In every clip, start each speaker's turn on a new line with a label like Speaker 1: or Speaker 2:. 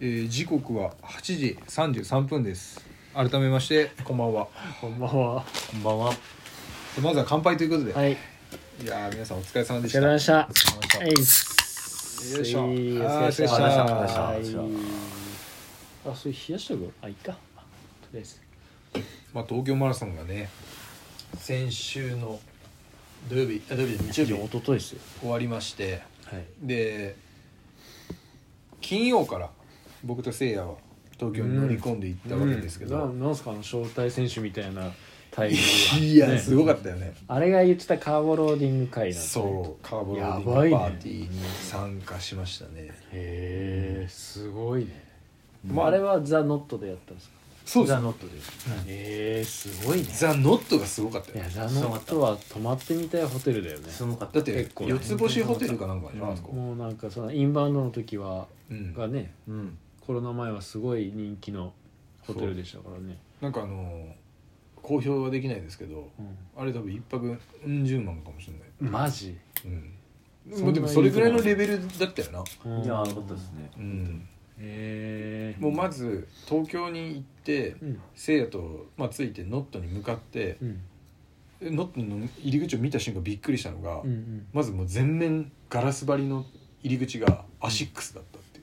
Speaker 1: えー時刻は8時33分です改めましてこんばんは
Speaker 2: こんばんは。
Speaker 3: こんばんは。
Speaker 1: まずは乾杯ということで、
Speaker 2: はい。
Speaker 1: い、やー皆さんお疲れ様
Speaker 2: お
Speaker 1: でし
Speaker 2: 疲
Speaker 1: た
Speaker 2: れ様でした。
Speaker 3: お疲
Speaker 2: はい。
Speaker 3: れ様
Speaker 2: よ
Speaker 3: で
Speaker 2: い
Speaker 1: よいしょ
Speaker 2: お疲れ様でした。
Speaker 1: あー
Speaker 3: お疲
Speaker 2: は
Speaker 3: れ様でした
Speaker 2: いあ、それ冷やしとくあ、いいか。あとりあえず。
Speaker 1: まあ、東京マラソンがね先週の土曜日あ土曜日じゃない日曜日
Speaker 2: 一昨日ですよ。
Speaker 1: 終わりまして
Speaker 2: はい。
Speaker 1: で金曜から僕とせいやは東京に乗り込んでいったわけですけど、
Speaker 2: うんななんすかあの招待選手みたいなタイ
Speaker 1: いや、すごかったよね
Speaker 2: あれが言ってたカーボローディング会なんう
Speaker 1: そうカーボローディン
Speaker 2: やばい
Speaker 1: グ
Speaker 2: ね
Speaker 1: パーティーに参加しましたね
Speaker 2: へえすごいね、
Speaker 1: まあ
Speaker 2: あれはザ・ノットでやったんですか
Speaker 1: そうです
Speaker 3: ザ・ノットです。
Speaker 2: へえすごいね
Speaker 1: ザ・ノットがすごかった
Speaker 2: い
Speaker 1: よ
Speaker 2: やザ・ノットは泊まってみたいホテルだよね
Speaker 3: すごかった。
Speaker 1: だって
Speaker 2: 結構
Speaker 1: 四つ星ホテルかなんかじゃないですか、
Speaker 2: もうなんかそのインバウンドの時は
Speaker 1: うん
Speaker 2: がね
Speaker 3: うん。
Speaker 2: コロナ前はすごい人気のホテルでしたからね
Speaker 1: なんかあのー公表はできないですけどあれ多分一泊うん十万かもしれない
Speaker 2: うんマジ
Speaker 1: うん
Speaker 2: そんな
Speaker 1: まあでもそれぐらいのレベルだったよな、
Speaker 3: いや、よかったですね。
Speaker 1: うん、
Speaker 2: へえ
Speaker 1: もうまず東京に行って
Speaker 2: うん
Speaker 1: せいやと、まあ、ついてノットに向かって
Speaker 2: うん
Speaker 1: えノットの入り口を見た瞬間びっくりしたのが、
Speaker 2: うんうん
Speaker 1: まずもう全面ガラス張りの入り口がアシックスだったって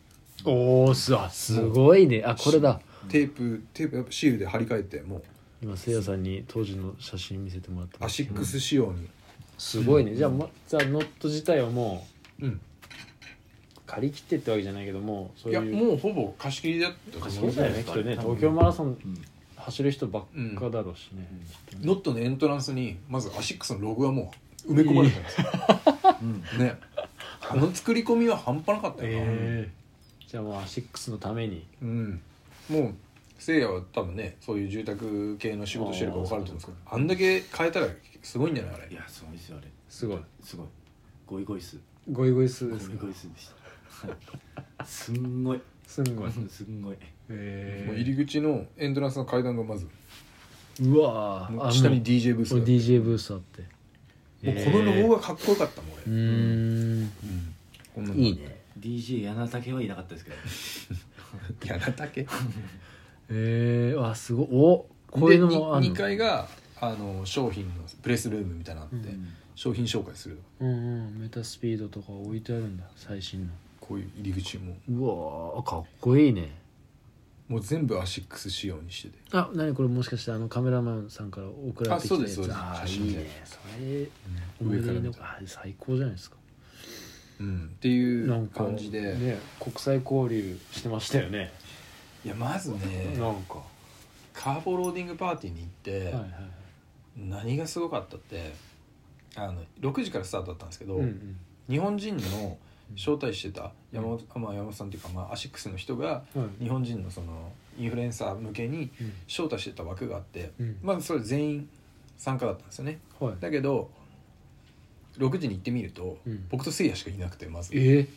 Speaker 1: いう、
Speaker 2: おおすあすごいねあこれだ
Speaker 1: テープテープやっぱシールで貼り替えてもう
Speaker 2: 今せいやさんに当時の写真見せてもらった
Speaker 1: アシックス仕様に、
Speaker 2: すごいねじゃあまザ・ノット自体はも
Speaker 1: うん
Speaker 2: う借り切ってってわけじゃないけどもうそう
Speaker 1: いや
Speaker 2: いう
Speaker 1: もうほぼ貸し切りだったと
Speaker 3: 貸し
Speaker 1: 思
Speaker 2: そううだ
Speaker 3: 切
Speaker 2: よねきっとね東京マラソン走る人ばっかだろうしね
Speaker 1: ノットのエントランスにまずアシックスのロゴがもう埋め込まれてたんですよ、
Speaker 3: うん。
Speaker 1: ねあの作り込みは半端なかったよな、
Speaker 2: ええじゃあもうアシックスのために
Speaker 1: うん、もうせいやは多分ねそういう住宅系の仕事してるから分かると思うんですけどあんだけ変えたらすごいんじゃないあ
Speaker 3: い
Speaker 1: れ
Speaker 3: や、すごいですよ、あれ。
Speaker 2: すごい
Speaker 3: すごい。ゴイゴイス。
Speaker 2: ゴイゴイスー
Speaker 3: ゴ
Speaker 2: で
Speaker 3: イ
Speaker 2: す
Speaker 3: ゴ
Speaker 2: か
Speaker 3: イスでした。はいすんごい。
Speaker 2: すんごい
Speaker 3: すんごい。
Speaker 2: え
Speaker 1: もう
Speaker 2: え
Speaker 1: 入り口のエントランスの階段がまず
Speaker 2: うわ
Speaker 1: も
Speaker 2: ー
Speaker 1: う
Speaker 2: あ
Speaker 1: 下
Speaker 2: も
Speaker 1: に
Speaker 2: う
Speaker 1: DJ ブース
Speaker 2: これ
Speaker 1: が
Speaker 2: DJ ブースあって
Speaker 1: もうこのロ
Speaker 2: が
Speaker 1: ゴがかっこよかったもん
Speaker 2: う
Speaker 1: 俺、
Speaker 2: ーん
Speaker 1: こんなの
Speaker 2: いいね
Speaker 3: DJ 柳竹はいなかったですけど。
Speaker 1: やなたけ
Speaker 2: ええわすごいおこう
Speaker 1: で
Speaker 2: いうのもある
Speaker 1: 2
Speaker 2: の
Speaker 1: 階があの商品のプレスルームみたいなのあって、
Speaker 2: うん
Speaker 1: 商品紹介する
Speaker 2: うんうんメタスピードとか置いてあるんだ最新の
Speaker 1: こういう入り口も
Speaker 2: うわーかっこいいね
Speaker 1: もう全部アシックス仕様にしてて
Speaker 2: あ何これもしかしてあのカメラマンさんから送られてきた
Speaker 1: あそ
Speaker 2: やつ
Speaker 1: うですそうです写
Speaker 2: あー
Speaker 1: 真
Speaker 2: いい
Speaker 1: で
Speaker 2: ねそれ
Speaker 1: 上か
Speaker 2: 上からら
Speaker 1: 見
Speaker 2: の
Speaker 1: た
Speaker 2: あれ最高じゃないですか
Speaker 1: うん、ってい
Speaker 2: なん
Speaker 1: う
Speaker 2: か
Speaker 1: 感じで、
Speaker 2: ね国際交流してましたよね
Speaker 1: いやまずね
Speaker 2: なんか
Speaker 1: カーボローディングパーティーに行って、
Speaker 2: はいはいはい
Speaker 1: 何がすごかったってあの6時からスタートだったんですけど、
Speaker 2: うんうん
Speaker 1: 日本人の招待してた山本,、まあ、山本さんっていうか、まあ、アシックスの人が
Speaker 2: はい
Speaker 1: 日本人のそのインフルエンサー向けに招待してた枠があって、
Speaker 2: うん
Speaker 1: まあ、それ全員参加だったんですよね
Speaker 2: はい
Speaker 1: だけど6時に行ってみると、
Speaker 2: うん
Speaker 1: 僕とせいやしかいなくてまず
Speaker 2: え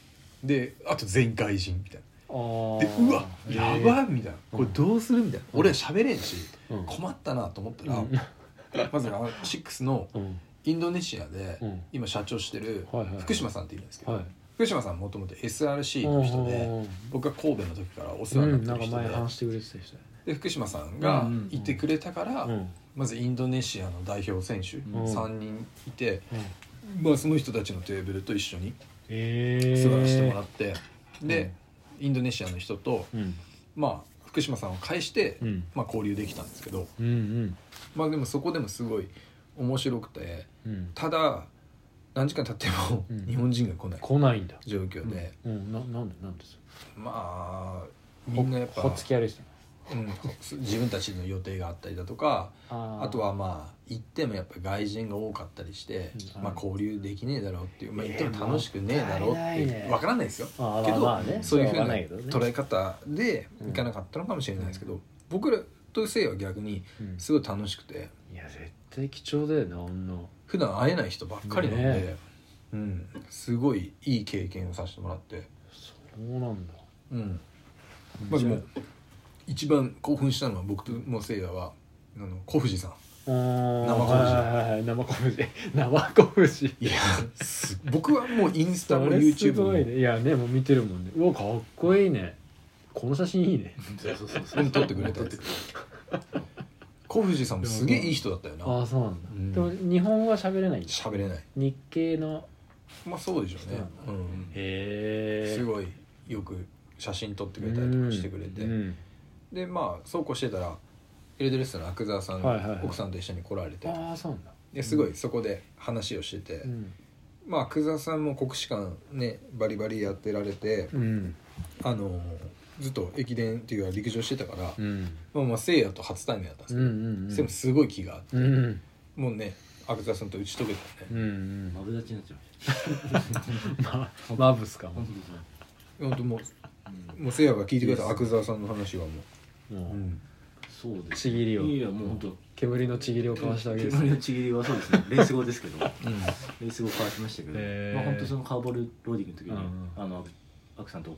Speaker 1: であと全員外人みたい
Speaker 2: あ
Speaker 1: な
Speaker 2: ー
Speaker 1: でうわ
Speaker 2: え
Speaker 1: や
Speaker 2: ー
Speaker 1: ばいみたいなこれどうするみたいな、
Speaker 2: うん
Speaker 1: 俺は喋れんし
Speaker 2: うん
Speaker 1: 困ったなと思った
Speaker 2: う
Speaker 1: ら、
Speaker 2: ん
Speaker 1: まずあの6の
Speaker 2: うん
Speaker 1: インドネシアで
Speaker 2: うん
Speaker 1: 今社長してる
Speaker 2: はいはいはい
Speaker 1: 福島さんっていうんですけど、
Speaker 2: はい
Speaker 1: 福島さんもともと SRC
Speaker 2: うんう
Speaker 1: の
Speaker 2: ん
Speaker 1: 人で、
Speaker 2: うん
Speaker 1: 僕が神戸の時からお世
Speaker 2: う
Speaker 1: 話に
Speaker 2: ん
Speaker 1: な
Speaker 2: な
Speaker 1: ってる人
Speaker 2: んか
Speaker 1: で,、
Speaker 2: 前話してくれてた人だ
Speaker 1: で福島さんが
Speaker 3: うんうんうん
Speaker 1: いてくれたから、
Speaker 2: よね
Speaker 1: まずインドネシアの代表選手
Speaker 3: うん
Speaker 1: 3人いて、
Speaker 2: うん
Speaker 1: まあ、その人たちのテーブルと一緒に
Speaker 2: え
Speaker 1: 座らせてもら
Speaker 2: っ
Speaker 1: って、で、インドネシアの人と、
Speaker 2: うん
Speaker 1: まあ、福島さんを介して、
Speaker 2: うん
Speaker 1: まあ、交流できたんですけど、
Speaker 2: うんうん
Speaker 1: まあ、でもそこでもすごい面白くて
Speaker 2: うん
Speaker 1: ただ何時間経っても
Speaker 2: うん
Speaker 1: 日本人が来ない
Speaker 2: 来ないんだ
Speaker 1: 状況で、
Speaker 2: うんななんでなんです
Speaker 1: まあみんなやっぱ、
Speaker 2: ほっつき歩いてたの
Speaker 1: うん、自分たちの予定があったりだとか
Speaker 2: あー
Speaker 1: あとはまあ行ってもやっぱり外人が多かったりして、
Speaker 2: うん
Speaker 1: まあ、交流できねえだろうっていう、まあ、
Speaker 2: え
Speaker 1: 行っ
Speaker 2: ー
Speaker 1: ても楽しくねえだろうって
Speaker 2: もったいない
Speaker 1: いう
Speaker 2: ね
Speaker 1: 分からないですよ
Speaker 2: あー
Speaker 1: けど、
Speaker 2: まあね
Speaker 1: そういうふう
Speaker 2: わ
Speaker 1: な
Speaker 2: かんけどね
Speaker 1: 捉え方で
Speaker 2: うん
Speaker 1: 行かなかったのかもしれないですけど、僕らとせいは逆に
Speaker 2: うん
Speaker 1: すごい楽しくて
Speaker 2: いや絶対貴重だよねあんな
Speaker 1: 普段会えない人ばっかりなんで、
Speaker 2: ねえ
Speaker 1: うん、すごいいい経験をさせてもらって。
Speaker 2: そうなんだ
Speaker 1: うんまずもう一番興奮したのは僕ともせいやはあの小藤さん
Speaker 2: 生
Speaker 1: こぶし
Speaker 2: し生こぶし生こぶし
Speaker 1: いやす 僕はもうインスタ
Speaker 2: そ
Speaker 1: も
Speaker 2: れす
Speaker 1: YouTube
Speaker 2: ご
Speaker 1: も、
Speaker 2: いねいやねもう見てるもんねうわかっこいいねこの写真いいね
Speaker 3: そうそうそうそ
Speaker 4: で
Speaker 3: う
Speaker 4: も撮ってくれた
Speaker 3: 撮ってくれ
Speaker 4: 小藤さんもすげえいい人だったよ
Speaker 2: ああ
Speaker 4: な
Speaker 2: そうなんだ、
Speaker 4: うん
Speaker 2: でも日本語は喋れないんだ
Speaker 4: 喋れない
Speaker 2: 日系の
Speaker 4: まあそうでしょうね、うん
Speaker 2: へ
Speaker 4: す
Speaker 2: い
Speaker 4: ごいよく写真撮ってくれたりとかしてくれて、
Speaker 2: うん
Speaker 4: でまあそうこうしてたらエルドレスの阿久澤さん、
Speaker 2: はいはいはい
Speaker 4: 奥さんと一緒に来られて
Speaker 2: ああそうなんだ、
Speaker 4: ですごいそこで話をしてて、
Speaker 2: うん
Speaker 4: まあ阿久澤さんも国士舘ねバリバリやってられて、
Speaker 2: うん
Speaker 4: あのーずっと駅伝っていうか陸上してたから、
Speaker 2: うん
Speaker 4: まあまあせいやと初対面だったんです
Speaker 2: う
Speaker 4: けど、
Speaker 2: ん
Speaker 4: でもすごい気があって
Speaker 2: うんうん
Speaker 4: もうね阿久澤さんと打ち解けたね、
Speaker 2: うんうん
Speaker 3: マブダチになっちゃいまし
Speaker 2: まマブスかも
Speaker 3: た本当
Speaker 4: 本当も
Speaker 3: にそう
Speaker 4: うもうせいやが聞いてくれた阿久澤さんの話はも
Speaker 2: も
Speaker 4: う、
Speaker 2: う
Speaker 3: そうです
Speaker 2: ちぎりを
Speaker 3: いやもう本当
Speaker 2: 煙のちぎりを交わしたわけです
Speaker 3: 煙のちぎりはそうですねレース後ですけどレ
Speaker 4: うん
Speaker 3: ース後交わしましたけど、
Speaker 2: へー
Speaker 3: まあ本当そのカーボルローディングの時に、
Speaker 2: うん
Speaker 3: あのアクさんと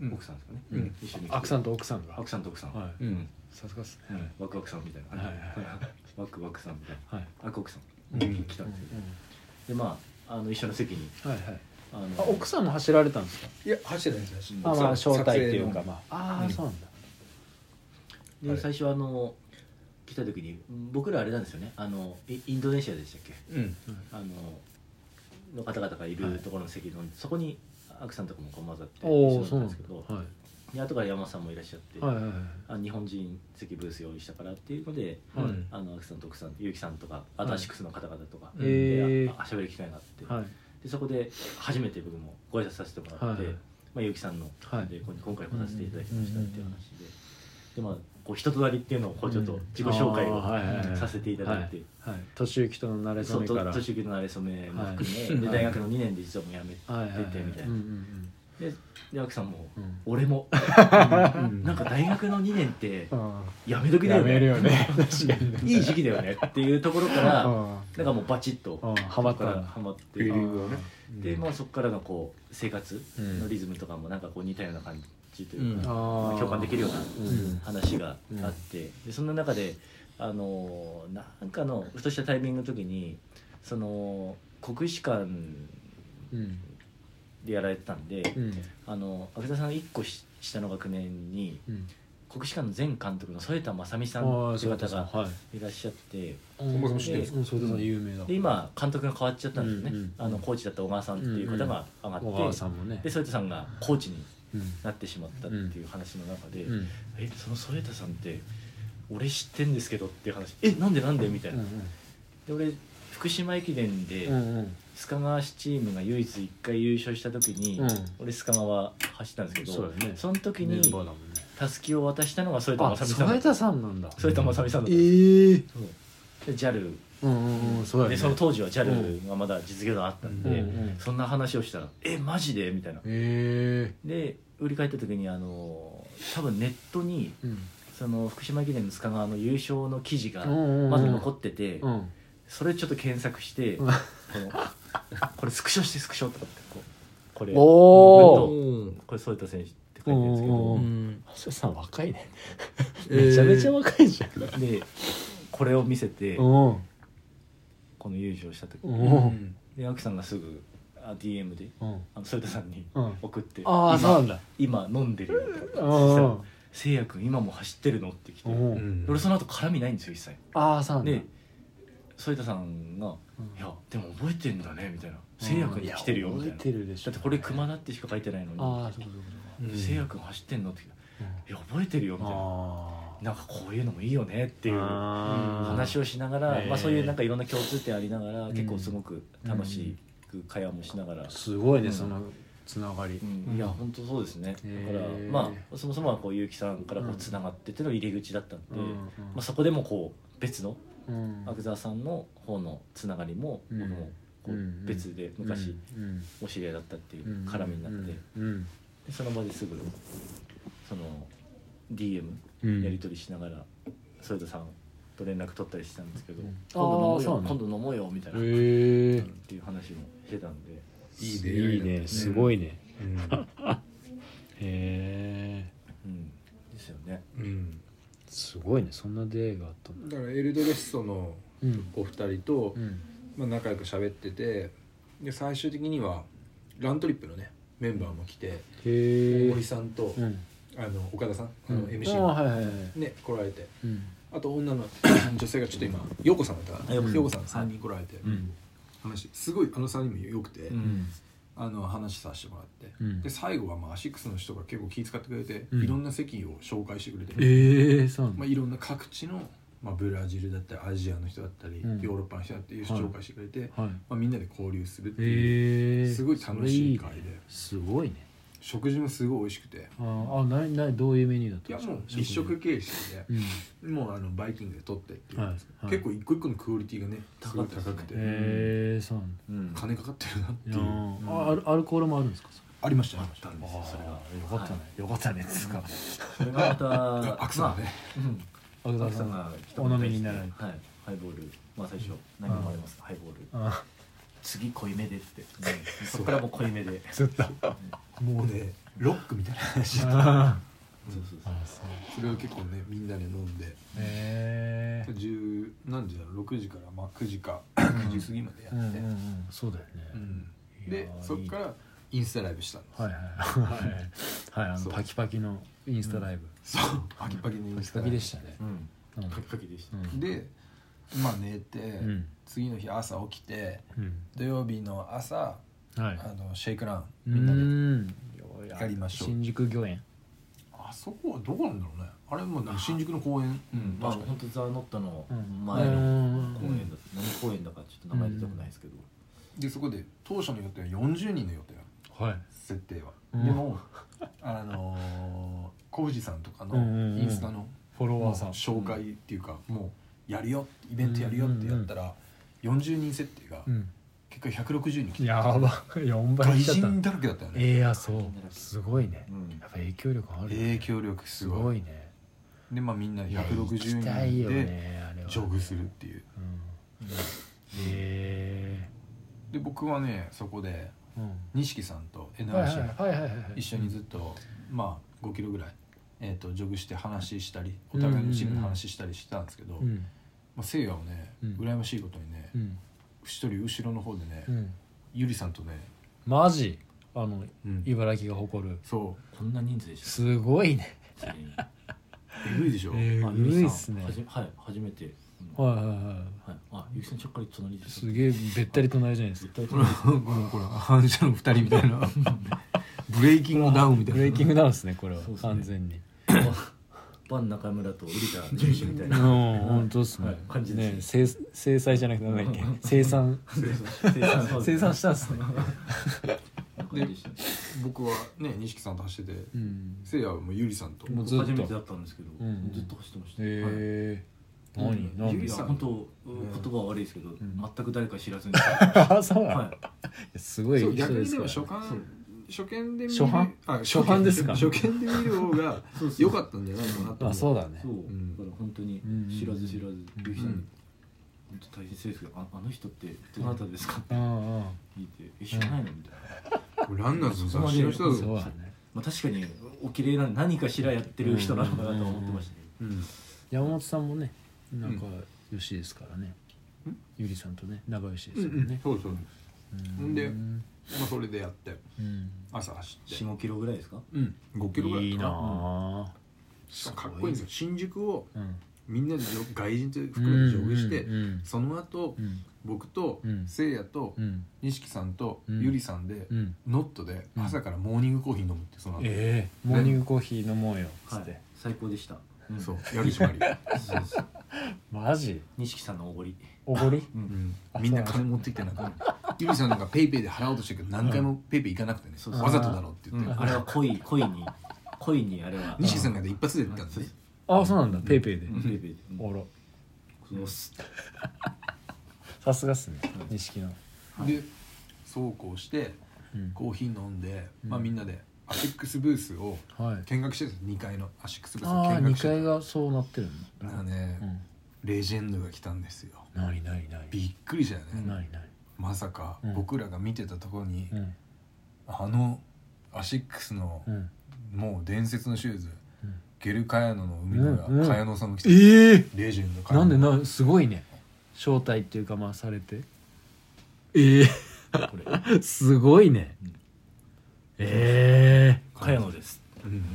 Speaker 4: うん
Speaker 3: 奥さんですかね、
Speaker 4: うん
Speaker 3: 一緒に来て
Speaker 2: アクさんと奥さんが
Speaker 3: アクさんと奥さん、
Speaker 2: は
Speaker 4: う
Speaker 2: い
Speaker 4: ん
Speaker 2: さすがっす
Speaker 3: うんワクワクさんみたいな、
Speaker 2: はいはい
Speaker 3: ワクワクさんみたいな
Speaker 2: はい
Speaker 3: ワクワクさん、
Speaker 4: うん
Speaker 3: 来たんですよ、でまああの一緒の席に
Speaker 2: はいはい
Speaker 3: あの
Speaker 2: あ奥さんも走られたんですか
Speaker 4: いや走ってないです
Speaker 3: うん
Speaker 4: ね
Speaker 2: あまあ
Speaker 4: さ
Speaker 2: 招待っていうか
Speaker 4: 撮影の
Speaker 2: まああ
Speaker 4: う
Speaker 2: あ
Speaker 4: ん
Speaker 2: そうなんだ
Speaker 3: で
Speaker 4: はい
Speaker 3: 最初あの来た時に僕らあれなんですよねあのイインドネシアでしたっけ
Speaker 4: うん
Speaker 3: あのの方々がい
Speaker 2: は
Speaker 3: る
Speaker 2: い
Speaker 3: ところの席の、そこにアクさんとかもこう混ざって
Speaker 2: おお
Speaker 3: 一緒
Speaker 2: そう
Speaker 3: だ
Speaker 2: な
Speaker 3: っ
Speaker 2: んだ
Speaker 3: たんですけど
Speaker 2: は
Speaker 3: で後から山本さんもいらっしゃって、
Speaker 2: いはいはいはい
Speaker 3: あ日本人席ブース用意したからっていうので、
Speaker 4: うん
Speaker 2: はい
Speaker 3: あのアクさんと奥さんゆうきさんとかアタシックスの方々とか、
Speaker 4: うん
Speaker 2: え
Speaker 3: で
Speaker 2: え
Speaker 3: ああ喋る機会があって、
Speaker 2: はい
Speaker 3: でそこで初めて僕もご挨拶させてもらって、
Speaker 2: はい
Speaker 3: まあ、ゆうきさんの、
Speaker 2: はい
Speaker 3: でこ今回来させていただきましたっていう
Speaker 2: う
Speaker 3: 話で、
Speaker 2: んうんうん
Speaker 3: でまあこう人となりっていうのをこうちょっと
Speaker 2: うん
Speaker 3: 自己紹介
Speaker 2: あーはいはいは
Speaker 3: を
Speaker 2: い
Speaker 3: させていただいて、
Speaker 2: はい年行きとの慣れ初
Speaker 3: そう
Speaker 2: め
Speaker 3: と
Speaker 2: から
Speaker 3: 年上の馴れ初めも含め、
Speaker 4: はい
Speaker 3: で大学の2年で実はもう辞めて、
Speaker 2: はいはいはい
Speaker 3: 出てみたいな
Speaker 2: うんうん
Speaker 3: ででアキさんも、
Speaker 2: うん
Speaker 3: 俺も、
Speaker 4: うん
Speaker 3: なんか大学の2年って
Speaker 2: うん
Speaker 3: やめ時だ
Speaker 2: や
Speaker 3: よ
Speaker 2: める
Speaker 3: ね
Speaker 2: よね確かにね
Speaker 3: いい時期だよねっていうところか
Speaker 2: う
Speaker 3: ら
Speaker 2: ん
Speaker 3: なんかもうバチッと
Speaker 2: うんハマった
Speaker 3: そこからハマって
Speaker 4: フィーリングをね
Speaker 3: で
Speaker 4: ま
Speaker 3: まあそこからのこう生活のリズムとかもなんかこう似たような感じというか、
Speaker 4: うん
Speaker 2: あー
Speaker 3: 共感できるような
Speaker 2: うん
Speaker 3: 話があって、でそんな中であのーなんかのふとしたタイミングの時にその国士館
Speaker 2: うん
Speaker 3: でやられてたんで、
Speaker 2: うん
Speaker 3: あの阿久田さん1個し下の学年に
Speaker 2: うん
Speaker 3: 国士館の前監督の添田正美さん
Speaker 2: ああ
Speaker 3: っていう方が
Speaker 2: はい
Speaker 3: いらっしゃって
Speaker 2: そ
Speaker 4: ん僕も知ってるんです
Speaker 2: うんそれさん有名だ
Speaker 3: で今監督が変わっちゃったんですよね、
Speaker 2: うんうん
Speaker 3: あのコーチだった小川さんっていう方が上がって、
Speaker 2: 小川さんもね
Speaker 3: で添田さんがコーチに
Speaker 2: うん
Speaker 3: なってしまったっていう話の中で、
Speaker 2: うん
Speaker 3: えその添田さんって俺知ってんですけどっていう話えなんでなんでみたいな、で俺福島駅伝で
Speaker 2: うんうん
Speaker 3: 須賀川市チームが唯一1回優勝した時に、
Speaker 2: うん
Speaker 3: 俺須賀川走ったんですけど
Speaker 2: そうだよね
Speaker 3: その時に
Speaker 4: だもんね
Speaker 3: たすきを渡したのが添田
Speaker 2: あ
Speaker 3: 正美さん
Speaker 2: 添田さんなんだ
Speaker 3: 添田正美さんだったんです
Speaker 2: ええ
Speaker 3: そうで JAL、
Speaker 2: うんうんうんそうだよね
Speaker 3: でその当時は
Speaker 2: う
Speaker 3: JAL がまだ実業団あったんで、
Speaker 2: うんうん
Speaker 3: そんな話をしたら「えマジで?」みたいな
Speaker 2: え
Speaker 3: で売り返った時にあの多分ネットに
Speaker 2: えうん
Speaker 3: その福島駅伝の須賀川の優勝の記事が
Speaker 2: うんうんうん
Speaker 3: まず残ってて、
Speaker 2: うん
Speaker 3: それちょっと検索して、
Speaker 2: うん
Speaker 3: この これスクショしてスクショとかってこうこれ
Speaker 2: お
Speaker 3: こ
Speaker 2: お
Speaker 3: れこれ添田選手って書いてるんですけど
Speaker 2: う
Speaker 4: うん
Speaker 2: それさん若いね
Speaker 4: えー
Speaker 2: めちゃめちゃ若いじゃん
Speaker 3: でこれを見せて
Speaker 2: うん
Speaker 3: この優勝した時
Speaker 2: うん
Speaker 4: うん
Speaker 3: でアキさんがすぐあ DM で
Speaker 2: うん
Speaker 3: あの添田さんに
Speaker 2: うん
Speaker 3: 送って「
Speaker 2: ああそうなん
Speaker 3: 今
Speaker 2: だ
Speaker 3: 今飲んでるよ」と
Speaker 2: う
Speaker 3: かそしたら
Speaker 2: ん
Speaker 3: 「せいや君今もう走ってるの?」って来て
Speaker 2: うんう
Speaker 4: うんん
Speaker 3: 俺その後絡みないんですよ一切
Speaker 2: ああそうなんだ
Speaker 3: で添田さんが「
Speaker 2: うん
Speaker 3: いやでも覚えてんだねみたいな「せいやくんに来てるよ」みたい
Speaker 2: や
Speaker 3: な
Speaker 2: 覚えてるでし
Speaker 3: だ
Speaker 2: ょ
Speaker 3: ってこれ熊だってしか書いてないの
Speaker 2: ああそうかそうか
Speaker 4: う
Speaker 3: に「
Speaker 4: ん
Speaker 3: せいやくん走ってんの?」って聞い
Speaker 2: そ
Speaker 3: た
Speaker 2: うか
Speaker 3: いや覚えてるよ」みたいな
Speaker 2: あ
Speaker 3: なんかこういうのもいいよねっていう
Speaker 2: あー
Speaker 3: 話をしながら
Speaker 2: へー
Speaker 3: まあそういうなんかいろんな共通点ありながら
Speaker 2: ん
Speaker 3: 結構すごく楽しく会話もしながら
Speaker 2: あすごいね、
Speaker 3: うん
Speaker 2: そのつながり
Speaker 3: う、んいや本当そうですね
Speaker 2: へ
Speaker 3: だから
Speaker 2: ー
Speaker 3: まあそもそもはこう結城さんからこうつながってっていうのが入り口だったんで
Speaker 2: うんうん
Speaker 3: まあそこでもこう別の
Speaker 2: うん
Speaker 3: 阿久澤さんの方のつながりも
Speaker 2: うん
Speaker 3: 僕もこ
Speaker 2: うんう
Speaker 3: うん別で昔
Speaker 2: うん
Speaker 3: お知り合いだったっていう
Speaker 2: うん
Speaker 3: 絡みになって
Speaker 2: うん
Speaker 3: でその場ですぐその DM
Speaker 2: うん
Speaker 3: やり取りしながら添田さんと連絡取ったりしたんですけど
Speaker 2: うん
Speaker 3: 「今度
Speaker 2: あー
Speaker 3: 飲
Speaker 2: そう
Speaker 3: も
Speaker 2: な
Speaker 3: うよ
Speaker 2: の
Speaker 3: 今度飲もうよ」みたいな、
Speaker 2: へえ
Speaker 3: っていう話もしてたんで
Speaker 4: いい出会
Speaker 2: い
Speaker 4: い
Speaker 2: い
Speaker 4: だね
Speaker 2: ねすごいね
Speaker 4: うん
Speaker 2: へえ
Speaker 3: うんですよね
Speaker 4: うん
Speaker 2: すごいねそんな出会いがあったんだ
Speaker 4: だからエルドレッソの
Speaker 2: うん
Speaker 4: お二人と
Speaker 2: うん
Speaker 4: まあ仲良く喋っててで最終的にはラントリップのねメンバーも来て
Speaker 2: へえ
Speaker 4: 大井さんと
Speaker 2: うん
Speaker 1: あの岡田さん、
Speaker 2: うん
Speaker 1: あの MC
Speaker 2: あ
Speaker 1: が、
Speaker 2: はいはいはい、
Speaker 1: ね来られて
Speaker 2: うん、
Speaker 1: あと女の 女性がちょっと今陽子さんだったかな
Speaker 3: うん
Speaker 1: 陽子さん3人来られて、
Speaker 3: うん
Speaker 1: 話すごいあの3人もよくて、
Speaker 3: うん
Speaker 1: あの話させてもらって、
Speaker 2: うん
Speaker 1: で最後はまあアシックスの人が結構気遣ってくれて、
Speaker 2: うん
Speaker 1: いろんな席を紹介してくれて、
Speaker 2: ええそうなん
Speaker 1: ま
Speaker 2: だ
Speaker 1: あ、いろんな各地の、まあ、ブラジルだったりアジアの人だったり、
Speaker 2: うん
Speaker 1: ヨーロッパの人だったり
Speaker 2: はい
Speaker 1: 紹介してくれて、
Speaker 2: はい
Speaker 1: まあ、みんなで交流するっていう、
Speaker 2: ええ
Speaker 1: すごい楽しい
Speaker 2: それ
Speaker 1: 会で
Speaker 2: すごいね
Speaker 1: 食事もすごい美味しくて
Speaker 2: あーあななどういうメニューだった
Speaker 1: いや
Speaker 2: んですか
Speaker 1: もう一食形式で、
Speaker 2: うん
Speaker 1: もうあのバイキングで取ってっていう、
Speaker 2: はいはい
Speaker 1: 結構一個一個のクオリティがねすご
Speaker 3: 高
Speaker 1: い
Speaker 3: か
Speaker 1: 高
Speaker 3: ったですね
Speaker 1: くて、
Speaker 2: ええそうなんだ
Speaker 3: うん
Speaker 1: 金かかってるなって
Speaker 2: い
Speaker 1: い
Speaker 2: や
Speaker 1: う、
Speaker 2: ー
Speaker 3: うん
Speaker 2: あアルアルコールもあるんですかそれ
Speaker 1: ありました
Speaker 3: あ
Speaker 1: ね
Speaker 3: ったんですよそれが
Speaker 2: あーよかったね、よかったねっつうか
Speaker 3: それが また
Speaker 1: あアクさんはね、
Speaker 3: うん
Speaker 2: あ
Speaker 3: 奥さんが来たこと
Speaker 2: お飲み
Speaker 3: に対して
Speaker 2: になられて
Speaker 3: はいハイボールまあ最初何飲まれますかハイボール
Speaker 2: あ
Speaker 3: 次濃いめでって、そこからもう濃いめで
Speaker 2: ーずっとも
Speaker 1: も
Speaker 2: う
Speaker 1: う
Speaker 2: ね
Speaker 1: ねロックみたいな話だった
Speaker 2: あ
Speaker 1: そうそう
Speaker 2: ーあーそう
Speaker 1: そうそれを結構ねみんなで飲んで
Speaker 2: ええ
Speaker 1: 10何時だろう6時から、まあ、9時か9時過ぎまでやっ
Speaker 2: う
Speaker 1: て、
Speaker 2: んうんうんそうだよね、
Speaker 1: うん
Speaker 2: いや
Speaker 1: で
Speaker 2: ー
Speaker 1: そっからインスタライブしたの
Speaker 2: はいはいはいはいあ
Speaker 1: そう
Speaker 2: のパキパキのインスタライブ、
Speaker 1: そうパキパキのイン
Speaker 2: パ
Speaker 1: ス
Speaker 2: キ
Speaker 1: タラ
Speaker 2: パ
Speaker 1: イ
Speaker 2: キ
Speaker 1: ブ
Speaker 2: でしたね、
Speaker 3: うん
Speaker 2: うん
Speaker 3: カキカキでし
Speaker 2: うん
Speaker 1: でまあ寝て、
Speaker 2: うん
Speaker 1: 次の日朝起きて
Speaker 2: うん
Speaker 1: 土曜日の朝
Speaker 2: はい
Speaker 1: あのシェイクラン
Speaker 2: う
Speaker 1: みんなで
Speaker 2: ーん
Speaker 1: やりましょう
Speaker 2: 新宿御苑
Speaker 1: あそこはどこなんだろうねあれもうなんか新宿の公園うん
Speaker 3: まあ
Speaker 1: 確か
Speaker 3: 本当ザ・ノットの
Speaker 2: うん
Speaker 3: 前の
Speaker 2: うん
Speaker 3: 公園だった何公園だかちょっと名前出たくないですけど
Speaker 1: にでそこで当初の予定は40人の予定なの
Speaker 2: はい
Speaker 1: 設定は、
Speaker 2: うん
Speaker 1: でもあのー小藤さんとかの
Speaker 2: うんうんうん
Speaker 1: インスタの
Speaker 2: フォロ
Speaker 1: もう
Speaker 2: ワーさん
Speaker 1: 紹介っていうか、もうやるよイベントやるよってやったら、40人設定が
Speaker 2: うん
Speaker 1: 結果160人来て
Speaker 2: やば4倍
Speaker 1: 外
Speaker 2: 来ちゃった
Speaker 1: 人だらけだったよね
Speaker 2: ええやそうすごいね
Speaker 3: うん
Speaker 2: やっぱ影響力あるよね
Speaker 1: 影響力す
Speaker 2: す
Speaker 1: ご
Speaker 2: ご
Speaker 1: い
Speaker 2: いね
Speaker 1: でまあみんない
Speaker 2: や行きた
Speaker 1: 160
Speaker 2: い
Speaker 1: 人
Speaker 2: よ
Speaker 1: で
Speaker 2: ねあれは
Speaker 1: ジョグするっていう
Speaker 2: うんえ
Speaker 1: で僕はねそこで
Speaker 2: えうん
Speaker 1: 錦さんとえな
Speaker 2: はい
Speaker 1: わ
Speaker 2: はい
Speaker 1: しが
Speaker 2: はいはいはい
Speaker 1: 一緒にずっとまあ5キロぐらい、えー、とジョグして話したりお互いのチームの話したりしてたんですけど、
Speaker 2: うん
Speaker 1: まあ、せいやをね、
Speaker 2: うん
Speaker 1: 羨ましいことにね
Speaker 2: うん
Speaker 1: 一人後ろの方でね、
Speaker 2: うん
Speaker 1: ゆりさんとね、
Speaker 2: マジあの
Speaker 1: うん
Speaker 2: 茨城が誇る
Speaker 1: そ
Speaker 3: こんな人数でした
Speaker 2: すごいね
Speaker 3: 全員
Speaker 1: うえぐいでしょ、
Speaker 2: え
Speaker 3: あ
Speaker 2: ー
Speaker 3: ゆ
Speaker 2: うる
Speaker 3: きさん
Speaker 2: いっすね
Speaker 3: はじめはい初めてうん
Speaker 2: はいはいは
Speaker 3: はいあゆきさんちょっかり隣で
Speaker 2: い
Speaker 3: す
Speaker 2: すげえべったり隣じゃないですか
Speaker 3: 絶対隣です
Speaker 1: このこの反射の二人みたいなブレイキングダウンみたい
Speaker 2: ブ
Speaker 1: な
Speaker 2: レイキングダウンですねこれは
Speaker 3: そうっすね
Speaker 2: 完全に
Speaker 3: バン中村とウリタジュンシみたい
Speaker 2: うん
Speaker 3: な
Speaker 2: 本当っす
Speaker 3: は
Speaker 2: ね
Speaker 3: い感じ
Speaker 2: ね
Speaker 3: です
Speaker 2: 制制裁じゃなくてなんだっけ生産生
Speaker 3: 生
Speaker 2: 産したんですね
Speaker 3: でした
Speaker 1: 僕はね錦さんと走ってて
Speaker 2: うん
Speaker 1: せいやはもうゆりさんと
Speaker 2: もうずっと
Speaker 3: 初めてだったんですけど
Speaker 2: ん
Speaker 3: ずっと走ってましたはい
Speaker 2: ええ何
Speaker 1: ゆ
Speaker 2: 何
Speaker 1: り
Speaker 3: いや
Speaker 1: さん
Speaker 3: 本当言葉は悪いですけど、
Speaker 2: ん
Speaker 3: 全く誰か知らずに、は、
Speaker 2: あそうないのすごい
Speaker 1: そう
Speaker 2: 人
Speaker 1: 逆
Speaker 2: で
Speaker 1: に
Speaker 2: す
Speaker 1: で
Speaker 2: か
Speaker 1: も
Speaker 2: ら
Speaker 1: 初見初見で見る
Speaker 2: 初版
Speaker 1: あ
Speaker 2: 初版ですか
Speaker 1: 初見で見る方が
Speaker 3: そうそう
Speaker 1: 良かったんじゃないかなと思う
Speaker 2: あそうだね
Speaker 3: そう、
Speaker 1: ん
Speaker 3: だから本当に
Speaker 2: うん
Speaker 3: 知らず知らず、ゆうひ
Speaker 1: う
Speaker 3: さんに
Speaker 1: ん
Speaker 3: 本当大切ですけどああの人ってどなたですかって
Speaker 2: うんうん
Speaker 3: 聞いてえ知らないのみたいな、
Speaker 1: ランナーズの雑誌の人だ
Speaker 2: そ
Speaker 1: ぞ
Speaker 2: うだね
Speaker 3: まあ、確かにお綺麗な何かしらやってる人なのかなとは思ってましたけど、
Speaker 1: うん
Speaker 2: 山本さんもね仲良しですからね
Speaker 1: うん
Speaker 2: ゆりさんとね仲良しで
Speaker 1: うん
Speaker 2: す
Speaker 1: う
Speaker 2: よね
Speaker 1: んそうそう
Speaker 2: うん
Speaker 1: で
Speaker 2: うん
Speaker 1: まあそれでやって朝走って
Speaker 3: 45キロぐらいですか
Speaker 1: うん5キロぐらい
Speaker 2: いいなあ
Speaker 1: しかもかっこいいんですよ新宿を
Speaker 2: うん
Speaker 1: みんなでジョ外人と含めてジョグして、
Speaker 2: うん
Speaker 1: その後、
Speaker 2: うん
Speaker 1: 僕と
Speaker 2: うん
Speaker 1: せいやと
Speaker 2: うん
Speaker 1: 錦さんと
Speaker 2: うん
Speaker 1: ゆりさんで、
Speaker 2: うん
Speaker 1: ノットで朝からモーニングコーヒー飲むってその後、
Speaker 2: ええモーニングコーヒー飲もうよつって
Speaker 3: はい最高でした、うん
Speaker 1: そうやるし まり、
Speaker 3: そうそう
Speaker 2: マジ
Speaker 3: 錦さんのおごり
Speaker 2: おごり
Speaker 1: うんみんな金持ってきてなんか ゆりさんなんかペイペイで払おうとしてるけど何回もペイペイ行かなくてね、
Speaker 3: そうそう
Speaker 1: わざとだろって言
Speaker 3: う
Speaker 1: って、
Speaker 3: んあれは 恋恋に恋にあれは
Speaker 1: 錦さんがね一発で言ったんですね、
Speaker 2: あそうなんだペイペイで
Speaker 3: うんベイベイでうん
Speaker 2: おろ
Speaker 3: そのす
Speaker 2: さすがっすね
Speaker 3: うん
Speaker 2: 錦の
Speaker 1: でそうこうして
Speaker 2: うん
Speaker 1: コーヒー飲んで、
Speaker 2: うん
Speaker 1: まあみんなでアシックスブースを
Speaker 2: はい
Speaker 1: 見学してたんです2階のアシックスブースを
Speaker 2: ああ
Speaker 1: 見
Speaker 2: 二
Speaker 1: 学して
Speaker 2: 階
Speaker 1: た
Speaker 2: がそうなってる
Speaker 1: だから
Speaker 2: の
Speaker 1: ね、
Speaker 2: うん
Speaker 1: レジェンドが来たんですよ
Speaker 2: なになになに
Speaker 1: びっくりしたよね、
Speaker 2: なになに
Speaker 1: まさか
Speaker 2: うん
Speaker 1: 僕らが見てたところに、
Speaker 2: うん
Speaker 1: あのアシックスの、
Speaker 2: うん
Speaker 1: もう伝説のシューズ、
Speaker 2: うん
Speaker 1: ゲルカヤノの海野が、
Speaker 2: うんうん
Speaker 1: カヤノさんも来て、
Speaker 2: ええ
Speaker 1: レジェンドカヤ
Speaker 2: な
Speaker 1: ノ
Speaker 2: んでなすごいね招待っていうかまあされてええ
Speaker 3: こ れ
Speaker 2: すごいね
Speaker 3: うん
Speaker 2: ええ
Speaker 3: 茅野です
Speaker 1: うん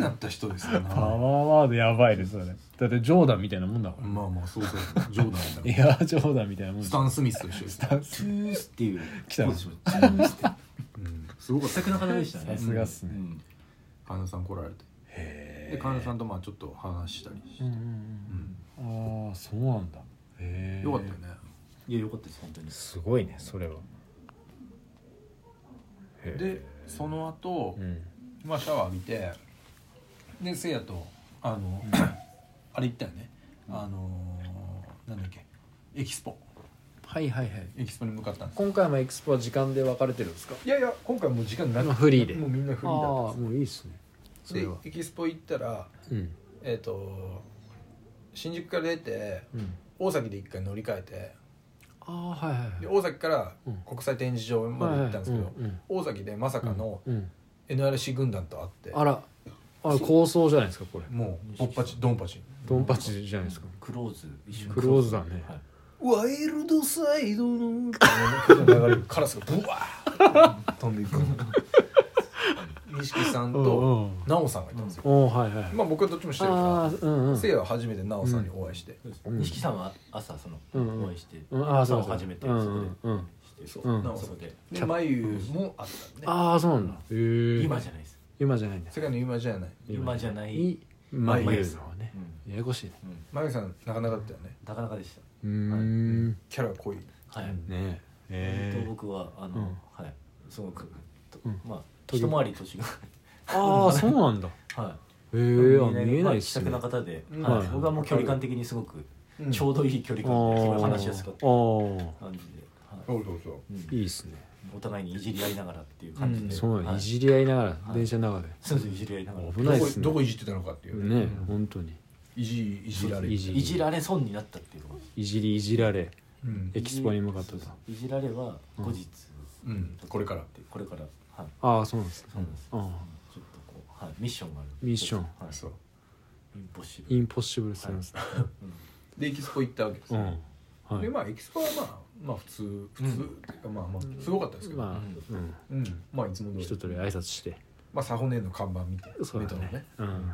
Speaker 1: なった人ですよね
Speaker 2: パワーワードやばいですよねだってジョーダンみたいなもんだか
Speaker 1: まあまあそうそうジョーダンだ
Speaker 2: らいやジョーダンみたいなもん
Speaker 1: スタン・スミスと一緒です
Speaker 2: タンス
Speaker 3: ツースっていう
Speaker 2: 来た
Speaker 3: そうでしょツースって
Speaker 1: うんすごかっ
Speaker 3: 全
Speaker 1: た
Speaker 3: く仲直りでしたね
Speaker 2: さすがっす
Speaker 3: う
Speaker 2: ね、
Speaker 3: ん
Speaker 1: カナさん来られて
Speaker 2: へえ
Speaker 1: でカナさんとまあちょっと話したりして、
Speaker 2: うんうん
Speaker 1: うん
Speaker 2: うんああそうなんだへえ
Speaker 1: よかったよね
Speaker 3: いやよかったです本当に
Speaker 2: すごいねそれはへえ
Speaker 1: でその後、
Speaker 2: うん
Speaker 1: まあシャワー浴びてでせいやとあの、あれ行ったよねあのーなんだっけエキスポ
Speaker 2: はいはいはい
Speaker 1: エキスポに向かったんですよ
Speaker 2: 今回もエクスポは時間で分かれてるんですか
Speaker 1: いやいや今回もう時間な
Speaker 2: も
Speaker 1: く
Speaker 2: うフリーで
Speaker 1: もうみんなフリーだったんです
Speaker 2: もういいですねそれは
Speaker 1: でエキスポ行ったら
Speaker 2: うん
Speaker 1: えっ、と新宿から出て
Speaker 2: うん
Speaker 1: 大崎で一回乗り換えて
Speaker 2: ああはいはい
Speaker 1: で
Speaker 2: はい
Speaker 1: 大崎から
Speaker 2: うん
Speaker 1: 国際展示場まで行ったんですけど、
Speaker 2: はいはいうんうん
Speaker 1: 大崎でまさかの
Speaker 2: うん
Speaker 1: NRC 軍団と会って、
Speaker 2: あらあ構想じゃないですかこれ
Speaker 1: もうボッパチドンパチ
Speaker 2: ドンパチじゃないですか
Speaker 3: クローズ一緒に
Speaker 2: クローズだね
Speaker 3: はい
Speaker 1: ワイルドサイドの流れるカラスがブワー飛んでいく錦さんと奈緒さんがいたんですよ、
Speaker 2: おおはいはいはい
Speaker 1: まあ僕はどっちもしてる
Speaker 2: ああ
Speaker 1: か
Speaker 2: ーうんう
Speaker 1: ら
Speaker 2: ん
Speaker 1: せいやは初めて奈緒さんにお会いして、
Speaker 3: そうです
Speaker 2: うん
Speaker 3: 錦さんは朝その
Speaker 2: うんうん
Speaker 3: お会いして
Speaker 2: うんああそう
Speaker 3: 朝
Speaker 2: だそ
Speaker 3: を
Speaker 2: うだ
Speaker 3: 初めて
Speaker 2: う
Speaker 3: そ
Speaker 2: ん
Speaker 3: こ
Speaker 2: うんうん
Speaker 3: でし
Speaker 1: そ
Speaker 3: て
Speaker 1: う
Speaker 2: うん
Speaker 1: 奈緒
Speaker 3: そ
Speaker 1: さ
Speaker 3: こ
Speaker 1: ん
Speaker 3: で
Speaker 1: で眉もあったんで
Speaker 2: ああそうなんだへえ
Speaker 3: 今じゃないです
Speaker 2: 今じゃないんだ
Speaker 1: 世界の今じゃない
Speaker 3: 今じゃない
Speaker 2: まあ
Speaker 1: 眉
Speaker 2: 眉の方ね
Speaker 3: うん
Speaker 2: ややこしいね
Speaker 3: うん
Speaker 1: 眉さんなかなかだったよね
Speaker 3: なかなかでし
Speaker 2: うーん
Speaker 1: キャラが濃い
Speaker 3: たはい
Speaker 2: ね
Speaker 3: え
Speaker 2: え
Speaker 3: と僕はあの、
Speaker 2: うん
Speaker 3: はいすごく、と
Speaker 2: うん
Speaker 3: まあ
Speaker 2: と
Speaker 3: 一回り年が
Speaker 2: ああそうなんだへ
Speaker 3: は
Speaker 2: え
Speaker 3: い
Speaker 2: 見えな
Speaker 3: まあ
Speaker 2: いっ
Speaker 3: 気さ
Speaker 2: す
Speaker 3: く
Speaker 2: ね
Speaker 3: な方で、
Speaker 1: うん
Speaker 3: はい
Speaker 2: はい
Speaker 3: 僕はもう距離感的にすごくちょうどいい距離
Speaker 2: あ
Speaker 3: 感で、
Speaker 2: ー
Speaker 3: すごい話しやすかった
Speaker 2: あ
Speaker 3: 感じで、は
Speaker 1: どうぞどうぞ
Speaker 3: い
Speaker 2: ーいいっすね
Speaker 3: うんお互いにいじり合いながらっていう感じで、
Speaker 1: うん
Speaker 2: そうなん
Speaker 3: はい
Speaker 2: いじり合いながら
Speaker 3: い
Speaker 2: 電車の中で
Speaker 3: そうそういじり合いながら
Speaker 2: 危ないっ
Speaker 1: どこ
Speaker 2: すね
Speaker 1: どこいじってたのかっていう
Speaker 2: ね本当に
Speaker 1: いじいじられ
Speaker 2: いじ
Speaker 3: いじられ損になったっていうのが
Speaker 2: いじりいじられ
Speaker 1: うん
Speaker 2: エキスポに向かったと
Speaker 3: そうそういじられは後日、
Speaker 1: うんこれから
Speaker 3: これからはい
Speaker 2: ああそうなんですね
Speaker 3: そうなんです、
Speaker 2: あ
Speaker 3: ちょっとこう、はい、ミッションがある
Speaker 2: ミッション
Speaker 3: はい、
Speaker 1: そう
Speaker 3: インポッシブ
Speaker 2: イ
Speaker 3: ル
Speaker 2: ンポッシブルサイエンス
Speaker 3: うん
Speaker 1: でエキスポ行ったわけです
Speaker 2: う
Speaker 1: よ
Speaker 2: んは
Speaker 1: で
Speaker 2: い
Speaker 1: まあエキスパはまあまあ普通普通っていうかまあまあすごかったですけど、
Speaker 2: まあうん
Speaker 1: うん、まあいつも
Speaker 2: 一
Speaker 1: 通
Speaker 2: 通
Speaker 1: り
Speaker 2: り挨拶して
Speaker 1: まあサホネンの看板見て
Speaker 2: そう
Speaker 1: メ
Speaker 2: だ
Speaker 1: トロね
Speaker 2: ねうん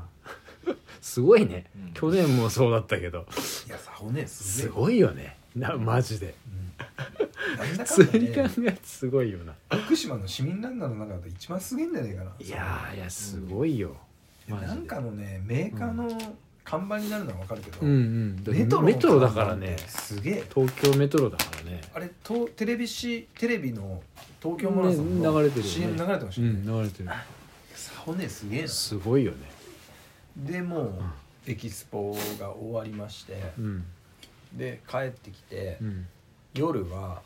Speaker 2: すごいね
Speaker 3: うん
Speaker 2: 去年もそうだったけど
Speaker 1: いやサホネンす
Speaker 2: す
Speaker 1: げえ、
Speaker 2: ごいよねなマジで
Speaker 1: うん、なんだか
Speaker 2: 普
Speaker 1: ん
Speaker 2: 通に考
Speaker 1: だね
Speaker 2: えてすごいよな
Speaker 1: 福島の市民ランナーの中で一番すげえんじゃねえかない
Speaker 2: やーいやすごいよマジで
Speaker 1: なんかのねメーカーの看板になるのはわかるけど、
Speaker 2: うんうんだ
Speaker 1: メトロの
Speaker 2: メトロだから
Speaker 1: 看板
Speaker 2: ね
Speaker 1: ってすげえ
Speaker 2: 東京メトロだからね
Speaker 1: あれとテレビしテレビの東京マラソンの
Speaker 2: ね流れてるよね
Speaker 1: CM 流れてまし
Speaker 2: う
Speaker 1: たよね
Speaker 2: ん流れてる
Speaker 1: サホネンすげえな
Speaker 2: すごいよね
Speaker 1: でもうエキスポが終わりまして
Speaker 2: うん
Speaker 1: で帰ってきて、
Speaker 2: うん
Speaker 1: 夜は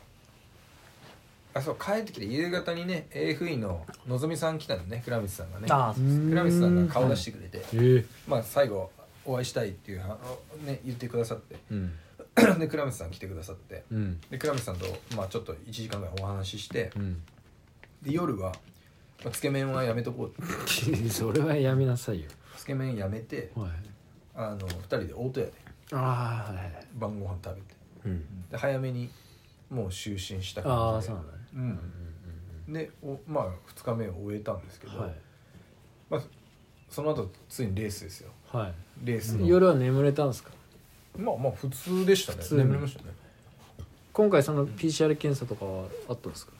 Speaker 1: あそう帰ってきて夕方にね AFE ののぞみさん来たのね倉光さんがね
Speaker 3: ああ
Speaker 1: 倉光さんが顔出しててくれて、
Speaker 2: えー
Speaker 1: まあ最後お会いしたいっていうはね、言ってくださって
Speaker 2: うん
Speaker 1: で倉光さん来てくださって
Speaker 2: うん
Speaker 1: で倉光さんと、まあ、ちょっと1時間ぐらいお話しして
Speaker 2: うん
Speaker 1: で夜は、まあつけ麺はやめとこうって
Speaker 2: それはやめなさいよ
Speaker 1: つけ麺やめて
Speaker 2: はい
Speaker 1: あの2人で大戸屋で
Speaker 2: ああはいはい
Speaker 1: 晩ご飯食べて
Speaker 2: うん
Speaker 1: で早めにもう就寝した
Speaker 2: あ
Speaker 1: 感
Speaker 2: あ
Speaker 1: じ
Speaker 2: そ
Speaker 1: で
Speaker 2: うなんだね
Speaker 1: うん、でおまあ2日目を終えたんですけど、
Speaker 2: はい
Speaker 1: まあ、その後ついにレースですよ
Speaker 2: はい
Speaker 1: レースの
Speaker 2: 夜は眠れたんですか
Speaker 1: まあまあ普通でしたね
Speaker 2: 普通に
Speaker 1: 眠りましたね
Speaker 2: 今回その PCR 検査とかはあったんですか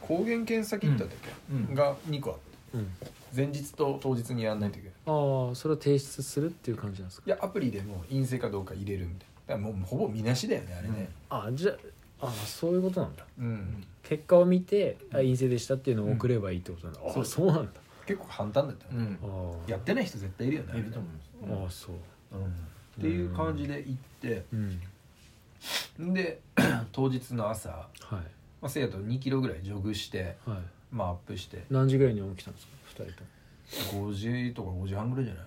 Speaker 1: 抗原検査キットだっ
Speaker 3: う
Speaker 1: け、
Speaker 3: ん
Speaker 1: が2個あって
Speaker 2: うん
Speaker 1: 前日と当日にやんないといけない
Speaker 2: ああそれを提出するっていう感じなんです
Speaker 1: い
Speaker 2: か
Speaker 1: やアプリでもう陰性かどうか入れるみたいなだからもうほぼ見なしだよねあれね
Speaker 2: あじゃああそういうことなんだ
Speaker 1: うん、
Speaker 2: 結果を見てあ陰性でしたっていうのを送ればいいってことなんだ、
Speaker 1: そう
Speaker 2: あそうなんだ
Speaker 1: 結構簡単だったよ
Speaker 3: う
Speaker 1: ね、
Speaker 3: ん
Speaker 2: あ
Speaker 1: やってない人絶対いるよね
Speaker 3: いると思います
Speaker 2: あああそう
Speaker 1: うんっていう感じで行って
Speaker 2: うん
Speaker 1: で 当日の朝、ま
Speaker 2: はい
Speaker 1: あ、せいやと2キロぐらいジョグして
Speaker 2: はい
Speaker 1: まあアップして
Speaker 2: 何時ぐらいに起きたんですか二人と
Speaker 1: 5時とか5時半ぐらいじゃない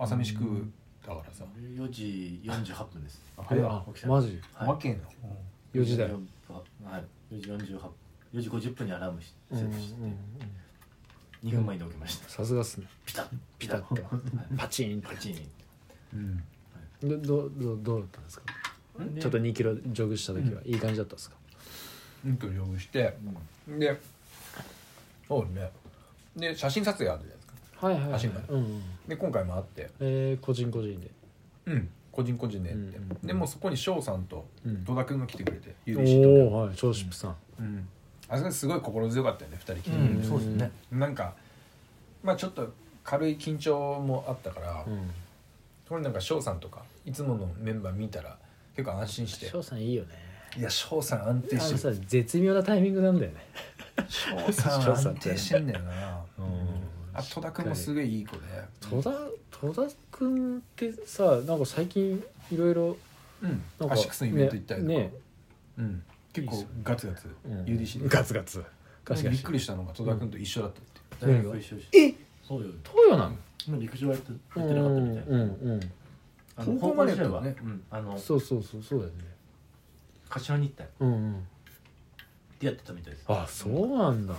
Speaker 1: 朝飯食うだからさ
Speaker 3: 4時48分です
Speaker 1: 早い
Speaker 2: あ
Speaker 3: 起きた
Speaker 2: マジ
Speaker 3: はい
Speaker 1: わけの
Speaker 2: 4時だよ、
Speaker 3: はい4時48分4時50分にアラームし
Speaker 2: うん
Speaker 3: セ
Speaker 2: うん
Speaker 3: ッ
Speaker 2: う
Speaker 3: ト
Speaker 2: ん
Speaker 3: して2分前に起きました
Speaker 2: さすがっすね
Speaker 3: ピタッ
Speaker 2: ピタッとパチン
Speaker 3: 8時に
Speaker 1: うん
Speaker 2: どどどどうだったんですかちょっと2キロジョグした時は、いい感じだったんですか
Speaker 1: うんと用意して
Speaker 3: うん
Speaker 1: でそうねで写真撮影あるじゃないですか
Speaker 2: はいはいはい
Speaker 1: 走るから
Speaker 2: うんうん
Speaker 1: で今回もあって
Speaker 2: えー個人個人で
Speaker 1: うん個人個人でやって、
Speaker 2: うんうん
Speaker 1: でもうそこに翔さんと
Speaker 2: うん
Speaker 1: 戸田君が来てくれて、
Speaker 2: お
Speaker 1: UDC 東京
Speaker 2: おーはいショーシップさん
Speaker 1: うん、あそこすごい心強かったよね2人来てくれ
Speaker 2: ん
Speaker 1: て、
Speaker 2: そうですね
Speaker 1: なんかまあちょっと軽い緊張もあったから、
Speaker 2: うん
Speaker 1: これなんか翔さんとかいつものメンバー見たら結構安心して
Speaker 2: 翔さんいいよね
Speaker 1: いや翔さん安定
Speaker 2: あの
Speaker 1: して
Speaker 2: さ
Speaker 1: る
Speaker 2: 絶妙なタイミングなんだよね
Speaker 1: 翔さん
Speaker 2: 翔
Speaker 1: 安
Speaker 2: さんって
Speaker 1: 定してんだよな、
Speaker 2: うん
Speaker 1: あ戸田君もすごいいい子で
Speaker 2: 戸田戸田君ってさなんか最近いろいろ
Speaker 1: うん
Speaker 2: なんか
Speaker 1: アシックスのイベント行ったりとか、
Speaker 2: ねね
Speaker 1: うん、結構ガツガツ
Speaker 2: うん
Speaker 1: UDC で
Speaker 2: ガツガツガチガ
Speaker 1: びっ
Speaker 2: チ
Speaker 1: くりしたのが戸田君と一緒だったって、
Speaker 3: 大学一緒し
Speaker 2: え
Speaker 3: そうよ
Speaker 2: 東洋なの
Speaker 3: 今陸上やって
Speaker 2: う
Speaker 3: や
Speaker 2: ん
Speaker 3: ってなかったみたいな
Speaker 2: うん
Speaker 3: あの
Speaker 1: 高
Speaker 3: 高
Speaker 1: 校ま
Speaker 3: 校
Speaker 1: で
Speaker 3: 時代
Speaker 1: や
Speaker 3: は
Speaker 1: ったよね
Speaker 3: うんあ
Speaker 2: う
Speaker 3: の
Speaker 2: んそうそうそうそうだよね
Speaker 3: 柏に行ったよ
Speaker 2: うんうん
Speaker 3: ってやってたみたいです
Speaker 2: あそうなんだ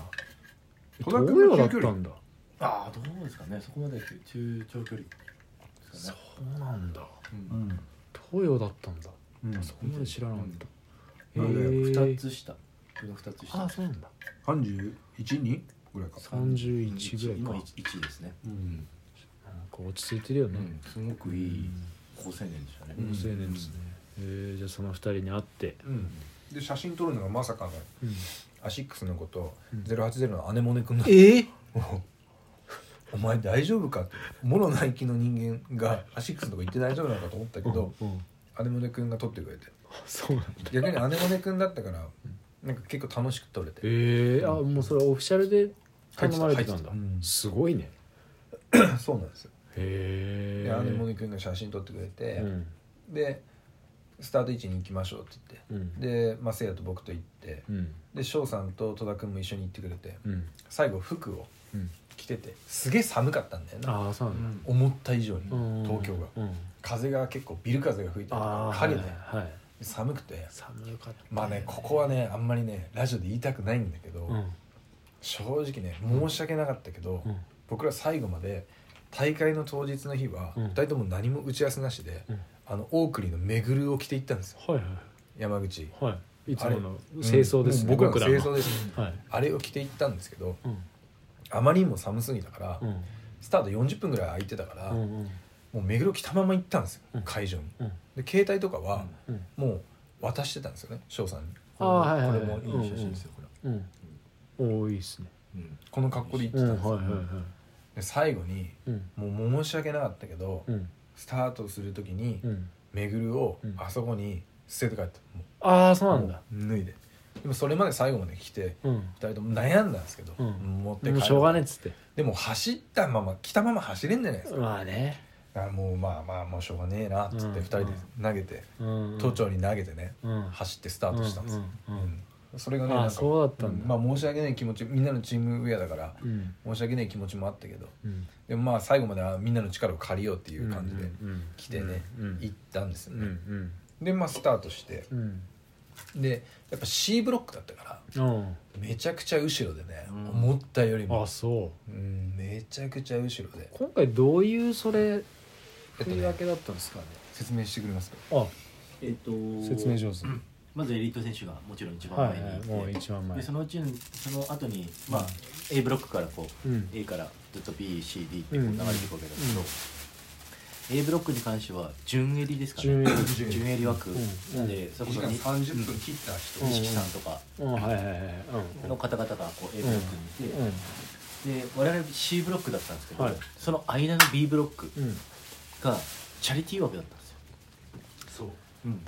Speaker 1: 戸田
Speaker 2: 東
Speaker 1: 君
Speaker 2: 洋
Speaker 1: の
Speaker 2: だっ
Speaker 1: 中距
Speaker 2: た
Speaker 1: 離
Speaker 2: んだ
Speaker 3: ああどうですかねそこまで中長距離です
Speaker 2: そ
Speaker 3: かね
Speaker 2: うなんだ
Speaker 3: うん
Speaker 1: うん、
Speaker 2: 東洋だったんだ
Speaker 1: うん、
Speaker 2: そこまで知らなかった
Speaker 1: うん
Speaker 2: へー
Speaker 3: 2つ下僕の2つ下
Speaker 2: あそうなんだ
Speaker 1: 31人ぐらいか
Speaker 2: 31ぐらいか
Speaker 3: 1位ですね
Speaker 1: うん
Speaker 2: なんか落ち着いてるよ
Speaker 3: う
Speaker 2: ね
Speaker 3: んすごくいい好青年でしたね
Speaker 1: うん
Speaker 2: 青年ですねえーじゃあその二人に会って
Speaker 1: うん、で写真撮るのがまさかのアシックスのこと
Speaker 2: うん
Speaker 1: 080の姉もねくんの
Speaker 2: え
Speaker 1: 「お前大丈夫か?」ってもろない気の人間がアシックスとか行って大丈夫なのかと思ったけど姉もねくんが撮ってくれて
Speaker 2: そうなんだ
Speaker 1: 逆に姉もねくんだったからなんか結構楽しく撮れて
Speaker 2: ええあもうそれはオフィシャルで頼まれてた
Speaker 1: 入っ
Speaker 2: んだ
Speaker 1: てたうん
Speaker 2: すごいね
Speaker 1: そうなんですよ
Speaker 2: へ
Speaker 1: で
Speaker 2: え
Speaker 1: 姉もねくんが写真撮ってくれて
Speaker 2: うん
Speaker 1: でスタート位置に行きましょうって言って
Speaker 2: うん
Speaker 1: でまあせいやと僕と行って
Speaker 2: うん
Speaker 1: で翔さんと戸田くんも一緒に行ってくれて
Speaker 2: うん
Speaker 1: 最後服を
Speaker 2: うん
Speaker 1: 着ててすげえ寒かったんだよな
Speaker 2: ああそうなんだ
Speaker 1: 思った以上に
Speaker 2: うん
Speaker 1: 東京が
Speaker 2: うん
Speaker 1: 風が結構ビル風が吹いてて
Speaker 2: ああ
Speaker 1: 晴れて
Speaker 2: はいはい
Speaker 1: 寒くて
Speaker 2: 寒かった
Speaker 1: まあねここはねあんまりねラジオで言いたくないんだけど、
Speaker 2: うん
Speaker 1: 正直ね申し訳なかったけど、
Speaker 2: うん
Speaker 1: 僕ら最後まで大会の当日の日は
Speaker 2: うん
Speaker 1: 2人とも何も打ち合わせなしで、
Speaker 2: うん
Speaker 1: あのオークリーのめぐるを着て行ったんですよ
Speaker 2: はいは
Speaker 1: 山口
Speaker 2: いはいいつもの清掃ですね
Speaker 1: うん僕らの清掃
Speaker 2: の
Speaker 1: です
Speaker 2: はい
Speaker 1: あれを着て行ったんですけど
Speaker 2: うん
Speaker 1: あまりにも寒すぎたから、
Speaker 2: うん
Speaker 1: スタート40分ぐらい空いてたから、
Speaker 2: う
Speaker 1: も
Speaker 2: んうん
Speaker 1: う目黒着たまま行ったんですよ、
Speaker 2: うん
Speaker 1: 会場に
Speaker 2: うん
Speaker 1: で携帯とかは
Speaker 2: うん
Speaker 1: もう渡してたんですよね翔さんに
Speaker 2: ああはいはいはい
Speaker 3: これもいい写真ですよこれ
Speaker 2: うんおーいいですね
Speaker 3: うん
Speaker 1: この格好で行って
Speaker 2: う
Speaker 1: たん
Speaker 2: ん
Speaker 1: ですよ、
Speaker 2: はいはいはい
Speaker 1: で最後に
Speaker 2: うん
Speaker 1: もう申し訳なかったけど、
Speaker 2: うん
Speaker 1: スタートする時に
Speaker 2: うん
Speaker 1: めぐるを
Speaker 2: うん
Speaker 1: あそこに捨てて帰っても
Speaker 2: ああそう
Speaker 1: う
Speaker 2: なんだ
Speaker 1: もう脱いででもそれまで最後まで来て
Speaker 2: うん
Speaker 1: 2人とも悩んだんですけど、
Speaker 2: うん
Speaker 1: 持って帰
Speaker 2: でも
Speaker 1: る
Speaker 2: しょうがねえっつって
Speaker 1: でも走ったまま来たまま走れんじゃないですか
Speaker 2: まあね
Speaker 1: だからもうまあまあもうしょうがねえなっつって
Speaker 2: う
Speaker 1: 2
Speaker 2: ん
Speaker 1: 人で投げて、
Speaker 2: うん
Speaker 1: 都庁に投げてね
Speaker 2: うん
Speaker 1: 走ってスタートしたんですよ、
Speaker 2: うんうんうん
Speaker 1: うんそれがね
Speaker 2: あー
Speaker 1: なんか
Speaker 2: そうだったんだ
Speaker 1: まあ申し訳ない気持ちみんなのチームウェアだから
Speaker 2: うん
Speaker 1: 申し訳ない気持ちもあったけど
Speaker 2: うん
Speaker 1: でもまあ最後まではみんなの力を借りようっていう感じで
Speaker 2: うんうん
Speaker 1: 来てね、
Speaker 2: うん
Speaker 1: 行ったんですよ
Speaker 2: うん
Speaker 1: ね、でまあスタートして
Speaker 2: うんうん
Speaker 1: でやっぱ C ブロックだったから
Speaker 2: うん
Speaker 1: めちゃくちゃ後ろでね、
Speaker 3: うん
Speaker 1: 思ったより
Speaker 2: あ
Speaker 1: も
Speaker 2: あ、そう
Speaker 1: うん、めちゃくちゃ後ろで、
Speaker 2: 今回どういうそれ
Speaker 1: えっと
Speaker 2: 言い
Speaker 1: ね、
Speaker 2: 訳だったんですかね
Speaker 1: 説明してくれますか
Speaker 2: あ
Speaker 3: えっと
Speaker 2: 説明上手
Speaker 3: まずエリート選手がもちろん一番
Speaker 2: は
Speaker 3: 前
Speaker 2: い
Speaker 3: に
Speaker 2: はい
Speaker 3: て
Speaker 2: いもう一番前
Speaker 3: でそのうちにその後にまあ A ブロックからこ
Speaker 2: う
Speaker 3: うん A からずっと BCD ってこう流れていくわけだけど
Speaker 2: うん
Speaker 3: A ブロックに関しては準エリですか
Speaker 2: 準
Speaker 3: ね
Speaker 2: エ
Speaker 1: リ
Speaker 3: 準エリ枠
Speaker 2: うん
Speaker 3: なんでそれ
Speaker 1: 2
Speaker 3: こ
Speaker 1: 時
Speaker 3: そ
Speaker 1: 間
Speaker 3: に
Speaker 1: 30分切った人、
Speaker 2: うん
Speaker 3: 錦さんとか
Speaker 2: うんはいはいはい
Speaker 3: の方々がこう A ブロックにいて
Speaker 2: うんうん
Speaker 3: で我々 C ブロックだったんですけど、
Speaker 2: はい
Speaker 3: その間の B ブロック
Speaker 2: うん
Speaker 3: がチャリティー枠だったんですよ、
Speaker 1: そう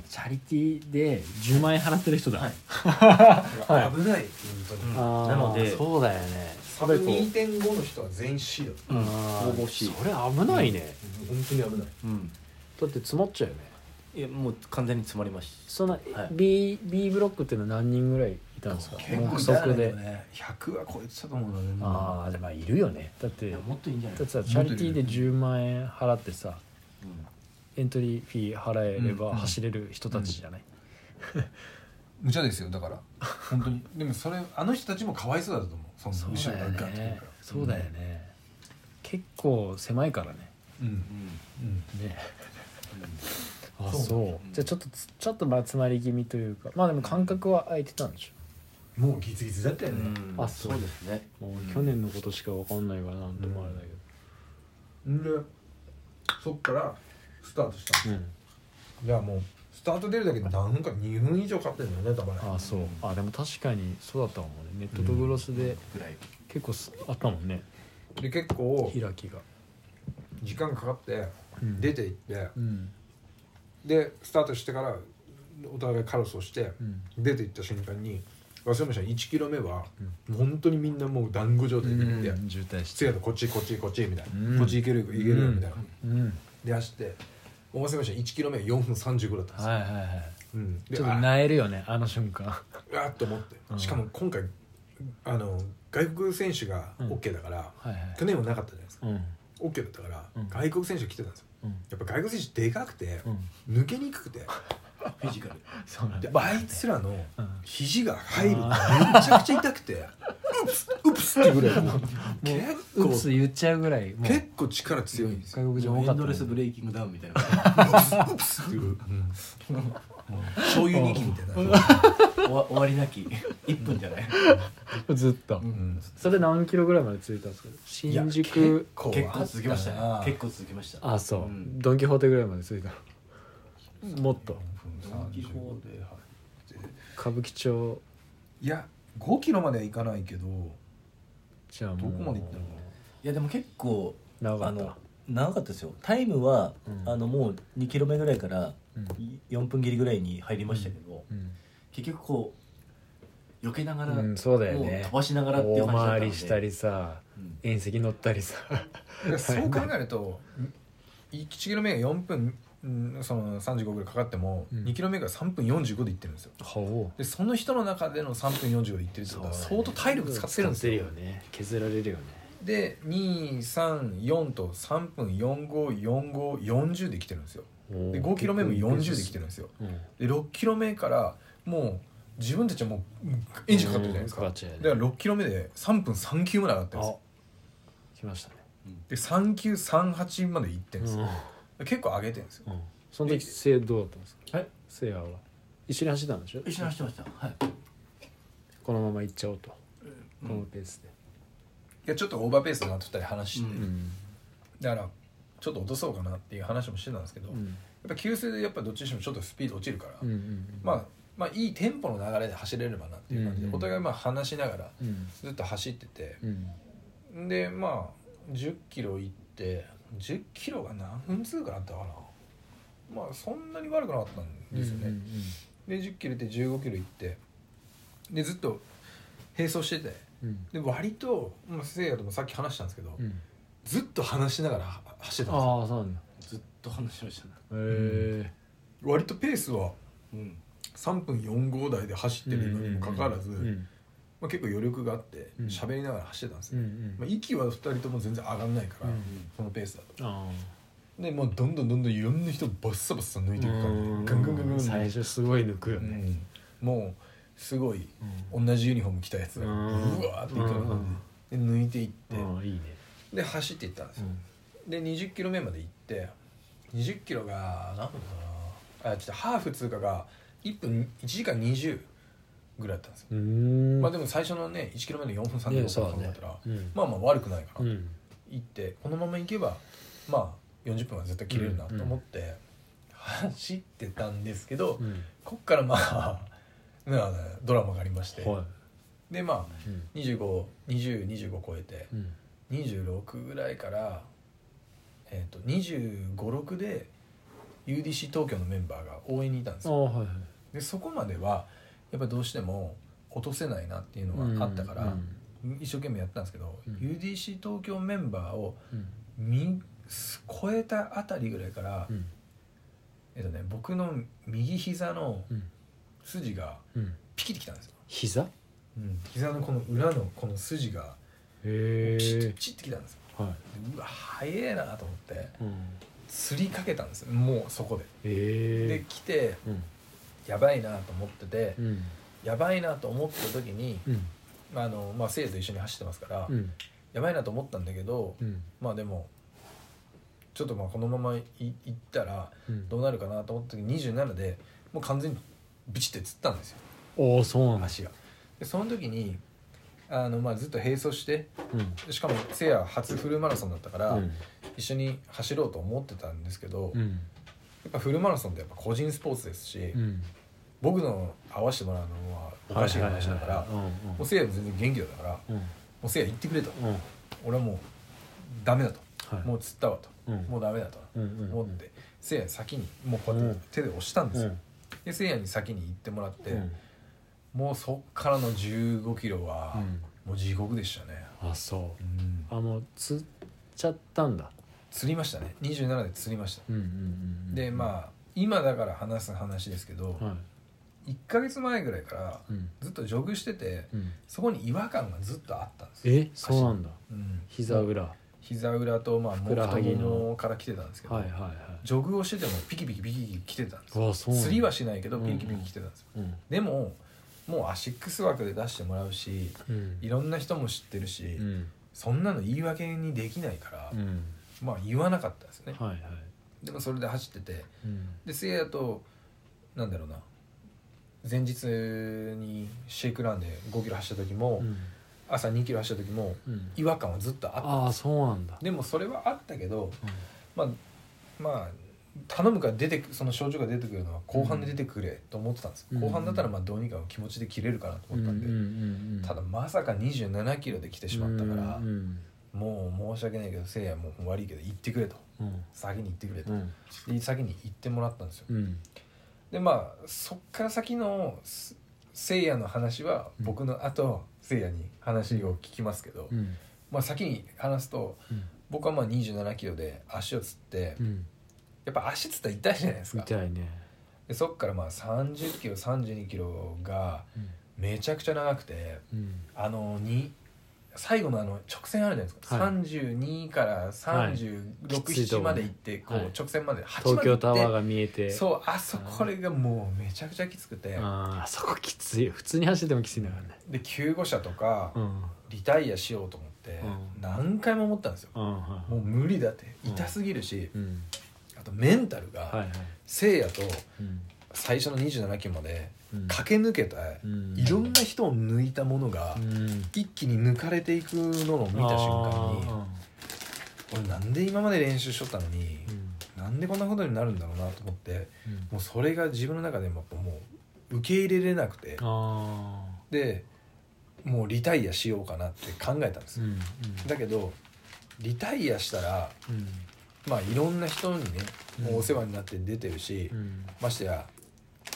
Speaker 2: チャリティーで10万円払ってる人だ
Speaker 3: はい、
Speaker 2: はい
Speaker 1: 危ない本当に、
Speaker 3: うん
Speaker 2: あー
Speaker 3: なので
Speaker 2: そうだよね
Speaker 1: サブ2.5の人は全員 C だった、
Speaker 3: うん
Speaker 2: あー
Speaker 3: 応募し
Speaker 2: それ危ないね、
Speaker 1: 本当に危ない
Speaker 3: うん、
Speaker 2: だって詰まっちゃうよね
Speaker 3: いやもう完全に詰まりました
Speaker 2: その、
Speaker 3: い
Speaker 2: B, B ブロックっていうのは何人ぐらいいたんですか
Speaker 1: 結構
Speaker 2: 目
Speaker 1: いた
Speaker 2: 測
Speaker 1: んだ
Speaker 2: で、
Speaker 1: よね100は超えてたと思うな
Speaker 2: ああでもまあいるよねだって
Speaker 3: い
Speaker 2: だ
Speaker 3: やもっといいんじゃない
Speaker 2: ってさチャリティーで10万円払ってさエントリーフィー払えれ
Speaker 1: うん
Speaker 2: ば
Speaker 1: うん
Speaker 2: 走れる人たちじゃない、
Speaker 1: 無茶ですよだから本当にでもそれあの人たちもかわいそうだと思うその後
Speaker 2: そう
Speaker 1: ろ
Speaker 2: だ
Speaker 1: が
Speaker 2: よ
Speaker 1: ガッてくる
Speaker 2: ね
Speaker 1: から
Speaker 2: そうだよね、結構狭いからね
Speaker 1: うん
Speaker 3: うん
Speaker 1: うん
Speaker 2: ねあ
Speaker 1: そう
Speaker 2: そう、じゃあちょっとつちょっとまあ詰まり気味というかまあでも感覚は空いてたんでしょ
Speaker 1: もうギツギツだったよ
Speaker 3: うん
Speaker 1: ね、
Speaker 3: うん
Speaker 2: あ
Speaker 3: そうですね
Speaker 2: もう去年のことしかわかんないからなんともあれだけど、
Speaker 1: んでそっからスタートした
Speaker 2: うん
Speaker 1: じゃあもうスタート出るだけで何分か2分以上かかってるんだよね多分
Speaker 2: あそうあでも確かにそうだったかもねネットとグロスで
Speaker 4: ぐらい
Speaker 2: 結構すあったもんね
Speaker 1: で結構
Speaker 2: 開きが、
Speaker 1: 時間かかって
Speaker 2: うん
Speaker 1: 出て行って
Speaker 2: うん
Speaker 1: でスタートしてからお互いカロスをして
Speaker 2: うん
Speaker 1: 出て行った瞬間に忘れました1キロ目はもう本当にみんなもう団子状態で行って
Speaker 2: 渋滞し
Speaker 1: せやとこっちこっちこっちみたいな、
Speaker 2: うん
Speaker 1: こっち行けるよ行けるよみたいな、
Speaker 2: うん
Speaker 1: で走って思わせました1キロ目は4分35だったんですよ、
Speaker 2: はいはいはい
Speaker 1: うん、で
Speaker 2: ちょっと
Speaker 1: あ
Speaker 2: 萎えるよねあの瞬間
Speaker 1: うわーっと思って、
Speaker 2: うん
Speaker 1: しかも今回あの外国選手が OK だから、
Speaker 2: はいはい
Speaker 1: 去年はなかったじゃないですか
Speaker 2: うん
Speaker 1: OK だったから、
Speaker 2: うん
Speaker 1: 外国選手来てたんですよ
Speaker 2: うん
Speaker 1: やっぱ外国選手でかくて、
Speaker 2: うん
Speaker 1: 抜けにくくて
Speaker 3: フィジカル
Speaker 2: そうなん
Speaker 1: で
Speaker 2: だ
Speaker 1: あいつらの
Speaker 2: うん
Speaker 1: 肘が入るめちゃくちゃ痛くてうっすってぐらいもう
Speaker 2: もう
Speaker 1: 結
Speaker 2: うっ
Speaker 1: 構
Speaker 2: す言っちゃうぐらいもう
Speaker 1: 結構力強いんですよ
Speaker 2: 外国人
Speaker 3: も
Speaker 2: 多
Speaker 3: う
Speaker 2: かった
Speaker 3: エンド
Speaker 2: もん
Speaker 3: レ
Speaker 2: ね
Speaker 3: スブレイキングダウンみたいな
Speaker 1: うっすっていう、うん、醤油劇みたいな
Speaker 3: 終わ終わりなき1分じゃない
Speaker 2: ずっと
Speaker 1: うん
Speaker 2: それ何キロぐらいまで続いたんですか
Speaker 1: いや
Speaker 2: 新宿
Speaker 1: 構
Speaker 3: 結構続きました
Speaker 1: あった
Speaker 3: ね
Speaker 1: な
Speaker 3: 結構続きました
Speaker 2: あそう、
Speaker 3: ん
Speaker 2: ドン・キホーテぐらいまで続いたのもっと
Speaker 3: ドン・キホーテ
Speaker 2: 歌舞伎町
Speaker 1: いや5キロまでは行かないけど
Speaker 2: じゃあ
Speaker 1: ど
Speaker 2: も
Speaker 1: こ
Speaker 2: う
Speaker 1: まで行ったのか
Speaker 3: いやでも結構
Speaker 2: 長か
Speaker 3: あ
Speaker 2: った
Speaker 3: の長かったですよタイムは、
Speaker 2: うん
Speaker 3: あのもう2キロ目ぐらいから
Speaker 2: うん
Speaker 3: い4分切りぐらいに入りましたけど、
Speaker 2: うん
Speaker 3: 結局こう避けながら、
Speaker 2: うんそうだよ
Speaker 3: もう
Speaker 2: ね
Speaker 3: 飛ばしながらっていう
Speaker 2: 大
Speaker 3: 感じだったの
Speaker 2: 回
Speaker 3: で
Speaker 2: りしたりさ
Speaker 3: うん
Speaker 2: 遠石乗ったり さ
Speaker 1: いやそう考えると1キロ目が4分うんその35ぐらいかかっても、
Speaker 2: うん
Speaker 1: 2キロ目が3分45で行ってるんですよ
Speaker 2: ほ
Speaker 1: でその人の中での3分45で行ってるってことは相当体力使ってるんですよ
Speaker 2: 使ってるよね削られるよね
Speaker 1: で234と3分454540で来てるんですよで5キロ目も40で来てるんですよ
Speaker 2: うん
Speaker 1: で6キロ目からもう自分たちはもううんエンジンかかってるじゃないですか
Speaker 2: う
Speaker 1: だ
Speaker 2: んかかっ
Speaker 1: か
Speaker 2: ちゃうよね
Speaker 1: ら6キロ目で3分39まで上がってるん
Speaker 2: あ来ましたね
Speaker 1: ですよで3938まで行ってるんですよ結構上げてるんですよ
Speaker 2: うんその時せいどうだったんですか
Speaker 3: はい
Speaker 2: せいやは一緒に走ってたんでしょ
Speaker 3: 一緒に走ってましたはい
Speaker 2: このまま行っちゃおうと
Speaker 3: うん
Speaker 2: このペースで
Speaker 1: いやちょっとオーバーペースだなと2人話して、
Speaker 3: うん
Speaker 2: ん
Speaker 1: だからちょっと落とそうかなっていう話もしてたんですけど、
Speaker 2: う
Speaker 1: やっ
Speaker 2: ん
Speaker 1: ぱ給水でやっぱどっちにしてもちょっとスピード落ちるから、
Speaker 2: うんうん
Speaker 1: まあまあいいテンポの流れで走れればなっていう感じで、
Speaker 2: うんうん
Speaker 1: お互いまあ話しながら
Speaker 2: うん
Speaker 1: ずっと走ってて
Speaker 2: うん
Speaker 1: でまあ1 0キロ行って1 0キロが何分通過だったかなまあそんなに悪くなかったんですよね、
Speaker 2: うんうん
Speaker 1: で1 0キロ行って1 5キロ行ってでずっと並走してて
Speaker 2: うん
Speaker 1: で割と、まあ、せいやともさっき話したんですけど、
Speaker 2: うん
Speaker 1: ずっと話しながらは走ってたんですよ
Speaker 2: ああそうなんだ
Speaker 3: ずっと話しましたね
Speaker 2: へ
Speaker 1: 割とペースは
Speaker 3: うん
Speaker 1: 3分45台で走って
Speaker 2: え
Speaker 1: るのにもかかわらず、
Speaker 2: うんうん
Speaker 1: まあ、結構余力があって
Speaker 2: うん
Speaker 1: 喋、りながら走ってたんです
Speaker 2: う
Speaker 1: よ、
Speaker 2: ん
Speaker 1: まあ、息は2人とも全然上がんないから、
Speaker 2: うん
Speaker 1: そのペースだと
Speaker 2: あ
Speaker 1: でもうどんどんどんどんいろんな人をバッサバッサ抜いていく感じガンガンガンガン
Speaker 2: あ最初すごい抜くよ
Speaker 1: う
Speaker 2: ね
Speaker 1: んもうすごい
Speaker 2: うん
Speaker 1: 同じユニフォーム着たやつが
Speaker 2: う
Speaker 1: うんわーっていくような感じでで抜いていって
Speaker 2: ああいいね
Speaker 1: で走っていったんです
Speaker 2: う
Speaker 1: よで
Speaker 2: ん
Speaker 1: 2 0キロ目まで行って2 0キロが何分かなあちょっとハーフ通過が1分1時間20ぐらいだったんですよ、
Speaker 2: うーん
Speaker 1: まあでも最初のね1キロ目の4分3秒
Speaker 2: ね
Speaker 1: と
Speaker 2: そう
Speaker 1: か
Speaker 2: だ
Speaker 1: 考
Speaker 2: ね
Speaker 1: えたら、
Speaker 2: うん
Speaker 1: まあまあ悪くないから、
Speaker 2: うん
Speaker 1: 行ってこのまま行けばまあ40分は絶対切れるなと思って、走ってたんですけど、
Speaker 2: うん
Speaker 1: こっからまあ まあドラマがありまして、
Speaker 2: は
Speaker 1: でま
Speaker 2: いうん
Speaker 1: あ252025超えて
Speaker 2: うん
Speaker 1: 26ぐらいから、えー、と256で UDC 東京のメンバーが応援にいたんです
Speaker 2: あ
Speaker 1: よ
Speaker 2: あはいはい
Speaker 1: でそこまではやっぱりどうしても落とせないなっていうのがあったから、一生懸命やったんですけど、
Speaker 2: うん
Speaker 1: UDC 東京メンバーを
Speaker 2: うん
Speaker 1: 見超えたあたりぐらいから、
Speaker 2: うん
Speaker 1: えっとね、僕の右膝の
Speaker 2: うん
Speaker 1: 筋が
Speaker 2: うん
Speaker 1: ピキってきたんですよ、
Speaker 2: 膝へ
Speaker 1: うん、膝のこの裏のこの筋がピチッ
Speaker 2: え
Speaker 1: ピチッてきたんですよ
Speaker 2: は
Speaker 1: でうわ早えなと思って
Speaker 2: いうん
Speaker 1: 釣りかけたんですよもうそこで
Speaker 2: へ
Speaker 1: で
Speaker 2: え
Speaker 1: 来て
Speaker 2: うん
Speaker 1: やばいなと思ってて
Speaker 2: うん
Speaker 1: やばいなと思った時に
Speaker 2: うん
Speaker 1: まああのまあ生徒一緒に走ってますから
Speaker 2: うん
Speaker 1: やばいなと思ったんだけど
Speaker 2: うん
Speaker 1: まあでもちょっとまあこのままいいったら
Speaker 2: うん
Speaker 1: どうなるかなと思った時27でもう完全にブチって釣ったんですよ
Speaker 2: おおそうなんだ
Speaker 1: 足がでその時にあのまあずっと並走して
Speaker 2: うん
Speaker 1: しかもせいや初フルマラソンだったから、
Speaker 2: うん
Speaker 1: 一緒に走ろうと思ってたんですけど、
Speaker 2: う
Speaker 1: や
Speaker 2: ん
Speaker 1: っぱフルマラソンってやっぱ個人スポーツですし、
Speaker 2: うん
Speaker 1: 僕の合わせてもらうのはおかしい話だから、
Speaker 2: はいはいはいはい
Speaker 1: もうせいやも全然元気だから、も
Speaker 2: うんうん
Speaker 1: うせいや行ってくれと、
Speaker 2: うんうん
Speaker 1: 俺はもうダメだと、
Speaker 2: はい
Speaker 1: もう釣ったわと、
Speaker 2: うん
Speaker 1: もうダメだと
Speaker 2: うんうん
Speaker 1: 思って、せいやに先にもうこうやって手で押したんですよ、でせいやに先に行ってもらって、
Speaker 2: うん
Speaker 1: もうそっからの1 5キロは、
Speaker 2: うん
Speaker 1: もう地獄でしたね、
Speaker 2: あそう
Speaker 1: うん
Speaker 2: あもう釣っちゃったんだ
Speaker 1: 釣りましたね27で釣りました、
Speaker 2: うんうんうん
Speaker 1: でまあ今だから話す話ですけど、
Speaker 2: あはい
Speaker 1: 1ヶ月前ぐらいから
Speaker 2: うん
Speaker 1: ずっとジョグしてて、
Speaker 2: うん
Speaker 1: そこに違和感がずっとあったんですよ
Speaker 2: えそうなんだ
Speaker 1: うん、
Speaker 2: 膝裏は
Speaker 1: 膝裏とまあも
Speaker 2: ふくらはぎ
Speaker 1: 太
Speaker 2: の
Speaker 1: ももから来てたんです
Speaker 2: い
Speaker 1: けど、
Speaker 2: はいはい
Speaker 1: ジョグをしててもピキピキピキピキ来てたんですよ
Speaker 2: あそうなんだ
Speaker 1: 釣りはしないけどピキピキ来てたんですよ、
Speaker 2: うん
Speaker 1: でももうアシックス枠で出してもらうし
Speaker 2: うん
Speaker 1: いろんな人も知ってるし、
Speaker 2: うん
Speaker 1: そんなの言い訳にできないから、
Speaker 2: うん
Speaker 1: まあ言わなかったんですよね、
Speaker 2: はいはい
Speaker 1: でもそれで走ってて
Speaker 2: うん
Speaker 1: でせいやとなんだろうな前日にシェイクランで5キロ走った時も、
Speaker 2: うん
Speaker 1: 朝2キロ走った時も
Speaker 2: うん
Speaker 1: 違和感はずっとあった
Speaker 2: ああそうなんだ
Speaker 1: でもそれはあったけどまあまあ頼むから出てくその症状が出てくるのは後半で出てくれと思ってたんです、
Speaker 2: うん
Speaker 1: 後半だったらまあどうにか気持ちで切れるかなと思ったんで、ただまさか2 7キロで来て
Speaker 2: て
Speaker 1: しまったから、
Speaker 2: うん
Speaker 1: もう申し訳ないけどせいやもう悪いけど行ってくれと
Speaker 2: うん
Speaker 1: 先に行ってくれと
Speaker 2: う、ん
Speaker 1: で先に行ってもらったんですよ、
Speaker 2: うん
Speaker 1: でまあそっから先のすせいやの話は
Speaker 2: うん
Speaker 1: 僕の後、せいやに話を聞きますけど、
Speaker 2: うん
Speaker 1: まあ、先に話すと
Speaker 2: うん
Speaker 1: 僕はまあ2 7キロで足をつって、
Speaker 2: うん
Speaker 1: やっぱ足つったら痛いじゃないですか
Speaker 2: 痛いね
Speaker 1: でそっからまあ3 0キロ3 2キロがめちゃくちゃ長くて
Speaker 2: うん
Speaker 1: あのに最後のあの直線あるじゃないですか、
Speaker 2: はい
Speaker 1: 32から
Speaker 2: きつい
Speaker 1: 367
Speaker 2: とこ
Speaker 1: まで行ってこ
Speaker 2: は
Speaker 1: う
Speaker 2: い
Speaker 1: 直線まで8ま
Speaker 2: 東
Speaker 1: で行
Speaker 2: 京
Speaker 1: って、
Speaker 2: タワーが見えて
Speaker 1: そうあそこれがもうめちゃくちゃきつくて
Speaker 2: あーそこきつい普通に走っててもきついんだからね
Speaker 1: で救護車とか
Speaker 2: うん
Speaker 1: リタイアしようと思って
Speaker 2: うん
Speaker 1: 何回も思ったんですよ
Speaker 2: うんは
Speaker 1: もう無理だって
Speaker 2: うん
Speaker 1: 痛すぎるし
Speaker 2: いうん
Speaker 1: あとメンタル
Speaker 2: はいは
Speaker 1: が
Speaker 2: い
Speaker 1: せいやと
Speaker 2: うん
Speaker 1: 最初の2 7キロまで
Speaker 2: うん
Speaker 1: 駆け抜けた
Speaker 2: うん
Speaker 1: いろんな人を抜いたものが
Speaker 2: うん
Speaker 1: 一気に抜かれていくのを見た瞬間に
Speaker 2: あ
Speaker 1: 俺なんで今まで練習しとったのに
Speaker 2: ーうん
Speaker 1: なんでこんなことになるんだろうなと思って
Speaker 2: うん
Speaker 1: もうそれが自分の中でももう受け入れれなくて
Speaker 2: あ
Speaker 1: でもうリタイアしようかなって考えたんです
Speaker 2: ーう
Speaker 1: よ
Speaker 2: ん
Speaker 1: だけどリタイアしたら
Speaker 2: うん
Speaker 1: まあいろんな人にね
Speaker 2: うん
Speaker 1: もうお世話になって出てるし
Speaker 2: うん
Speaker 1: ましてや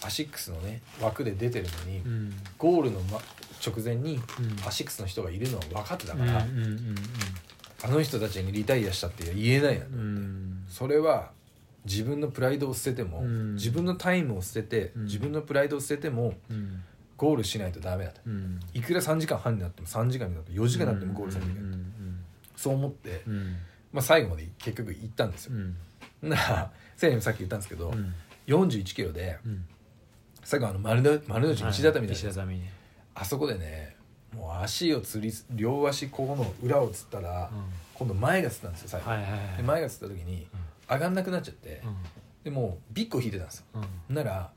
Speaker 1: アシックスのね枠で出てるのに
Speaker 2: うんうん
Speaker 1: ゴールのま直前に
Speaker 2: うん
Speaker 1: アシックスの人がいるのは分かってたから
Speaker 2: うんうんうん
Speaker 1: あの人たちにリタイアしたって言えないなと思
Speaker 2: う
Speaker 1: って
Speaker 2: ん
Speaker 1: それは自分のプライドを捨てても
Speaker 2: うん
Speaker 1: 自分のタイムを捨てて
Speaker 2: うん
Speaker 1: 自分のプライドを捨てても
Speaker 2: うん
Speaker 1: ゴールしないとダメだと
Speaker 2: うん
Speaker 1: いくら3時間半になっても3時間になっても4時間になってもゴールせなきゃいけ
Speaker 2: う
Speaker 1: ない
Speaker 2: ん
Speaker 1: そう思って
Speaker 2: うんうん
Speaker 1: まあ最後まで結局行ったんです
Speaker 2: う
Speaker 1: よ
Speaker 2: ん
Speaker 1: なら せいやにもさっき言ったんですけど
Speaker 2: うん
Speaker 1: 41キロで
Speaker 2: うん
Speaker 1: 最後あの丸の丸の内石畳みたい
Speaker 2: 石
Speaker 1: な
Speaker 2: 畳ね
Speaker 1: あそこでねもう足をつり両足ここの裏をつったら
Speaker 2: うん
Speaker 1: 今度前がつったんですよ最後
Speaker 2: はいはいはい
Speaker 1: で前がつった時に上がんなくなっちゃって
Speaker 2: う
Speaker 1: でもうビッグを引いてたんですよ
Speaker 2: んうん
Speaker 1: なら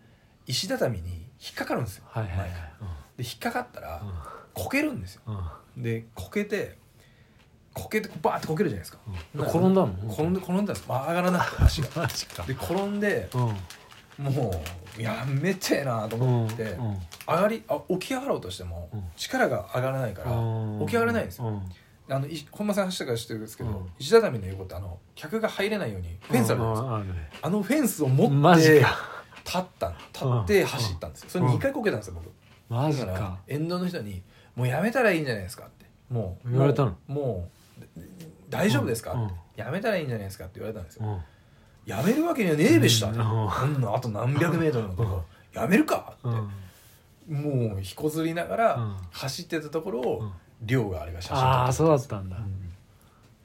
Speaker 1: 石畳に引っかかるんですよ
Speaker 2: はいはいはい
Speaker 1: 前がで引っかかったら
Speaker 2: う
Speaker 1: こけるんですよ
Speaker 2: んうん
Speaker 1: でこけてこけてバーってこけるじゃないですか
Speaker 2: うん
Speaker 1: なら
Speaker 2: 転んだの
Speaker 1: 転んで転んだんですまあ上がらなくて足が
Speaker 2: マジか
Speaker 1: で転んで
Speaker 2: うん
Speaker 1: もうやめてえなと
Speaker 2: うん
Speaker 1: 思って
Speaker 2: うん
Speaker 1: 上がりあ起き上がろうとしても
Speaker 2: うん
Speaker 1: 力が上がらないから
Speaker 2: うん
Speaker 1: 起き上がれないんですよ
Speaker 2: うん
Speaker 1: あのい本間さん走ったから知ってるんですけど、
Speaker 2: うん
Speaker 1: 石畳の横ってあの客が入れないようにフェンスあるじゃないですか
Speaker 2: うんあるね
Speaker 1: あのフェンスを持っ
Speaker 2: マ
Speaker 1: て
Speaker 2: ジ
Speaker 1: 立
Speaker 2: か
Speaker 1: った立って走ったんですよそれ
Speaker 2: うん
Speaker 1: 2回こけたんですよ僕
Speaker 2: マジ
Speaker 1: だから
Speaker 2: か
Speaker 1: 沿道の人に「もうやめたらいいんじゃないですか」ってもう
Speaker 2: 言われたの
Speaker 1: もうもう大丈夫ですか、
Speaker 2: うん
Speaker 1: ってやめたらいいんじゃないですかって言われたんですよ、
Speaker 2: うん
Speaker 1: やめるわけにはねえべした、
Speaker 2: うん
Speaker 1: こんなあと何百メートルのとこ、やめるかって、
Speaker 2: うん
Speaker 1: もうひこずりながら
Speaker 2: うん
Speaker 1: 走ってたところを、
Speaker 2: うん
Speaker 1: 亮があれが写真
Speaker 2: ああ
Speaker 1: 撮
Speaker 2: そうだったん
Speaker 1: た
Speaker 2: だ
Speaker 1: うん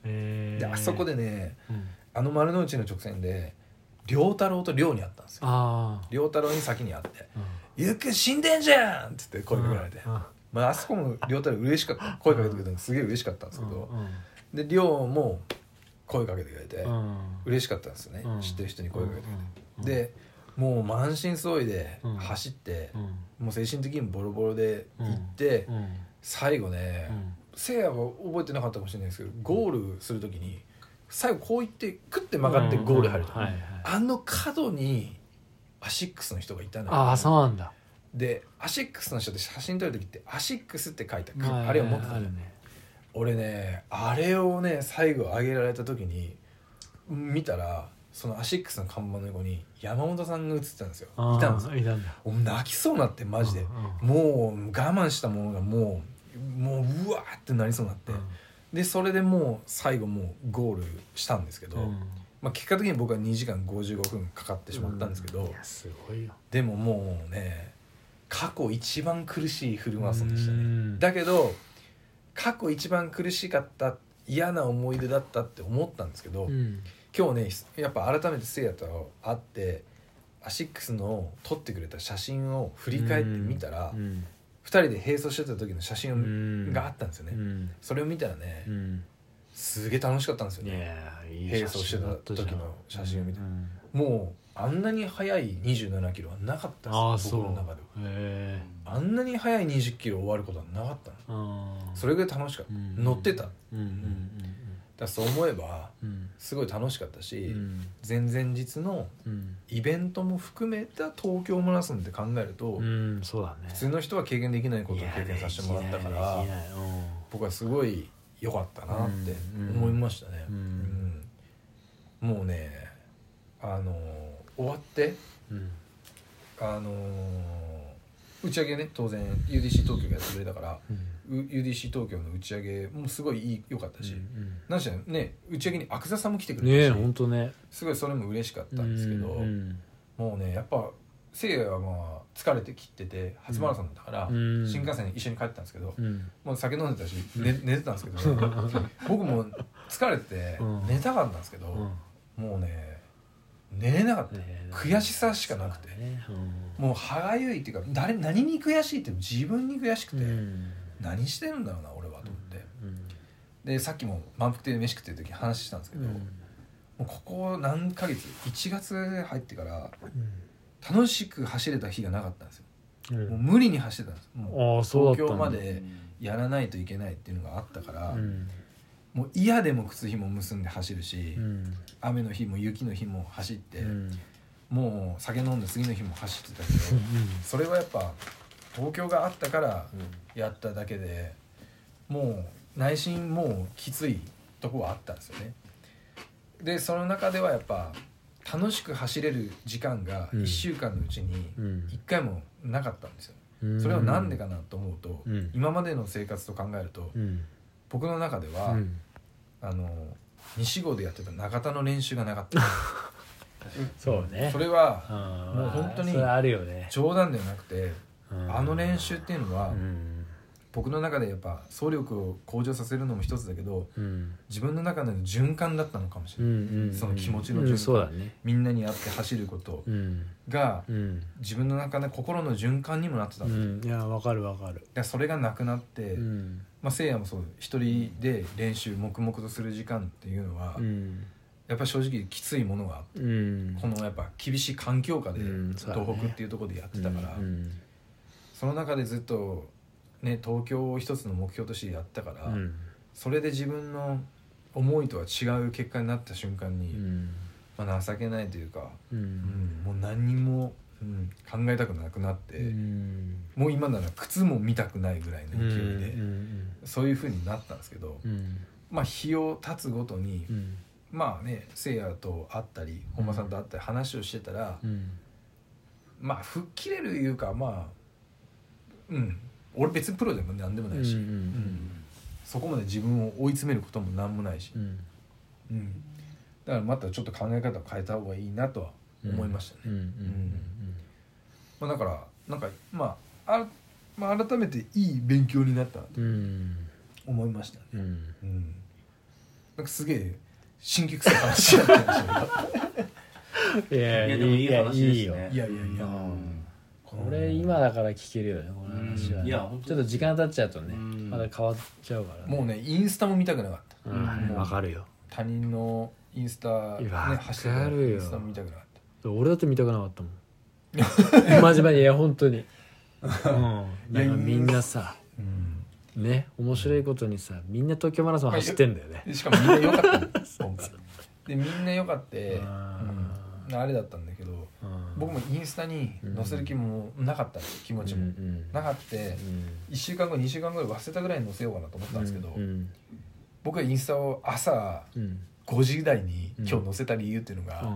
Speaker 2: え
Speaker 1: であそこでね
Speaker 2: うん
Speaker 1: あの丸の内の直線で亮太郎と亮に会ったんですよ
Speaker 2: あ
Speaker 1: 亮太郎に先に会って
Speaker 2: あ
Speaker 1: 「ゆっくん死んでんじゃん!」って言って声かけられて、
Speaker 2: うん
Speaker 1: まあ、あそこも亮太郎嬉しかった声かけてくれたのすげえ嬉しかったんですけど
Speaker 2: う、ん
Speaker 1: で亮も声かけてくれて、
Speaker 2: うん
Speaker 1: 嬉しかったんですよね、
Speaker 2: うん
Speaker 1: 知ってる人に声かけてくれて、
Speaker 2: うん
Speaker 1: でもう満身創痍で
Speaker 2: うん
Speaker 1: 走って
Speaker 2: う、ん
Speaker 1: もう精神的にもボロボロで行って、
Speaker 2: うん
Speaker 1: 最後ね、
Speaker 4: うん
Speaker 1: せいやは覚えてなかったかもしれないですけどゴールするときに最後こういってクッて曲がってゴール入ると、
Speaker 2: うんはいはい
Speaker 1: あの角にアシックスの人がいたのよ
Speaker 2: ああそうなんだ
Speaker 1: でアシックスの人って写真撮る時ってアシックスって書いた、
Speaker 2: ま
Speaker 1: あれを持ってた
Speaker 2: あ
Speaker 1: の
Speaker 2: るね
Speaker 1: 俺ねあれをね最後上げられた時に見たらそのアシックスの看板の横に山本さんが映ってたんですよいたんですよ
Speaker 2: いたんだ
Speaker 1: 俺泣きそうになってマジで
Speaker 2: うんうん
Speaker 1: もう我慢したものがもうもううわーってなりそうになって、でそれでもう最後もうゴールしたんですけど、まあ、結果的に僕は2時間55分かかってしまったんですけど、
Speaker 2: いやすごいよ
Speaker 1: でももうね過去一番苦しいフルマラソンでした
Speaker 2: う
Speaker 1: ね
Speaker 2: ん
Speaker 1: だけど過去一番苦しかった嫌な思い出だったって思ったんですけど、
Speaker 2: うん
Speaker 1: 今日ねやっぱ改めてせいやと会ってアシックスの撮ってくれた写真を振り返ってみたら、
Speaker 2: うん
Speaker 1: 2人で並走してた時の写
Speaker 2: う
Speaker 1: 真
Speaker 2: ん
Speaker 1: があったんですよね、
Speaker 2: うん
Speaker 1: それを見たらね、
Speaker 2: うん
Speaker 1: すげえ楽しかったんですよ
Speaker 2: い
Speaker 1: ね
Speaker 2: やいい
Speaker 1: 並
Speaker 2: 写
Speaker 1: 走し
Speaker 2: 真
Speaker 1: て
Speaker 2: だ
Speaker 1: た
Speaker 2: ったじゃん
Speaker 1: 時の写真を見て、
Speaker 2: うん
Speaker 1: もうあんなに速い2 7キロはなかった
Speaker 2: ああ
Speaker 1: です
Speaker 2: そ
Speaker 1: よ
Speaker 2: う
Speaker 1: 僕の中では
Speaker 2: へえ
Speaker 1: あんなに速い2 0キロ終わることはなかったの
Speaker 2: ああ
Speaker 1: それぐらい楽しかった、
Speaker 2: うん
Speaker 1: 乗ってただか
Speaker 2: うんうん
Speaker 1: らそう思えば
Speaker 2: うんうん
Speaker 1: すごい楽しかったし、
Speaker 2: うん
Speaker 1: 前々日の
Speaker 2: うん
Speaker 1: イベントも含めた東京マラソンって考えると、
Speaker 2: うんそうだね
Speaker 1: 普通の人は経験できないことを経験させてもらったか
Speaker 2: いや
Speaker 1: ら
Speaker 2: できないできない
Speaker 1: 僕はすごい良かったなって
Speaker 2: うん
Speaker 1: 思いましたね、
Speaker 2: うん
Speaker 1: うんもうねあのー終わって
Speaker 2: うんうん
Speaker 1: あのー打ち上げね当然 UDC 東京がやってくれたから
Speaker 2: うん
Speaker 1: う UDC 東京の打ち上げもすごいいい良かったし、
Speaker 2: うん
Speaker 1: なんしろね打ち上げに阿久澤さんも来てく
Speaker 2: ねえ
Speaker 1: れたし、
Speaker 2: 本当ね
Speaker 1: すごいそれも嬉しかったんですけど、
Speaker 2: うん
Speaker 1: もうねやっぱせいやはまあ疲れてきってて初マラソンだから、
Speaker 2: うん
Speaker 1: 新幹線に一緒に帰ってたんですけど、
Speaker 2: うん
Speaker 1: もう酒飲んでたし、ね、寝 てたんですけど、僕も疲れてて
Speaker 2: うん
Speaker 1: 寝たかったんですけど、
Speaker 2: うん
Speaker 1: もうね寝れなかった、
Speaker 2: ねえ
Speaker 1: 悔しさしかなくて
Speaker 2: そうだね
Speaker 1: もう歯がゆいっていうか誰何に悔しいって自分に悔しく
Speaker 2: う
Speaker 1: て、
Speaker 2: んうん
Speaker 1: 何してるんだろうな俺はと思って、
Speaker 2: うん
Speaker 1: でさっきも満腹で飯食ってる時に話したんですけど、もうここ何ヶ月1月入ってから楽しく走れた日がなかったんですよ
Speaker 2: うん
Speaker 1: もう無理に走ってたんですもう
Speaker 2: ああそうだ
Speaker 1: 東
Speaker 2: った
Speaker 1: 京ま
Speaker 2: んだ
Speaker 1: でやらないといけないっていうのがあったから、
Speaker 2: うん
Speaker 1: もう嫌でも靴ひも結んで走るし、
Speaker 2: うん
Speaker 1: 雨の日も雪の日も走って、
Speaker 2: うん
Speaker 1: もう酒飲んで次の日も走ってたけど、それはやっぱ東京があったからやっただけでもう内心もうきついとこはあったんですよねでその中ではやっぱ楽しく走れる時間が
Speaker 2: うん
Speaker 1: 1週間のうちに
Speaker 2: うん
Speaker 1: 1回もなかったんですよ、
Speaker 2: うん
Speaker 1: それは何でかなと思うと、
Speaker 2: うん
Speaker 1: 今までの生活と考えると、
Speaker 2: うん
Speaker 1: 僕の中では、
Speaker 2: うん
Speaker 1: あの西郷でやってた中田の練習がなかった
Speaker 2: そうね
Speaker 1: それは
Speaker 2: ああ
Speaker 1: もう本当に
Speaker 2: それあるよね
Speaker 1: 冗談ではなくて
Speaker 2: うん
Speaker 1: あの練習っていうのは、
Speaker 2: うん
Speaker 1: 僕の中でやっぱ総力を向上させるのも一つだけど
Speaker 2: うん
Speaker 1: 自分の中での循環だったのかもし
Speaker 2: う
Speaker 1: れない、
Speaker 2: んうんうん
Speaker 1: その気持ちの順
Speaker 2: う
Speaker 1: 番
Speaker 2: んそうだね
Speaker 1: みんなにやって走ること
Speaker 2: うん
Speaker 1: が
Speaker 2: うん
Speaker 1: 自分の中で心の循環にもなってた、
Speaker 2: う
Speaker 1: だか
Speaker 2: んいやわかるわかる
Speaker 1: らそれがなくなって、
Speaker 2: うん
Speaker 1: まあ、せいやもそう一人で練習黙々とする時間っていうのは、
Speaker 2: うん
Speaker 1: やっぱり正直きついものがあって
Speaker 2: うん
Speaker 1: このやっぱ厳しい環境下で
Speaker 2: うんそう
Speaker 1: 東
Speaker 2: だね
Speaker 1: 北っていうところでやってたから、
Speaker 2: うん
Speaker 1: その中でずっと、ね、東京を一つの目標としてやったから、
Speaker 2: うん
Speaker 1: それで自分の思いとは違う結果になった瞬間に、
Speaker 2: うん
Speaker 1: まあ、情けないというか、
Speaker 2: う
Speaker 1: うんん、もう何にも、うん、考えたくなくなって、
Speaker 2: うん
Speaker 1: もう今なら靴も見たくないぐらいの勢いで、
Speaker 2: うん
Speaker 1: そういうふうになったんですけど、
Speaker 2: うん
Speaker 1: まあ日を経つごとに、
Speaker 2: うん
Speaker 1: まあねせいやと会ったり本間さんと会ったり話をしてたら、
Speaker 2: うん
Speaker 1: まあ吹っ切れるいうかまあうん俺別にプロでも何でもないし、
Speaker 2: うんうん
Speaker 1: そこまで自分を追い詰めることも何もないし
Speaker 2: う、ん
Speaker 1: うんだからまたちょっと考え方を変えた方がいいなとは思いましたね、
Speaker 2: うんうん
Speaker 1: まあ、だからなんか、まあ、あまあ改めていい勉強になったなと
Speaker 2: うんうん
Speaker 1: 思いましたね、
Speaker 2: うんうん
Speaker 1: うん、なんかすげえ新規臭い話だったんですよ
Speaker 2: いや
Speaker 3: いやでもいい話ですね
Speaker 2: いよ
Speaker 1: いやいやいや、
Speaker 3: うん
Speaker 2: これ今だから聞けるよねこの話は
Speaker 3: うん
Speaker 2: ね
Speaker 3: いや本当
Speaker 2: ちょっと時間経っちゃうとね
Speaker 3: うん
Speaker 2: まだ変わっちゃう からね
Speaker 1: もうねインスタも見たくなかった
Speaker 2: うんわかるよ
Speaker 1: 他人のインスタ、ね、
Speaker 2: いや
Speaker 1: 走ってた
Speaker 2: わかる
Speaker 1: イ
Speaker 2: よ
Speaker 1: ンスタ見たくなかった
Speaker 2: 俺だって見たくなかったも ん真面目にいや本当にうんなんかみんなさね面白いことにさみんな東京マラソン走ってんだよね
Speaker 1: でしかもみんな良か ったの今回でみんな良かった、
Speaker 2: あ
Speaker 1: うんあれだったんだけど僕もインスタに載せる気もなかった気持ちも、なかった1週間後2週間後で忘れたぐらいに載せようかなと思ったんですけど、
Speaker 2: うん
Speaker 1: 僕はインスタを朝
Speaker 2: うん
Speaker 1: 5時台に
Speaker 2: うん
Speaker 1: 今日載せた理由っていうのが、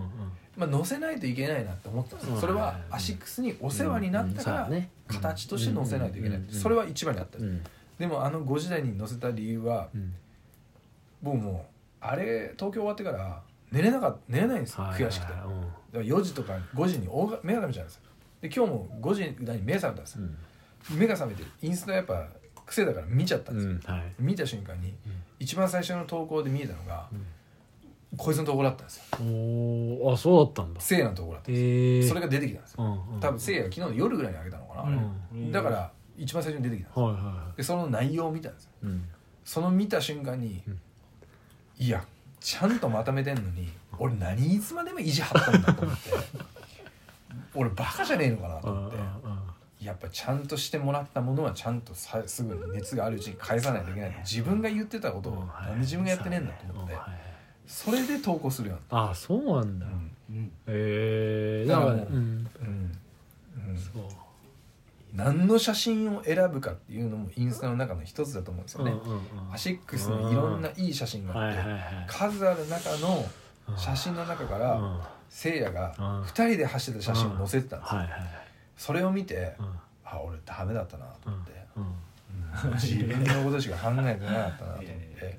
Speaker 1: まあ、載せないといけないなって思ったんですよ、
Speaker 2: うん
Speaker 1: それはアシックスにお世話になったから形として載せないといけない、それは一番にあった、
Speaker 2: うん
Speaker 1: でもあの5時台に載せた理由は
Speaker 2: うん
Speaker 1: 僕もうあれ東京終わってから寝れなかっ寝れないんですよ、悔しくて、
Speaker 2: はいはいはい
Speaker 1: だから4時とか5時に大が目が覚めちゃうんですよで今日も5時ぐらいに目が覚めたんですよ、
Speaker 2: うん
Speaker 1: 目が覚めてインスタやっぱ癖だから見ちゃったんですよ、
Speaker 2: うんはい
Speaker 1: 見た瞬間に一番最初の投稿で見えたのが、こいつの投稿だったんですよ
Speaker 2: おーあそうだったんだ
Speaker 1: せいやの投稿だったんですよ、
Speaker 2: ええ
Speaker 1: それが出てきたんですよ
Speaker 2: うんうん
Speaker 1: 多分せいやが昨日の夜ぐらいに上げたのかな、あれ
Speaker 2: うん
Speaker 3: うん
Speaker 1: だから一番最初に出てきたんですよ
Speaker 2: はいはいは
Speaker 1: でその内容を見たんですよ
Speaker 2: いうん
Speaker 1: その見た瞬間に、
Speaker 2: うん
Speaker 1: いやちゃんとまとめてんのに俺何いつまでも意地張ったんだと思って 俺バカじゃねえのかなと思って
Speaker 2: うんうんうん
Speaker 1: やっぱちゃんとしてもらったものはちゃんとさすぐに熱があるうちに返さないといけない自分が言ってたことをなんで自分がやってねえんだと思って
Speaker 2: はいはい
Speaker 1: それで投稿するように
Speaker 2: あそうなんだ
Speaker 1: なった、
Speaker 3: うん
Speaker 2: ええだから
Speaker 1: だからもう
Speaker 2: うん
Speaker 1: うんうん
Speaker 2: そう
Speaker 1: 何の写真を選ぶかっていうのもインスタの中の一つだと思うんですよね、
Speaker 2: うんうんうん
Speaker 1: アシックスにいろんないい写真があ
Speaker 2: は
Speaker 1: っ
Speaker 2: い
Speaker 1: て、
Speaker 2: はいはい
Speaker 1: 数ある中の写真の中から、
Speaker 2: うん
Speaker 1: せいやが
Speaker 2: うん
Speaker 1: 2人で走ってた写真を載せてたんですよ、
Speaker 2: はいはいはい
Speaker 1: それを見て、
Speaker 2: うん
Speaker 1: あ俺ダメだったなと思って、
Speaker 2: うん
Speaker 1: うん 自分のことしか考えてなかったなと思って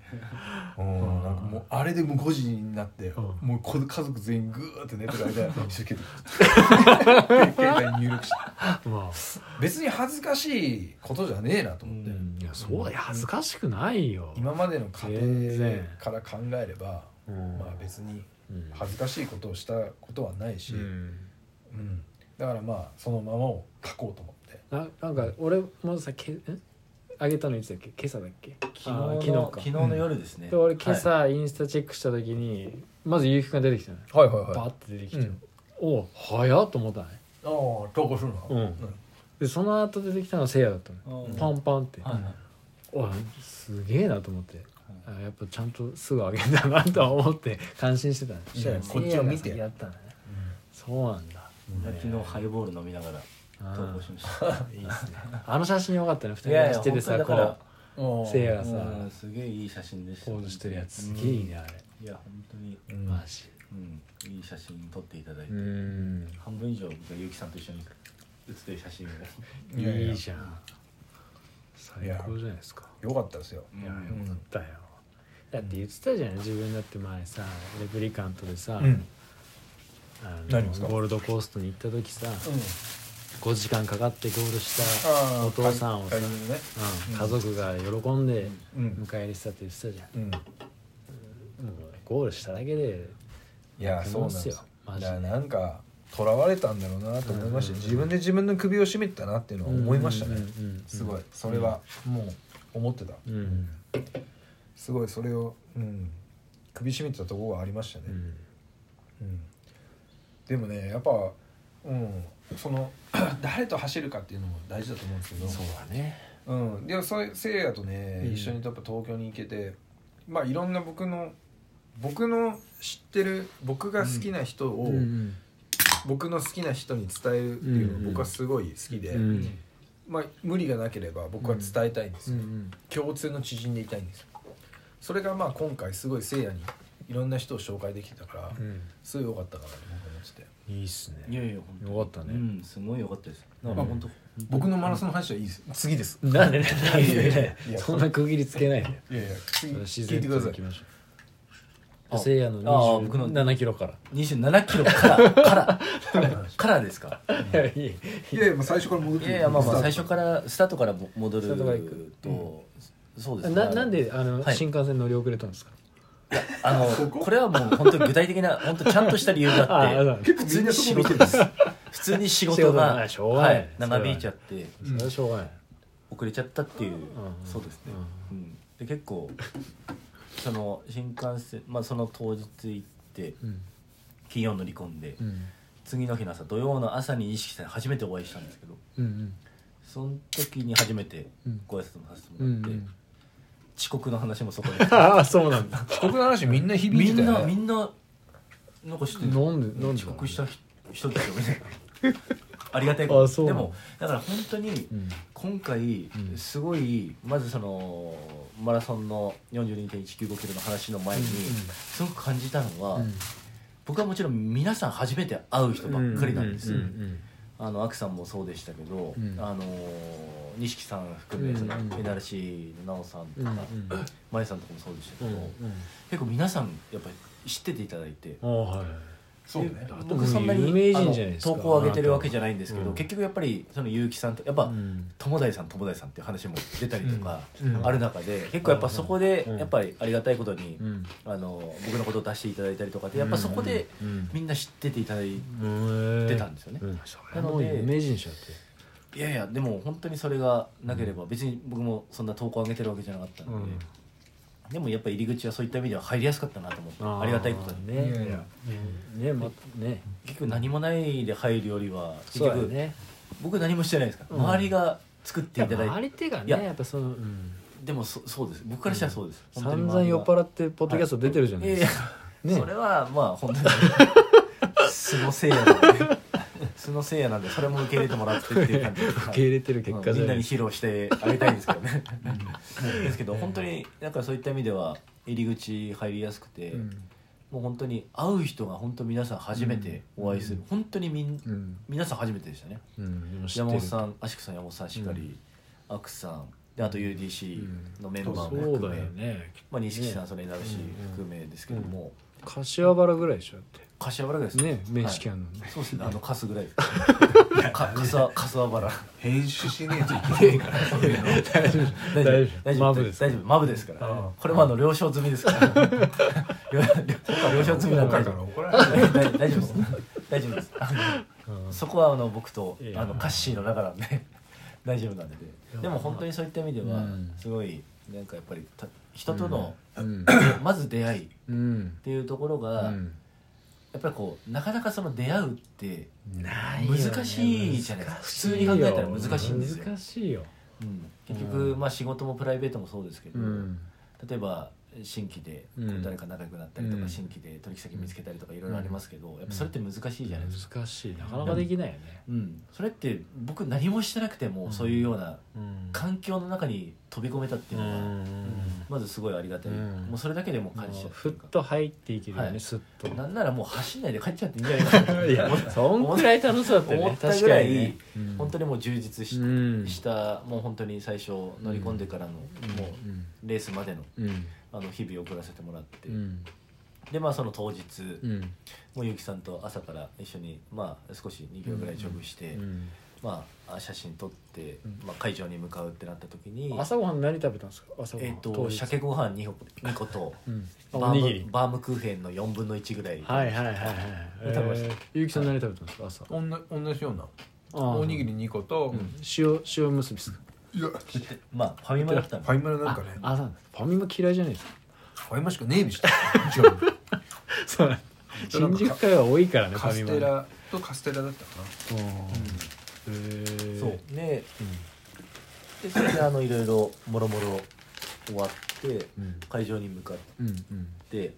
Speaker 1: うんなんかもうあれでもう5時になって、
Speaker 2: うん
Speaker 1: もうこ家族全員グーって寝てる間一生懸命携帯に入力して
Speaker 2: まあ
Speaker 1: 別に恥ずかしいことじゃねえなと思って、
Speaker 2: うんいやそうだよ恥ずかしくないよ
Speaker 1: 今までの過
Speaker 2: 全
Speaker 1: 程
Speaker 2: 然
Speaker 1: から考えれば、
Speaker 2: うん
Speaker 1: まあ別に
Speaker 2: うん
Speaker 1: 恥ずかしいことをしたことはないし、
Speaker 2: うん
Speaker 1: うんだからまあそのままを書こうと思って
Speaker 2: ななんか俺もさけんあげたのいつだっけ今朝だっけ
Speaker 3: 昨日
Speaker 2: あ
Speaker 3: の
Speaker 2: ー
Speaker 3: 昨
Speaker 2: 昨
Speaker 3: 日
Speaker 2: 日か
Speaker 3: の夜ですね、
Speaker 2: で俺今朝インスタチェックした時にまず結城くんが出てきたのよ
Speaker 1: はいはいは
Speaker 2: バーって出てきて
Speaker 1: うん
Speaker 2: おう早っと思ったね
Speaker 1: ああ投稿するの
Speaker 2: うんでその後出てきたのせいやだったの
Speaker 3: はい
Speaker 2: パンパンって
Speaker 3: はいはい
Speaker 2: おいすげえなと思ってあやっぱちゃんとすぐ上げたなとは思って 感心してたね
Speaker 1: いや
Speaker 2: そしたら
Speaker 1: こっちを見て
Speaker 2: せいやが先だったねそうなんだ
Speaker 3: 昨日ハイボール飲みながら投稿しました
Speaker 2: いいっすねあの写真よかったね二人
Speaker 3: い
Speaker 2: で
Speaker 3: やいや
Speaker 2: 走っててさ
Speaker 3: 本当
Speaker 2: こ
Speaker 3: にだか
Speaker 2: う
Speaker 1: うん
Speaker 2: せいやがさ
Speaker 3: うんすげえいい写真でした
Speaker 2: ポーズしてるやつ
Speaker 3: う
Speaker 2: す
Speaker 3: ん
Speaker 2: げえいいねあれ
Speaker 3: いや本当に、
Speaker 1: うん
Speaker 2: マジ
Speaker 3: うん、いい写真撮っていただいて、
Speaker 2: うん
Speaker 3: 半分以上がゆきさんと一緒に写ってる写真を、
Speaker 1: いやいや
Speaker 2: いいじゃん最高じゃないですか
Speaker 1: よかったですよ
Speaker 3: うん
Speaker 2: いやよ
Speaker 1: ん
Speaker 2: かったよだって言ってたじゃない自分だって前さレプリカントでさ
Speaker 1: うん
Speaker 2: あ
Speaker 1: 何ですか
Speaker 2: のゴールドコーストに行った時さ
Speaker 1: うん
Speaker 2: 5時間かかってゴールした
Speaker 1: ああ
Speaker 2: お父さんをさ
Speaker 1: タイミングね
Speaker 2: うん家族が喜んで
Speaker 1: うん
Speaker 2: 迎え入れてたって言ってたじゃ
Speaker 1: うん
Speaker 2: んもうゴールしただけで
Speaker 1: いや
Speaker 2: 泣け
Speaker 1: そうな
Speaker 2: ま
Speaker 1: んです
Speaker 2: す
Speaker 1: よ
Speaker 2: よ
Speaker 1: だ
Speaker 2: マジで
Speaker 1: からなんかとらわれたんだろうなと思いました
Speaker 2: うんうんうん
Speaker 1: 自分で自分の首を絞めてたなっていうのは思いましたね
Speaker 2: うんうんうんうん
Speaker 1: すごいそれはもう思ってた
Speaker 2: うん
Speaker 1: すごいそれをうん首絞めてたところがありましたね
Speaker 2: うん
Speaker 1: うんでもねやっぱうんその 誰と走るかっていうのも大事だと思うんですけど
Speaker 2: そうだね
Speaker 1: うん、でもそれせいやとね、
Speaker 2: うん
Speaker 1: 一緒にやっぱ東京に行けてまあいろんな僕の僕の知ってる僕が好きな人を、
Speaker 2: うん
Speaker 1: 僕の好きな人に伝えるっていうの
Speaker 2: うんうん
Speaker 1: が僕はすごい好きで、
Speaker 2: うん
Speaker 1: まあ無理がなければ僕は伝えたいんです
Speaker 2: う
Speaker 1: よ、
Speaker 2: ん
Speaker 1: 共通の知人でいたいんですよそれがまあ今回すごいせいやにいろんな人を紹介できたから、
Speaker 2: うん
Speaker 1: すごい良かったかなと僕思ってて
Speaker 2: いいっす
Speaker 3: い
Speaker 2: ね
Speaker 3: やいや本当に
Speaker 2: よかったね
Speaker 3: うんすごいよかったです
Speaker 1: うん
Speaker 3: まあ本当
Speaker 1: 僕のマラソンの話はいいです次です
Speaker 2: なんでなん
Speaker 1: いやいや
Speaker 2: で
Speaker 1: いや
Speaker 2: そんな区切りつけないで
Speaker 1: いやいや次
Speaker 2: 自
Speaker 1: 聞い
Speaker 2: 然
Speaker 1: て
Speaker 2: と
Speaker 1: くださ
Speaker 2: 行
Speaker 1: い
Speaker 2: きましょ
Speaker 3: あ
Speaker 2: うせいやの
Speaker 3: あー僕の
Speaker 2: 27キロから
Speaker 3: 27キロから からからですか
Speaker 2: いやいい
Speaker 1: いやいやもう最初から戻って
Speaker 3: いやいやまあまあ最
Speaker 1: 初
Speaker 3: 初からスタートからぼ戻
Speaker 2: スタートから行
Speaker 3: る
Speaker 2: く
Speaker 3: と、そうですね
Speaker 2: ななんであの、
Speaker 3: はい
Speaker 2: 新幹線乗り遅れたんですか
Speaker 3: あのこれはもう本当に具体的な本当ちゃんとした理由が
Speaker 2: あ
Speaker 3: あっ
Speaker 2: あ
Speaker 3: て
Speaker 1: 結構みんなそこ見てるんです
Speaker 3: 普通に仕
Speaker 2: 仕
Speaker 3: 事
Speaker 2: 事
Speaker 3: が
Speaker 2: がないしょうがない
Speaker 3: はい長引いちゃって
Speaker 2: それはしょうがない、
Speaker 3: 遅れちゃったっていう、
Speaker 2: ん
Speaker 3: そうですね、うん、で結構その新幹線まあその当日行って
Speaker 2: うん
Speaker 3: 金曜乗り込んで、
Speaker 2: うん
Speaker 3: 次の日の朝土曜の朝に意識して初めてお会いしたんですけど
Speaker 2: うん
Speaker 3: その時に初めて
Speaker 2: うん
Speaker 3: ご挨拶もさせて
Speaker 2: うん
Speaker 3: もらって、
Speaker 2: うん
Speaker 3: 遅刻の話もそこで
Speaker 2: あ あそうなんだ
Speaker 1: 遅刻の話みんな響
Speaker 3: み
Speaker 1: い
Speaker 3: ん
Speaker 1: てた
Speaker 3: な
Speaker 1: よ、
Speaker 3: み
Speaker 1: ね、
Speaker 3: んななんか知ってる
Speaker 2: 飲んで飲んで
Speaker 3: 遅刻した人人ですよね ありがたい
Speaker 2: あそう
Speaker 3: でもだから本当に
Speaker 2: うん
Speaker 3: 今回
Speaker 2: うん
Speaker 3: すごい、まずそのマラソンの42.195キロの話の前に、すごく感じたのは、
Speaker 2: うん
Speaker 3: 僕はもちろん皆さん初めて会う人ばっかりなんですよ、
Speaker 2: ううん
Speaker 3: あのアクさんもそうでしたけど、
Speaker 2: うん
Speaker 3: あの錦さん含め、
Speaker 2: うん
Speaker 3: その
Speaker 2: うん
Speaker 3: NRC の奈緒さんと
Speaker 2: うんう
Speaker 3: か、
Speaker 2: ん
Speaker 3: まゆさんとかもそうでした
Speaker 2: う
Speaker 3: け
Speaker 2: ん
Speaker 3: ど、結構皆さんやっぱり知ってていただいて。
Speaker 2: ああはい
Speaker 1: そうね
Speaker 3: で
Speaker 2: ってもう
Speaker 3: 僕そんなに
Speaker 2: 有名人じゃないですか
Speaker 3: あの投稿を上げてるわけじゃないんですけ
Speaker 2: あな
Speaker 3: ど、
Speaker 2: たは
Speaker 3: 結局やっぱりその結城さんとやっぱ、
Speaker 2: うん
Speaker 3: 友大さん友大さんっていう話も出たりとか
Speaker 2: うんうん
Speaker 3: ある中で、結構やっぱそこで
Speaker 2: うん
Speaker 3: やっぱりありがたいことに、
Speaker 2: うん
Speaker 3: あの僕のことを出していただいたりとかでやっぱそこで
Speaker 2: うん
Speaker 3: みんな知ってていただ
Speaker 2: う
Speaker 3: い
Speaker 2: ん
Speaker 3: てたんですよね、
Speaker 2: うんそれはもう有名人者って
Speaker 3: いやいやでも本当にそれがなければ別に僕もそんな投稿上げてるわけじゃなかったので、でもやっぱ入り口はそういった意味では入りやすかったなと思ってありがたいことに
Speaker 2: ね
Speaker 1: いやい
Speaker 2: ね
Speaker 1: や
Speaker 2: ねまね
Speaker 3: 結局何もないで入るよりは結
Speaker 2: そうだ
Speaker 3: 局、
Speaker 2: ね
Speaker 3: 僕何もしてないですから、
Speaker 2: うん
Speaker 3: 周りが作っていただい
Speaker 2: 周
Speaker 3: て
Speaker 2: り手が
Speaker 3: い
Speaker 2: ね
Speaker 3: や
Speaker 2: やっぱそのうん
Speaker 3: でもそそうです僕からしたらそうです、本当に
Speaker 2: 散々酔っ払ってポッドキャスト出てるじゃない
Speaker 3: 周り
Speaker 2: で
Speaker 3: がいやい
Speaker 2: すか
Speaker 3: や
Speaker 2: ね
Speaker 3: それはまあ本当に素のせいやなんで素のせいやなんでそれも受け入れてもらってっていう 感じで
Speaker 2: 受け入れてる結果
Speaker 3: うん
Speaker 2: じゃ
Speaker 3: みん
Speaker 2: な
Speaker 3: ないに披露してあげたいんですけどねですけど本当にだからそういった意味では入り口入りやすくて、もう本当に会う人が本当皆さん初めてお会いする、本当にみん
Speaker 2: うん
Speaker 3: 皆さん初めてでしたね
Speaker 2: うんでも知ってる
Speaker 3: 山本さんアシクさん山本さんしっかり、アクさんであと UDC のメンバーも含
Speaker 2: そう
Speaker 3: め、
Speaker 2: だよね
Speaker 3: まあ、錦さん
Speaker 2: ね
Speaker 3: それになるし含めですけども、
Speaker 2: 柏原ぐらいでしょだっ
Speaker 3: 柏原ぐらい
Speaker 2: て
Speaker 3: です
Speaker 2: ね面識
Speaker 3: は
Speaker 2: あるの
Speaker 3: いそうですねあのカスぐらいです かかかさかさばら
Speaker 4: 編集しねえといけないからそういうの
Speaker 2: 大丈
Speaker 3: 大丈夫
Speaker 2: 夫
Speaker 3: 大丈夫
Speaker 2: マブです
Speaker 3: 大丈夫マブですから、
Speaker 4: うん
Speaker 3: これもあの了承済みで すから了了承済みなんで
Speaker 4: だ
Speaker 3: 大
Speaker 4: か
Speaker 3: 丈
Speaker 4: ら
Speaker 3: 夫
Speaker 4: 怒 られる
Speaker 3: 大丈夫です大丈夫ですあのそこはあの僕と
Speaker 2: いや
Speaker 3: あのカッシーの中なんで大丈夫なんででも本当にそういった意味で
Speaker 2: う
Speaker 3: は
Speaker 2: ん
Speaker 3: すごいなんかやっぱりた人との
Speaker 2: うん
Speaker 3: まず出会いっ
Speaker 2: うん
Speaker 3: ていうところ
Speaker 2: う
Speaker 3: が
Speaker 2: ん
Speaker 3: やっぱりこうなかなかその出会うって
Speaker 2: ないよね
Speaker 3: 難しいじゃないですか普通に考えたら難しいんですよ
Speaker 2: 難しいよ
Speaker 3: うん結局まあ仕事もプライベートもそうですけど
Speaker 2: うん
Speaker 3: 例えば新規でこう
Speaker 2: うん
Speaker 3: 誰か仲良くなったりと
Speaker 2: う
Speaker 3: か
Speaker 2: ん
Speaker 3: 新規で取引先見つけたりとかいろいろありますけどやっぱそれって難しいじゃないですか
Speaker 2: 難しいなかなかできないよね
Speaker 3: うんそれって僕何もしてなくてもそういうような
Speaker 2: うん
Speaker 3: 環境の中に飛び込めたっていう
Speaker 2: う
Speaker 3: のが
Speaker 2: ん
Speaker 3: まずすごいありがたい
Speaker 2: うん
Speaker 3: もうそれだけでもう
Speaker 2: も
Speaker 3: 感謝
Speaker 2: うふっと入っていけるよ
Speaker 3: は
Speaker 2: ね
Speaker 3: い
Speaker 2: すっと
Speaker 3: なんならもう走んないで帰っちゃっていいんじゃないかな
Speaker 2: いやそんくらい楽しそうだったよ
Speaker 3: 思
Speaker 2: ね
Speaker 3: った
Speaker 2: 確
Speaker 3: ぐ
Speaker 2: からに
Speaker 3: い
Speaker 2: ねうん
Speaker 3: 本当にもう充実し,、
Speaker 2: うん
Speaker 3: したもう本当に最初乗り込んでからの、もう
Speaker 2: うん
Speaker 3: レースまでの
Speaker 2: うん
Speaker 3: あの日々送らせてもらって、
Speaker 2: うん
Speaker 3: でまあその当日、
Speaker 2: うん
Speaker 3: もうゆうきさんと朝から一緒にまあ少し2秒ぐらいジョグして、
Speaker 2: うん
Speaker 3: まああ写真撮って、
Speaker 2: うん
Speaker 3: まあ、会場に向かうってなった時に、
Speaker 2: 朝ごはん何食べたんですか朝ごはん
Speaker 3: えっと鮭ご飯2個2 個と
Speaker 2: うんあ
Speaker 3: バ
Speaker 2: おにぎ
Speaker 3: ーム
Speaker 2: り
Speaker 3: バームクーヘンの4分の1ぐらい、
Speaker 2: はいはいはいはい
Speaker 3: 食べました
Speaker 2: えーゆうきさん何食べたんですか朝
Speaker 4: おんな同じような
Speaker 2: あー
Speaker 4: おにぎり2個と、
Speaker 2: 塩塩結びですか
Speaker 4: いや
Speaker 3: まあファミマだったん
Speaker 4: フ
Speaker 3: で
Speaker 4: ァイマルなんかね
Speaker 2: あ朝なんですファミマ嫌いじゃないですか
Speaker 4: ファイマルしかねえでしたじゃ
Speaker 2: そうなんです新宿会は多いからね
Speaker 4: あ
Speaker 2: フ
Speaker 4: カ
Speaker 2: ァミ
Speaker 4: ス
Speaker 2: マ
Speaker 4: テラとカステラだったかな
Speaker 2: うんへえ
Speaker 3: そうで,、でそれであのいろいろもろもろ終わって
Speaker 2: うん
Speaker 3: 会場に向かっ
Speaker 2: うんうん
Speaker 3: て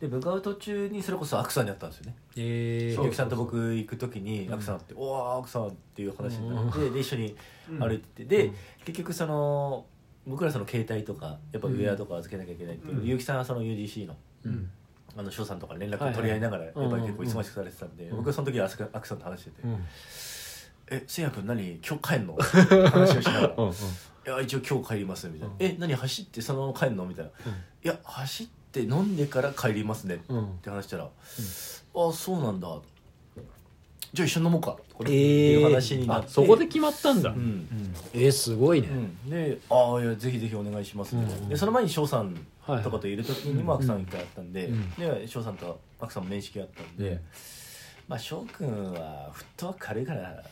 Speaker 3: で向かう途中にそれこそアクさんに会ったんですよね
Speaker 2: ええ
Speaker 3: ゆうきさんと僕行く時にアクさん会って「おーアクさん」っていう話になってで一緒に歩いててで結局その僕らその携帯とかやっぱウェアとか預けなきゃいけないってい
Speaker 4: う
Speaker 3: う
Speaker 4: ん
Speaker 3: 結城さんはその UDC の
Speaker 2: うん
Speaker 3: あの翔さんとか連絡を取り合いながらやっぱり結構忙しくされてたんで
Speaker 2: ん
Speaker 3: 僕はその時はアクアクさんと話してて
Speaker 2: うん
Speaker 3: 「えせいや君何今日 帰んの?」話をしながら
Speaker 2: うん
Speaker 3: いや一応今日帰りますみたいな「え何走ってそのまま帰るの?」みたいな「
Speaker 2: ん
Speaker 3: いや走って飲んでから帰りますね」っ
Speaker 2: うん
Speaker 3: て話したら「ああそうなんだ」じゃあ一緒に飲もうかとかって
Speaker 2: え
Speaker 3: い
Speaker 2: え
Speaker 3: う話になって、
Speaker 2: あそこで決まったんだ
Speaker 3: うん
Speaker 2: えーすごいね
Speaker 3: うんで「ああいやぜひぜひお願いします」みたいなでその前に翔さんとかといる時にもアクさん一回あったんで
Speaker 2: うん
Speaker 3: で翔さんとアクさんも面識あったん
Speaker 2: う
Speaker 3: で
Speaker 2: ん
Speaker 3: 「まあ翔くんはフットワーク軽いから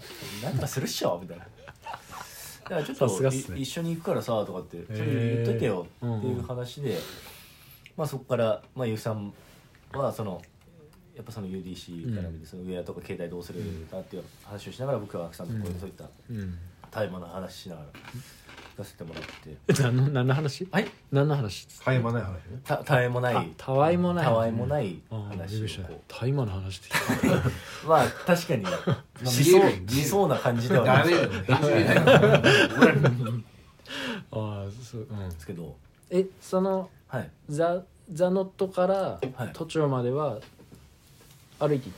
Speaker 3: なんとかするっしょ」みたいな。だからちょっ
Speaker 2: さすが
Speaker 3: と
Speaker 2: っすね
Speaker 3: い一緒に行くからさとかって
Speaker 2: ー
Speaker 3: それ言っといてよっていう話で、まあ、そこから、まあ、ゆうきさんはそのやっぱその UDC から見てそのウェアとか携帯どうするかっていう話をしながら僕はアクさんとこうそういった
Speaker 2: うん
Speaker 3: 大麻の話しながら聞かせてもらって
Speaker 2: 何の何の話
Speaker 3: はい
Speaker 2: 何の話
Speaker 1: 絶え間ない話ね
Speaker 3: たたわいもない
Speaker 2: たたわいもない
Speaker 3: たわいもない
Speaker 2: ああびっ
Speaker 3: 話
Speaker 2: く
Speaker 3: を
Speaker 2: りした
Speaker 3: こ
Speaker 2: 大麻の話 って
Speaker 3: うまあ確か にし
Speaker 1: 見え
Speaker 3: そう
Speaker 1: る
Speaker 3: 見そうな感じ では
Speaker 1: ダ
Speaker 3: ない
Speaker 1: メ
Speaker 3: で
Speaker 1: よ編集でない
Speaker 2: ああそううん
Speaker 3: すけど
Speaker 2: えその
Speaker 3: はい
Speaker 2: ザ・ザ・ノットから
Speaker 3: はい
Speaker 2: 都庁までは歩いていっ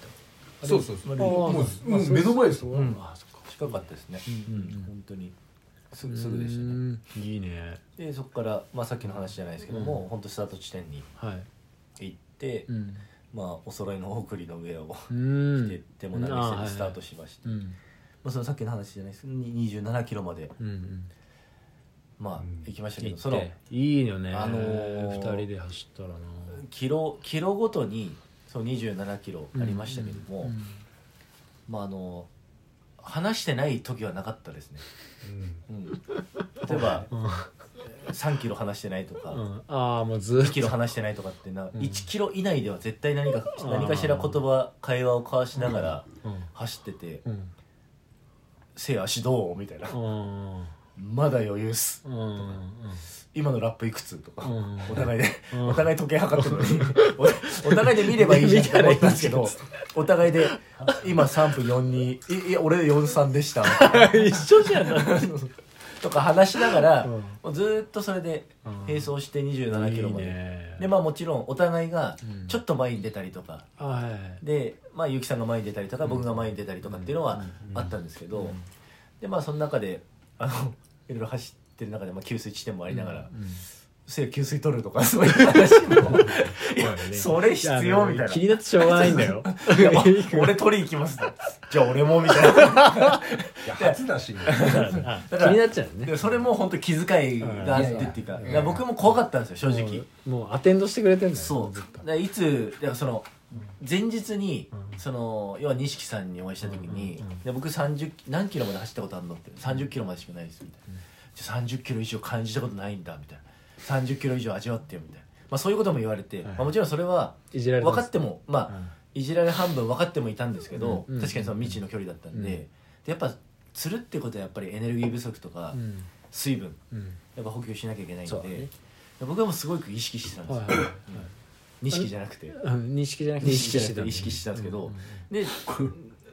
Speaker 2: た
Speaker 4: そうそうそう
Speaker 2: あ
Speaker 4: もうも
Speaker 2: そう
Speaker 4: 目の前ですよ
Speaker 2: うんあそっか
Speaker 3: 近かったですね
Speaker 2: うんうん
Speaker 3: 本当にすぐすぐでしたね
Speaker 2: ねいいね
Speaker 3: でそこから、まあ、さっきの話じゃないですけども、本当スタート地点に
Speaker 2: はい
Speaker 3: 行って、
Speaker 2: うん
Speaker 3: まあ、お揃いの送りのウェアを
Speaker 2: うん
Speaker 3: 着て手も投げてスタートしまし
Speaker 2: う
Speaker 3: て、
Speaker 2: ん
Speaker 3: まあ、そのさっきの話じゃないですけどに27キロまで、
Speaker 2: うんうん
Speaker 3: まあ、行きましたけど、
Speaker 2: 行っ
Speaker 3: その
Speaker 2: ていいよね
Speaker 3: あのー
Speaker 2: 二人で走ったらな
Speaker 3: キロキロごとにそう27キロありましたけども、
Speaker 2: うん
Speaker 3: まあ、あの話してない時はなかったですね、 うん、例えば
Speaker 2: うん
Speaker 3: 3キロ話してないとか、
Speaker 2: うんああもうずっ
Speaker 3: 1キロ
Speaker 2: と
Speaker 3: 話してないとかってな、
Speaker 2: ん
Speaker 3: 1キロ以内では絶対何か
Speaker 2: あー
Speaker 3: 何かしら言葉会話を交わしながら
Speaker 2: うん
Speaker 3: 走ってて
Speaker 2: うん
Speaker 3: 「せや足どう?」みたいな
Speaker 2: うん
Speaker 3: 「まだ余裕っす
Speaker 2: うんうん」
Speaker 3: 今のラップいくつ?」とか、
Speaker 2: うん
Speaker 3: お互いで、
Speaker 2: うん
Speaker 3: お互い時計測ってるのにおお互いで見ればいいじゃんって思ったんですけどお互いで「今3分42いいや俺43でした」
Speaker 2: 一緒じゃない
Speaker 3: とか話しながら、
Speaker 2: うん
Speaker 3: もうずーっとそれで並走して2 7キロまで。
Speaker 2: いいね
Speaker 3: でまあもちろんお互いが
Speaker 2: うん
Speaker 3: ちょっと前に出たりとか、
Speaker 2: はい
Speaker 3: で、まあ、結城さんが前に出たりとか、僕が前に出たりとかっていうのはあったんですけど、でまあその中であのいろいろ走ってる中で、まあ、給水地点もありながら
Speaker 2: うん
Speaker 3: 「せ、や、給水取る」とかそういう話 もいや
Speaker 2: そうだよね
Speaker 3: それ必要みたい
Speaker 2: やあの
Speaker 3: な
Speaker 2: 気になってしょうがないんだよ
Speaker 3: 「いや まあ俺取り行きます」じゃあ俺も」みたいな
Speaker 1: や初だし
Speaker 2: あ気になっちゃうね
Speaker 3: でそれも本当気遣いがあってっていうか,、
Speaker 1: うん
Speaker 3: いや僕も怖かったんですよ正直。
Speaker 2: もうもうアテンドしてくれてんだよ
Speaker 3: そうだからいつだからその前日に、その要は錦さんにお会いした時に、で僕30何キロまで走ったことあるのって30キロまでしかないですみたいな、じゃ30キロ以上感じたことないんだみたいな30キロ以上味わってよみたいな、まあ、そういうことも言われて、まあ、もちろんそれはい
Speaker 2: じられ
Speaker 3: 分かって
Speaker 2: も
Speaker 3: もまあ、いじられ半分分かってもいたんですけど、
Speaker 2: うんうん
Speaker 3: 確かにその未知の距離だったんで,、
Speaker 2: うん
Speaker 3: でやっぱ釣るってことはやっぱりエネルギー不足とか、
Speaker 2: うん
Speaker 3: 水分
Speaker 2: うん
Speaker 3: やっぱ補給しなきゃいけないん
Speaker 2: そう
Speaker 3: で、
Speaker 2: だね
Speaker 3: 僕はもうすごく意識してたんです
Speaker 2: はい
Speaker 3: よ、
Speaker 2: はいはい
Speaker 3: 錦じゃなくて
Speaker 2: うん認識じゃなくて
Speaker 3: 認識じゃなくて
Speaker 2: 意
Speaker 3: 意
Speaker 2: 識
Speaker 3: 識
Speaker 2: し
Speaker 3: してて
Speaker 2: たん
Speaker 3: たん
Speaker 2: だ
Speaker 3: です
Speaker 2: ね
Speaker 3: けどで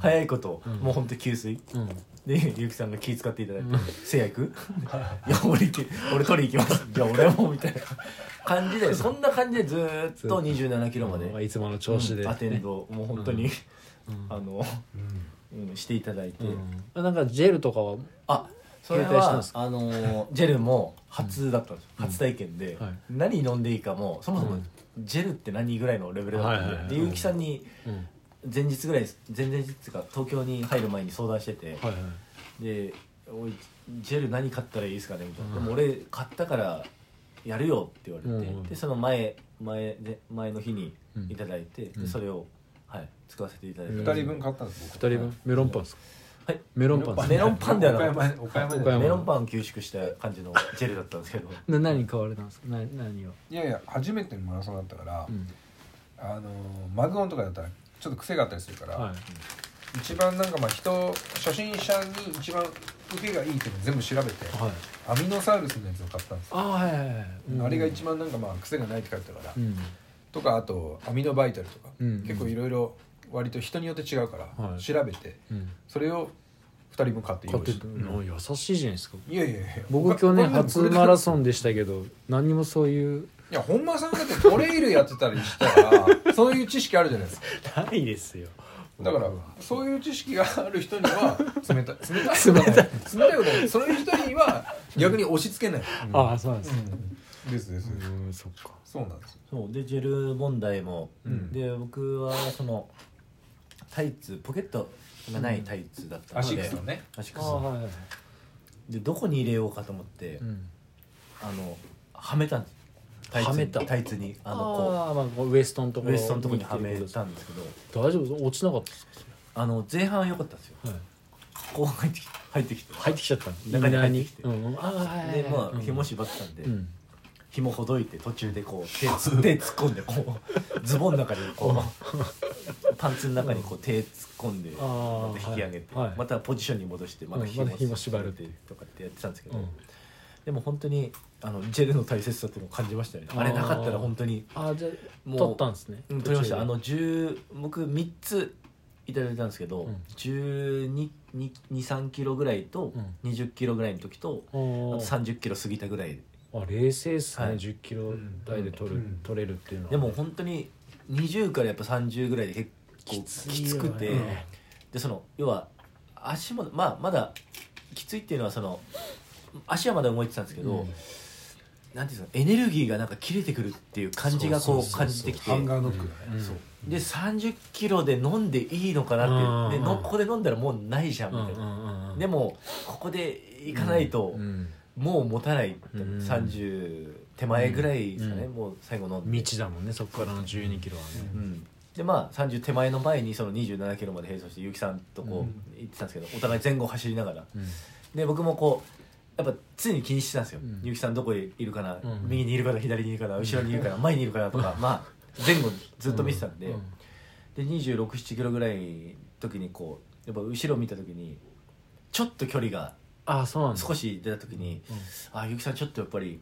Speaker 3: 早いこと、もう本当給水
Speaker 2: うんうん
Speaker 3: で結城さんが気遣っていただいて「せいや行く いや俺行き俺取り行きます」「じゃあ俺も」みたいな感じでそんな感じでずーっと2 7キロまで、
Speaker 2: まあいつもの調子で
Speaker 3: うんアテンドをもう本当に、
Speaker 2: うん
Speaker 3: あの、うん、していただいて、
Speaker 2: うんなんかジェルとかは
Speaker 3: あそれ
Speaker 2: 携帯してま
Speaker 3: は
Speaker 2: す
Speaker 3: あのージェルも初だったんですよ、初体験で、
Speaker 2: はい
Speaker 3: 何飲んでいいかもそもそ
Speaker 2: う
Speaker 3: も
Speaker 2: ん
Speaker 3: ジェルって何ぐらいのレベルだったん
Speaker 2: は
Speaker 3: で,、
Speaker 2: いはいはい
Speaker 3: で結城さんに
Speaker 2: うん
Speaker 3: 前日ぐらいです前々日っていうか東京に入る前に相談してて、
Speaker 2: はいはい
Speaker 3: で「おいジェル何買ったらいいですかね?」みたいな「でも俺買ったからやるよ」って言われて、
Speaker 2: うん
Speaker 3: でその前前で前の日に
Speaker 2: うん
Speaker 3: いただいて、
Speaker 2: うん
Speaker 3: でそれを、はい、使わせていただいて、
Speaker 2: うん
Speaker 1: 2人分買ったんです
Speaker 2: 二
Speaker 1: 僕
Speaker 2: 人分メロンパンですか
Speaker 3: はい
Speaker 2: メロンパンです
Speaker 3: メロンパンではなかった
Speaker 1: 岡山岡
Speaker 2: 岡
Speaker 1: 山
Speaker 2: 山
Speaker 1: で
Speaker 3: メロンパンを吸縮した感じのジェルだったんですけ ど。
Speaker 2: な何買われたんですかな何を
Speaker 1: いやいや初めてのマラソンだったから
Speaker 2: うん
Speaker 1: あのーマグオンとかだったらちょっと癖があったりするから
Speaker 2: はい
Speaker 1: 一番なんかまあ人初心者に一番受けがいいっていうの全部調べて
Speaker 2: はい
Speaker 1: アミノサウルスのやつを買ったんですよ
Speaker 2: あはいはいはいうん
Speaker 1: あれが一番なんかまあ癖がないって書いてたから
Speaker 2: うん
Speaker 1: とかあとアミノバイタルとか
Speaker 2: うん
Speaker 1: 結構いろいろ割と人によって違うか
Speaker 2: は
Speaker 1: ら
Speaker 2: い
Speaker 1: 調べて
Speaker 2: うん
Speaker 1: それを2人分買って
Speaker 2: 買
Speaker 1: 用
Speaker 2: っ
Speaker 1: 意
Speaker 2: て
Speaker 1: して
Speaker 2: たうん優しいじゃないですか
Speaker 1: いやいやいや
Speaker 2: 僕去年
Speaker 1: 他
Speaker 2: 初マラ
Speaker 1: ン
Speaker 2: ソンでしたけど何にもそういう
Speaker 1: いや本間さんだってトレイルやってたりしたらそういう知識あるじゃないですか
Speaker 2: ないですよ
Speaker 1: だからそういう知識がある人には冷 たい冷たい冷たい冷たいことないそういう人には逆に押し付けない、
Speaker 2: ああそうなんですね
Speaker 1: うん、ですです、
Speaker 2: うんそっか
Speaker 1: そうなんです
Speaker 3: そうでジェル問題も、
Speaker 1: ん
Speaker 3: で僕はそのタイツポケットがないタイツだったので、
Speaker 1: ね
Speaker 3: アシック
Speaker 2: あ
Speaker 3: ス
Speaker 2: あ
Speaker 3: の
Speaker 2: はいはい
Speaker 3: でどこに入れようかと思って、
Speaker 2: うん
Speaker 3: あのはめたんですタイツ
Speaker 2: はめた
Speaker 3: タイツにあ
Speaker 2: あ
Speaker 3: のこ
Speaker 2: のまあこうウエストのとこ
Speaker 3: うウエストのとこにはめ
Speaker 2: 大丈
Speaker 3: たんですけど
Speaker 2: 夫です落ちなかったです
Speaker 3: あの前半は良かったんですよ
Speaker 2: かはい
Speaker 3: こう入ってきて入ってきて
Speaker 2: 入ってきちゃったの
Speaker 3: 中に入ってきて
Speaker 2: うんうんああはいはいはい
Speaker 3: でまあ
Speaker 2: うん
Speaker 3: 紐縛ってたんで、
Speaker 2: うん
Speaker 3: 紐ほどいて途中でこう手 つ手突っ込んでこうズボンの中にこうパンツの中にこう手突っ込んで
Speaker 2: あー
Speaker 3: また引き上げて、
Speaker 2: はいはい
Speaker 3: またポジションに戻してまた
Speaker 2: うんまた紐縛るっていう
Speaker 3: とかってやってたんですけど、でも本当にあのジェルの大切さっていうのを感じましたねあれなかったら本当に
Speaker 2: あじゃあ
Speaker 3: もう
Speaker 2: 取ったんですね
Speaker 3: うん取りましたあ
Speaker 2: 途中で
Speaker 3: の10僕3ついただいたんですけど、
Speaker 2: うん
Speaker 3: 1 2 3キロぐらいと2 0キロぐらいの時と、あと
Speaker 2: あー
Speaker 3: 30キロ過ぎたぐらい
Speaker 2: あ冷静っすね、
Speaker 3: はい
Speaker 2: 10キロ台で取る、
Speaker 4: うん
Speaker 2: 取れるっていうのは
Speaker 3: でも本当に20からやっぱ30ぐらいで結構
Speaker 2: き
Speaker 3: き
Speaker 2: つ
Speaker 3: つ
Speaker 2: いよ
Speaker 3: くて、
Speaker 2: ね
Speaker 3: でその要は足も、まあ、まだきついっていうのはその足はまだ動いてたんですけど、
Speaker 2: うん
Speaker 3: なんていうんですかエネルギーがなんか切れてくるっていう感じが
Speaker 2: そう
Speaker 3: こ
Speaker 2: そうそう
Speaker 3: う
Speaker 2: そう
Speaker 3: 感じてきて
Speaker 4: ハンガーノックだね、
Speaker 3: そうで30キロで飲んでいいのかなって
Speaker 2: う
Speaker 3: で
Speaker 2: ん
Speaker 3: のここで飲んだらもうないじゃんみたいな。で
Speaker 2: も
Speaker 3: もここで行かないと、もう持たない、
Speaker 2: うん
Speaker 3: 30手前ぐらいですかね、
Speaker 2: うん
Speaker 3: もう最後の、
Speaker 2: 道だもんねそこからの1 2キロはね
Speaker 3: うん、でまあ30手前の前にその2 7キロまで並走して結城さんとこう行ってたんですけど、お互い前後走りながら
Speaker 2: うん
Speaker 3: で僕もこうやっぱ常に気にしてたんですよ
Speaker 2: うん
Speaker 3: 結城、さんどこいるかな、
Speaker 2: うん
Speaker 3: 右にいるかな左にいるかな後ろにいるかな、前にいるかなとかまあ前後ずっと見てたんで、
Speaker 2: うう
Speaker 3: で2 6 7キロぐらいの時にこうやっぱ後ろ見た時にちょっと距離が
Speaker 2: あそうなんだ
Speaker 3: 少
Speaker 2: し
Speaker 3: し出た時に、あゆきさんちょっとやっぱり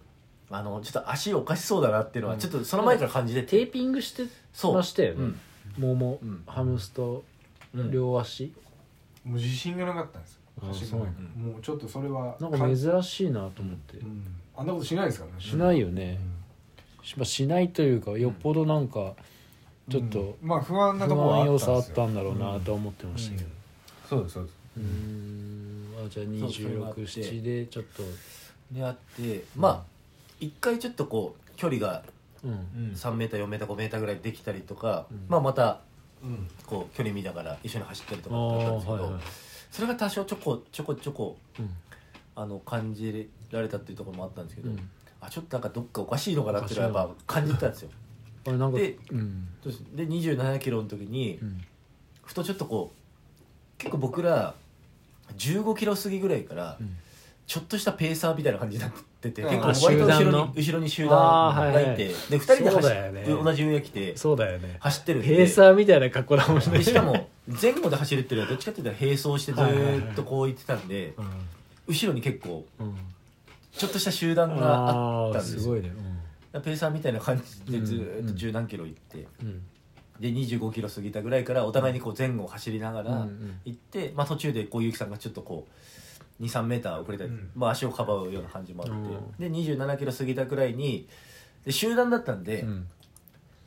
Speaker 3: あのちょっと足おかしそうだなっていうのは、
Speaker 2: うん
Speaker 3: ちょっとその前から感じて
Speaker 2: テ
Speaker 3: て
Speaker 2: ーピングして
Speaker 3: そう
Speaker 2: ましたよ
Speaker 3: う
Speaker 2: ね
Speaker 3: ん
Speaker 2: もも
Speaker 3: うん
Speaker 2: ハムスト
Speaker 3: うん
Speaker 2: 両足
Speaker 4: もう自信がなかったんですよ
Speaker 2: あ
Speaker 4: 走る
Speaker 2: そう
Speaker 4: 前
Speaker 2: な
Speaker 3: の
Speaker 4: もうちょっとそれは
Speaker 2: なんか珍しいなと思って
Speaker 4: うんあんなことしないですからね
Speaker 2: しない
Speaker 4: よ
Speaker 2: よねしまあしないというかよっぽどなんかちょっと
Speaker 4: まあ不安なと
Speaker 2: 不
Speaker 4: ころは
Speaker 2: 安
Speaker 4: あ
Speaker 2: 要
Speaker 4: ったん
Speaker 2: 素あ
Speaker 4: です
Speaker 2: っ
Speaker 4: よ
Speaker 2: たんだろうなとは思ってましたけど
Speaker 4: そうですそうです
Speaker 2: うーんあじゃあ
Speaker 3: そうそれがあって
Speaker 2: 267でちょっと
Speaker 3: であってまあ一回ちょっとこう距離が
Speaker 2: うん
Speaker 3: 3メーター4メーター5メーターぐらいできたりとか、
Speaker 2: うん
Speaker 3: まあまた
Speaker 4: うん
Speaker 3: こう距離見ながら一緒に走ったりと
Speaker 2: あ
Speaker 3: か
Speaker 2: あ
Speaker 3: だったんですけど、
Speaker 2: はいはい
Speaker 3: それが多少ちょこちょこちょこ
Speaker 2: うん
Speaker 3: あの感じられたっていうところもあったんですけど、
Speaker 2: うん
Speaker 3: あちょっとなんかどっかおかしいのかなっていうのはやっぱ感じたんですよ。
Speaker 2: あれなんか
Speaker 3: で
Speaker 2: うん
Speaker 3: そうですで2 7キロの時に、
Speaker 2: うん
Speaker 3: ふとちょっとこう結構僕ら15キロ過ぎぐらいから
Speaker 2: うん
Speaker 3: ちょっとしたペーサーみたいな感じになってて、
Speaker 4: うん
Speaker 3: 結構
Speaker 4: あ
Speaker 3: 割と後
Speaker 2: 集団
Speaker 3: ろ
Speaker 2: の
Speaker 3: に後ろに集
Speaker 2: あ
Speaker 3: 団
Speaker 2: ーはい
Speaker 3: が
Speaker 2: はい
Speaker 3: いて、で2人で
Speaker 2: そう
Speaker 3: 走っ
Speaker 2: だよね
Speaker 3: 同じ上着て
Speaker 2: そうだよね
Speaker 3: 走ってるんで
Speaker 2: ペーサーみたいな格好だもんね
Speaker 3: でしかも前後で走るっていうのはどっちかっていうと並走してずーっとこう行ってたんで、
Speaker 2: うん
Speaker 3: 後ろに結構
Speaker 2: うん
Speaker 3: ちょっとした集団があったんで
Speaker 2: す
Speaker 3: すよ
Speaker 2: ごいね
Speaker 3: ペーサーみたいな感じでずーっと十何キロ行って、
Speaker 2: うんうん
Speaker 3: で25キロ過ぎたぐらいからお互いにこう前後を走りながら、
Speaker 2: うんうん
Speaker 3: 行って、まあ、途中でこう結城さんがちょっとこう23メーター遅れたり、
Speaker 4: うん
Speaker 3: まあ、足をかばうような感じもあって、で27キロ過ぎたくらいにで集団だったんで、
Speaker 2: うん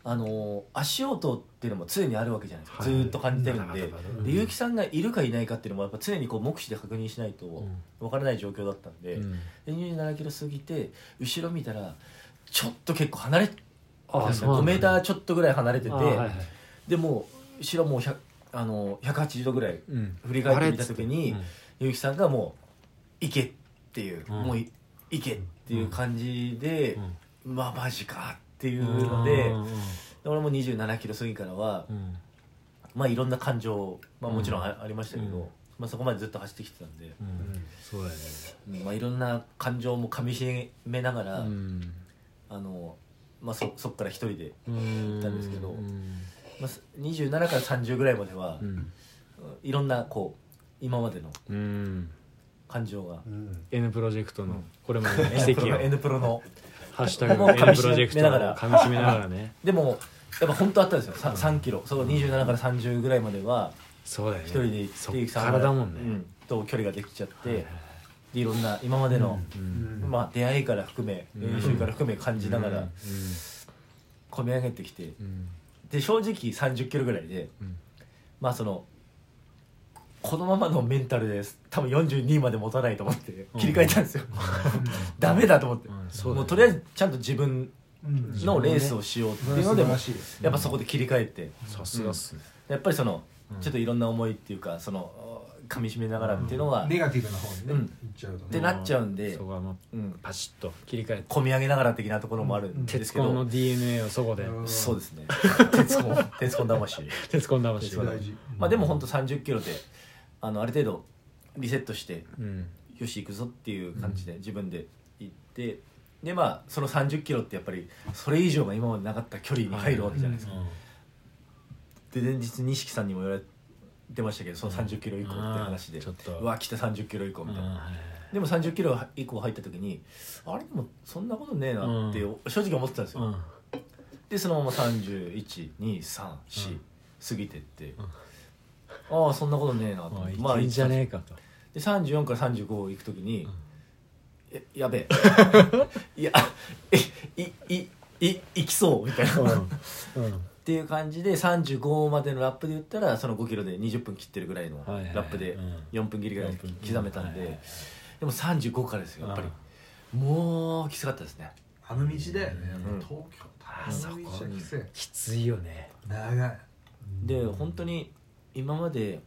Speaker 3: あのー足音っていうのも常にあるわけじゃないですか、
Speaker 2: はい
Speaker 3: ずーっと感じてるんで,、
Speaker 4: なかなか
Speaker 2: ね
Speaker 3: で結城さんがいるかいないかっていうのもやっぱ常にこう目視で確認しないと
Speaker 2: うん
Speaker 3: 分からない状況だったんで,、
Speaker 2: うん
Speaker 3: で27キロ過ぎて後ろ見たらちょっと結構離れて
Speaker 2: あそうなんだ
Speaker 3: 5メーターちょっとぐらい離れてて、
Speaker 2: あはいはい
Speaker 3: でもう後ろもう100あのー180度ぐらい
Speaker 2: うん
Speaker 3: 振り返ってみた時に
Speaker 2: うん
Speaker 3: 結城さんがもう「行け」っていう、
Speaker 2: うん
Speaker 3: もうい「行け」っていう感じで
Speaker 2: う、ん
Speaker 3: まあマジかっていうので、
Speaker 2: うん
Speaker 3: で俺も2 7キロ過ぎからは、
Speaker 2: うん
Speaker 3: まあいろんな感情、まあ、もちろんあ,、ありましたけど、
Speaker 2: うん
Speaker 3: まあ、そこまでずっと走ってきてたんで、
Speaker 2: うんそうだよね
Speaker 3: まあ、いろんな感情もかみしめながら、
Speaker 2: うん
Speaker 3: あのまあ、そそこから一人で、
Speaker 2: うん
Speaker 3: たんですけど
Speaker 2: うん
Speaker 3: まあ、27から30ぐらいまでは、
Speaker 2: うん
Speaker 3: いろんなこう今までの
Speaker 2: うん
Speaker 3: 感情が。
Speaker 2: N プロジェクトのこれまでの奇
Speaker 3: N
Speaker 2: 跡
Speaker 3: プロの
Speaker 2: を
Speaker 3: N プロの
Speaker 2: ハッシュタグ
Speaker 3: もう
Speaker 2: N プ
Speaker 3: 噛み締
Speaker 2: ロジェク
Speaker 3: め
Speaker 2: ト
Speaker 3: な
Speaker 2: を
Speaker 3: がら
Speaker 2: 噛み締めながらね
Speaker 3: でもやっぱ本当あったんですよ 3, 3キロそう27から30ぐらいまでは
Speaker 2: そうだよね
Speaker 3: 一人で行
Speaker 2: そ
Speaker 3: って
Speaker 2: っ
Speaker 3: ゆきさん
Speaker 2: からだも
Speaker 3: うん
Speaker 2: ね
Speaker 3: んと距離ができちゃって、いでいろんな今までの、
Speaker 2: うん
Speaker 3: まあ、出会いから含め
Speaker 2: うん
Speaker 3: 練習から含め感じなが
Speaker 2: う
Speaker 3: ら
Speaker 2: ん
Speaker 3: 込み上げてきて
Speaker 2: うん
Speaker 3: で正直30キロぐらいで
Speaker 2: うん
Speaker 3: まあそのこのままのメンタルです多分42まで持たないと思って
Speaker 2: うん
Speaker 3: 切り替えたんですよ、ダメだと思って、
Speaker 2: うんそうだよね
Speaker 3: もうとりあえずちゃんと自分
Speaker 4: うん
Speaker 2: 自分
Speaker 3: の
Speaker 2: のね
Speaker 3: レースをしようって
Speaker 4: そ
Speaker 3: い
Speaker 4: れは素
Speaker 3: うので
Speaker 4: 晴
Speaker 3: も
Speaker 4: らしいです
Speaker 3: やっぱそこで切り替えて、
Speaker 2: さすがっすね
Speaker 3: やっぱりその、
Speaker 2: うん
Speaker 3: ちょっといろんな思いっていうかその噛み締めながらっていうのは、
Speaker 4: ネガティブな方にね
Speaker 3: うん
Speaker 4: 行っちゃうと
Speaker 3: で
Speaker 4: ね
Speaker 3: なっちゃうんで
Speaker 2: そこはもう
Speaker 3: うん
Speaker 2: パシッと切り替えて
Speaker 3: 込み上げながら的なところもあるんです
Speaker 2: 鉄
Speaker 3: けど、
Speaker 2: コンの DNA をそこで
Speaker 4: うん
Speaker 3: そうですね鉄コン鉄コ ン魂
Speaker 2: 鉄コン魂
Speaker 3: 鉄コン
Speaker 4: 大事
Speaker 3: まあでも本当三3 0キロであのある程度リセットして
Speaker 2: うん
Speaker 3: よし行くぞっていう感じで自分で行って、でまあその3 0キロってやっぱりそれ以上が今までなかった距離に入るわけじゃないですか、で前日錦さんにも言われてましたけどその3 0キロ以降って話で、
Speaker 2: ちょっと
Speaker 3: うわ来て3 0キロ以降みたいな、
Speaker 2: う
Speaker 3: でも3 0キロ以降入った時にあれでもそんなことねえなって正直思ってたんですよ、
Speaker 2: ん
Speaker 3: でそのまま31234
Speaker 2: うん
Speaker 3: 過ぎてって、
Speaker 2: ん
Speaker 3: ああそんなことねえなと思って、
Speaker 2: まあいいんじゃねえかと
Speaker 3: で34から35行くときに、
Speaker 2: ん
Speaker 3: え やべえいやいいいい行きそうみたいな、っ
Speaker 2: うんうん
Speaker 3: ていう感じで35までのラップで言ったらその5キロで20分切ってるぐらいの
Speaker 2: はいはいはい
Speaker 3: ラップで
Speaker 2: うん
Speaker 3: 4分切りぐらい
Speaker 2: 4分
Speaker 3: 刻めたんで、
Speaker 2: はいはい
Speaker 3: でも35からですよやっぱり、もうきつかったですね
Speaker 4: あの道だよねやっぱ
Speaker 3: うん
Speaker 4: 東京
Speaker 3: あそこ
Speaker 4: あの道はきつい
Speaker 2: きついよね
Speaker 4: 長い
Speaker 3: で本当に今まで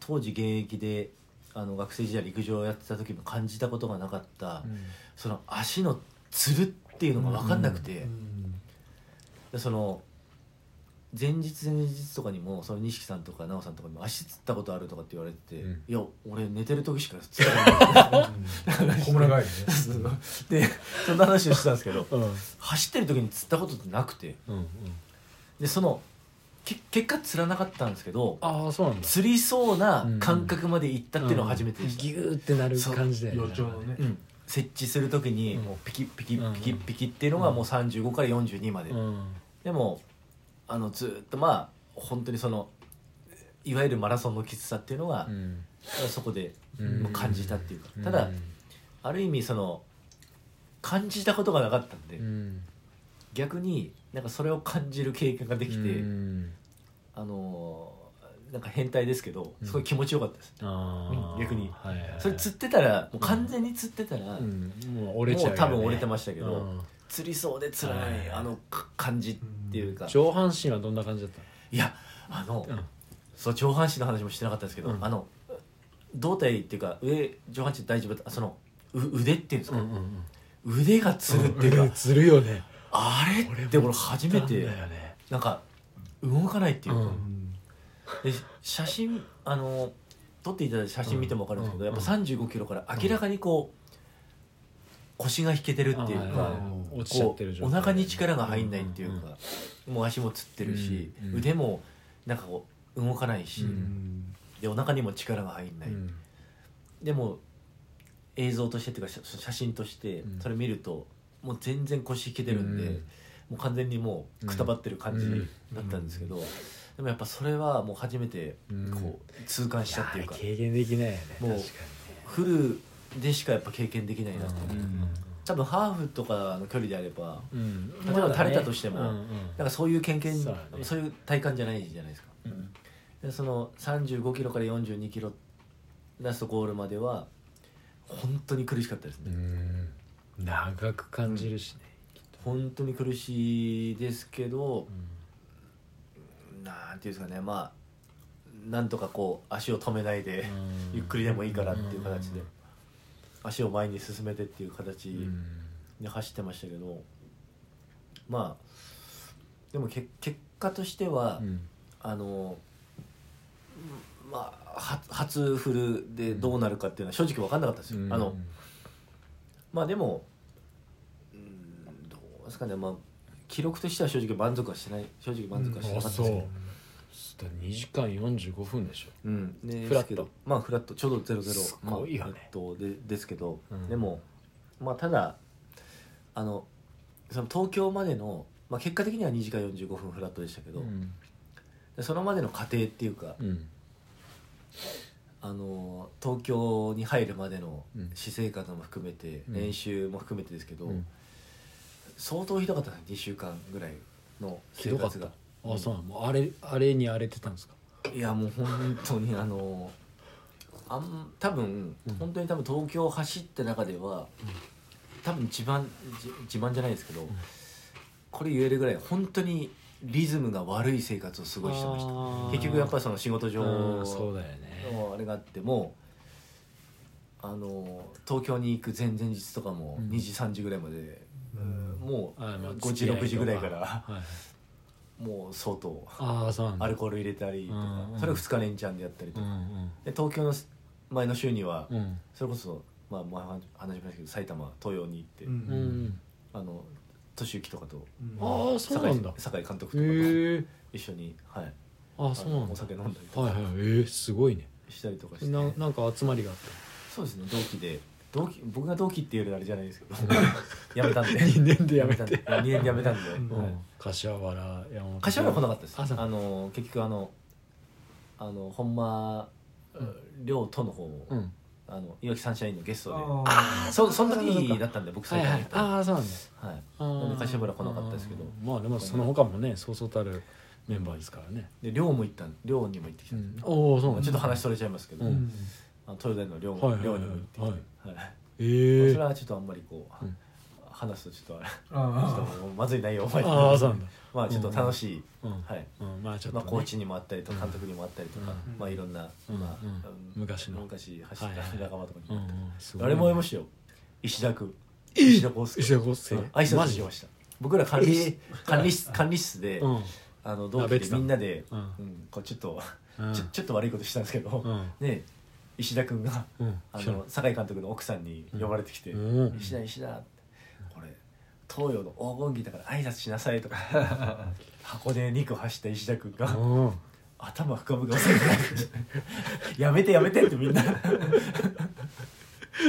Speaker 3: 当時現役であの学生時代陸上をやってた時も感じたことがなかった、その足のつるっていうのが分かんなくて、でその前日前日とかにもその錦さんとか奈緒さんとかにも足つったことあるとかって言われてて、
Speaker 2: うん
Speaker 3: いや俺寝てる時しかつったことない
Speaker 1: 小村帰りね
Speaker 3: でそんな話をしてたんですけど
Speaker 2: うん
Speaker 3: 走ってる時につったことってなくて
Speaker 2: うん
Speaker 3: でそのけ結果つらなかったんですけど
Speaker 2: ああそうなんだ
Speaker 3: 釣りそうな感覚まで行ったっていうのは初めてでした、
Speaker 2: ギューってなる感じで
Speaker 4: 予兆のね
Speaker 3: うん設置する時に
Speaker 2: うん
Speaker 3: もうピキピキピキピキっていうのがもう35から42まで、
Speaker 2: うん
Speaker 3: でもあのずーっとまあ本当にそのいわゆるマラソンのきつさっていうのは、
Speaker 2: うん
Speaker 3: そこで
Speaker 2: うん
Speaker 3: もう感じたっていうか、ただある意味その感じたことがなかったんで、
Speaker 2: うん
Speaker 3: 逆になんかそれを感じる経験ができて、
Speaker 2: うん
Speaker 3: あのーなんか変態ですけど
Speaker 2: うん
Speaker 3: すごい気持ちよかったです、
Speaker 2: あー
Speaker 3: 逆に
Speaker 2: はいはいはい
Speaker 3: それ釣ってたらもう完全に釣ってたら、
Speaker 2: うんもう折れちゃうよね
Speaker 3: もう多分折れてましたけど
Speaker 2: うん
Speaker 3: 釣りそうで釣らない、
Speaker 2: はい
Speaker 3: あのか感じっていうか、
Speaker 2: 上半身はどんな感じだった
Speaker 3: いやあの、
Speaker 2: の
Speaker 3: そう上半身の話もしてなかったんですけど、
Speaker 2: うん
Speaker 3: あの胴体っていうか上上半身大丈夫だあそのう腕っていうんです
Speaker 2: う
Speaker 3: か、
Speaker 2: んうんうん
Speaker 3: 腕がつるっていうか、
Speaker 2: うんつるよね
Speaker 3: あれって俺初めて
Speaker 2: だよね
Speaker 3: なんか動かないっていうか、
Speaker 2: う
Speaker 3: で写真あの撮っていただいた写真見ても分かるんですけど、
Speaker 2: うん
Speaker 3: やっぱ3 5キロから明らかにこう、腰が引けてるっていう
Speaker 2: あー
Speaker 3: か
Speaker 2: は、いはい
Speaker 4: こ
Speaker 2: 落ちちゃっ
Speaker 3: こ
Speaker 2: てる
Speaker 3: う
Speaker 2: 状
Speaker 3: お
Speaker 2: 態
Speaker 3: 腹に力が入んないっていうか、
Speaker 2: んん
Speaker 3: もう足もつってるし、
Speaker 2: うんうん
Speaker 3: 腕もなんかこう動かないし、
Speaker 2: う
Speaker 4: うんん
Speaker 3: でお腹にも力が入んない、
Speaker 2: うん
Speaker 3: でも映像としてっていうか写写真として
Speaker 2: うん
Speaker 3: それ見ると、もう全然腰引けてるんで、
Speaker 2: うん
Speaker 3: もう完全にもうくたばってる感じ
Speaker 2: うん
Speaker 3: だったんですけど、でもやっぱそれはもう初めて
Speaker 2: うん
Speaker 3: こう痛感したっていうか、
Speaker 2: いやー経験できないよね
Speaker 3: もう
Speaker 2: 確か
Speaker 3: フルでしかやっぱ経験できないなと、
Speaker 2: に
Speaker 3: 多分ハーフとかの距離であれば
Speaker 2: うん
Speaker 3: 例えば垂れたとしても
Speaker 2: うんうん
Speaker 3: なんかそういう経験
Speaker 2: そ
Speaker 3: そうう,、
Speaker 2: ね
Speaker 3: いう体感じゃないじゃないですか、
Speaker 2: うん
Speaker 3: でその3 5キロから4 2キロラストゴールまでは本当に苦しかったですね、
Speaker 2: うん長く感じるしね
Speaker 3: 本当に苦しいですけど
Speaker 2: う、ん
Speaker 3: なんていうんですかねまあなんとかこう足を止めないで、
Speaker 2: うん
Speaker 3: ゆっくりでもいいからっていう形で、
Speaker 2: うん
Speaker 3: 足を前に進めてっていう形
Speaker 2: うん
Speaker 3: で走ってましたけど、まあでもけ結果としては、
Speaker 2: うん
Speaker 3: あのうんまあは初フルでどうなるかっていうのは正直分かんなかったですよ、あのまあでもうんどうですかねまあ記録としては正直満足はしてない正直満足はしてなかったですけど、
Speaker 2: 2時間45分でしょ
Speaker 3: うんで
Speaker 2: フラット
Speaker 3: すけどまあフラットちょうどゼロゼロ
Speaker 2: すごいよね
Speaker 3: まあフラットでですけど、
Speaker 2: うん
Speaker 3: でもまあただあのその東京までの、まあ、結果的には2時間45分フラットでしたけど、
Speaker 2: うん
Speaker 3: でそのまでの過程っていうか、
Speaker 2: うん
Speaker 3: あの東京に入るまでの
Speaker 2: うん
Speaker 3: 私生活も含めて、
Speaker 2: うん
Speaker 3: 練習も含めてですけど、
Speaker 2: うん
Speaker 3: 相当ひどかったね2週間ぐらいの
Speaker 2: ひ
Speaker 3: 生
Speaker 2: どかっ
Speaker 3: 活
Speaker 2: た
Speaker 3: が
Speaker 2: あそうなのもうあれあれに荒れてたんですか
Speaker 3: いやもう本 当にあのあん多分、
Speaker 2: うん
Speaker 3: 本当に多分東京を走った中では、多分自慢じ自慢じゃないですけど、これ言えるぐらい本当にリズムが悪い生活を過ごしてました結局やっぱりその仕事上
Speaker 2: うんそうだよね
Speaker 3: のあれがあってもあの東京に行く前々日とかも
Speaker 2: うん
Speaker 3: 2時3時ぐらいまで、
Speaker 1: うん
Speaker 3: もう
Speaker 2: あまあ
Speaker 3: 5時6時ぐらいから
Speaker 2: はいはい
Speaker 3: もう相当
Speaker 2: ああそうなんだ
Speaker 3: アルコール入れたりとか、
Speaker 2: うんうん
Speaker 3: それを2日連チャンでやったりと
Speaker 2: う
Speaker 3: か、
Speaker 2: ん
Speaker 3: で東京の前の週には
Speaker 2: うんうん
Speaker 3: それこそまあ前話話しましたけど埼玉東洋に行って、
Speaker 1: うん
Speaker 2: うん
Speaker 3: あの俊之とかと
Speaker 1: うん
Speaker 2: ああそうなんだへ
Speaker 3: 酒井酒井監督とかと
Speaker 2: え
Speaker 3: 一緒に、はい
Speaker 2: あそうな
Speaker 3: あの
Speaker 2: ん
Speaker 3: お
Speaker 2: だ
Speaker 3: 酒飲んだりと
Speaker 2: はいはい
Speaker 3: か
Speaker 2: えー、すごいね
Speaker 3: したりとかして、
Speaker 2: ななんか集まりがあっ
Speaker 3: そうですね同期で同期僕が同期っていうよりあれじゃな いですけどやめたんで
Speaker 2: た2年でやめ
Speaker 3: た
Speaker 2: て
Speaker 3: んで2年でやめたんで、
Speaker 2: う
Speaker 3: はい
Speaker 2: ん、柏原山本
Speaker 3: 柏は来なかったです
Speaker 2: あそう
Speaker 3: あの結局あのあの本間亮との方を、
Speaker 2: うん
Speaker 3: あのいわきサンシャインのゲストで
Speaker 1: あ
Speaker 3: そその時だったんで僕
Speaker 2: は
Speaker 3: 埼
Speaker 2: い
Speaker 3: 玉
Speaker 2: は
Speaker 3: に行
Speaker 2: い
Speaker 3: ったんで
Speaker 2: ああそうなんだ
Speaker 3: はい
Speaker 2: あー
Speaker 3: なんで柏原来なかったですけど
Speaker 2: あーまあでもその他もねそうそうたるメンバーですからね、
Speaker 3: で寮も行ったん寮にも行ってき
Speaker 2: う
Speaker 3: たん
Speaker 2: ん
Speaker 3: です、、
Speaker 2: おおそうなんだ
Speaker 3: ちょっと話それちゃいますけど、
Speaker 2: う
Speaker 1: ー
Speaker 2: ん
Speaker 3: あの東大の寮,、
Speaker 2: はいはいはい
Speaker 3: 寮にも行ってきて、はい
Speaker 2: え
Speaker 3: そ
Speaker 2: え
Speaker 3: れはちょっとあんまりこう、
Speaker 2: うん
Speaker 3: 話すとちょっとあれちょ
Speaker 1: あ
Speaker 3: っともうまずい内容を覚えて
Speaker 2: ああそうなんだ
Speaker 3: まあちょっと楽しい、
Speaker 2: うん、
Speaker 3: はい
Speaker 2: うん、まあちょっと、
Speaker 3: まあ、
Speaker 2: ね
Speaker 3: コーチにもあったりとか監督にもあったりとか、
Speaker 1: うん
Speaker 3: まあ、いろんな、
Speaker 2: うん
Speaker 3: まあ
Speaker 2: うん
Speaker 3: うん
Speaker 2: 昔の
Speaker 3: 昔走っ
Speaker 2: はいはい
Speaker 3: た仲間とか
Speaker 2: う
Speaker 3: に
Speaker 2: んう
Speaker 3: もあったり
Speaker 2: んす
Speaker 3: と
Speaker 2: ご
Speaker 3: か
Speaker 2: い
Speaker 3: あれも会いましたよ石田君石田康介
Speaker 2: 石田康介
Speaker 3: うん挨拶
Speaker 2: マ
Speaker 3: し
Speaker 2: ジ
Speaker 3: ました僕ら管理室、
Speaker 2: え
Speaker 3: 管理室管理室で、
Speaker 2: うん
Speaker 3: あの同
Speaker 2: あ
Speaker 3: 期
Speaker 2: 別
Speaker 3: で
Speaker 2: だ
Speaker 3: みんなで、
Speaker 2: うん
Speaker 3: うんこうちょっと、
Speaker 2: うん
Speaker 3: ちょちょっと悪いことしたんですけど、
Speaker 2: うん
Speaker 3: ね石田君が
Speaker 2: うん
Speaker 3: あの酒井監督の奥さんに呼ばれてきて「
Speaker 2: うん
Speaker 3: 石田石田」ってこれ東洋の黄金期だから挨拶しなさい」と か箱根2区走った石田君が
Speaker 2: うん
Speaker 3: 頭深々押さえてやめてやめて」って みんな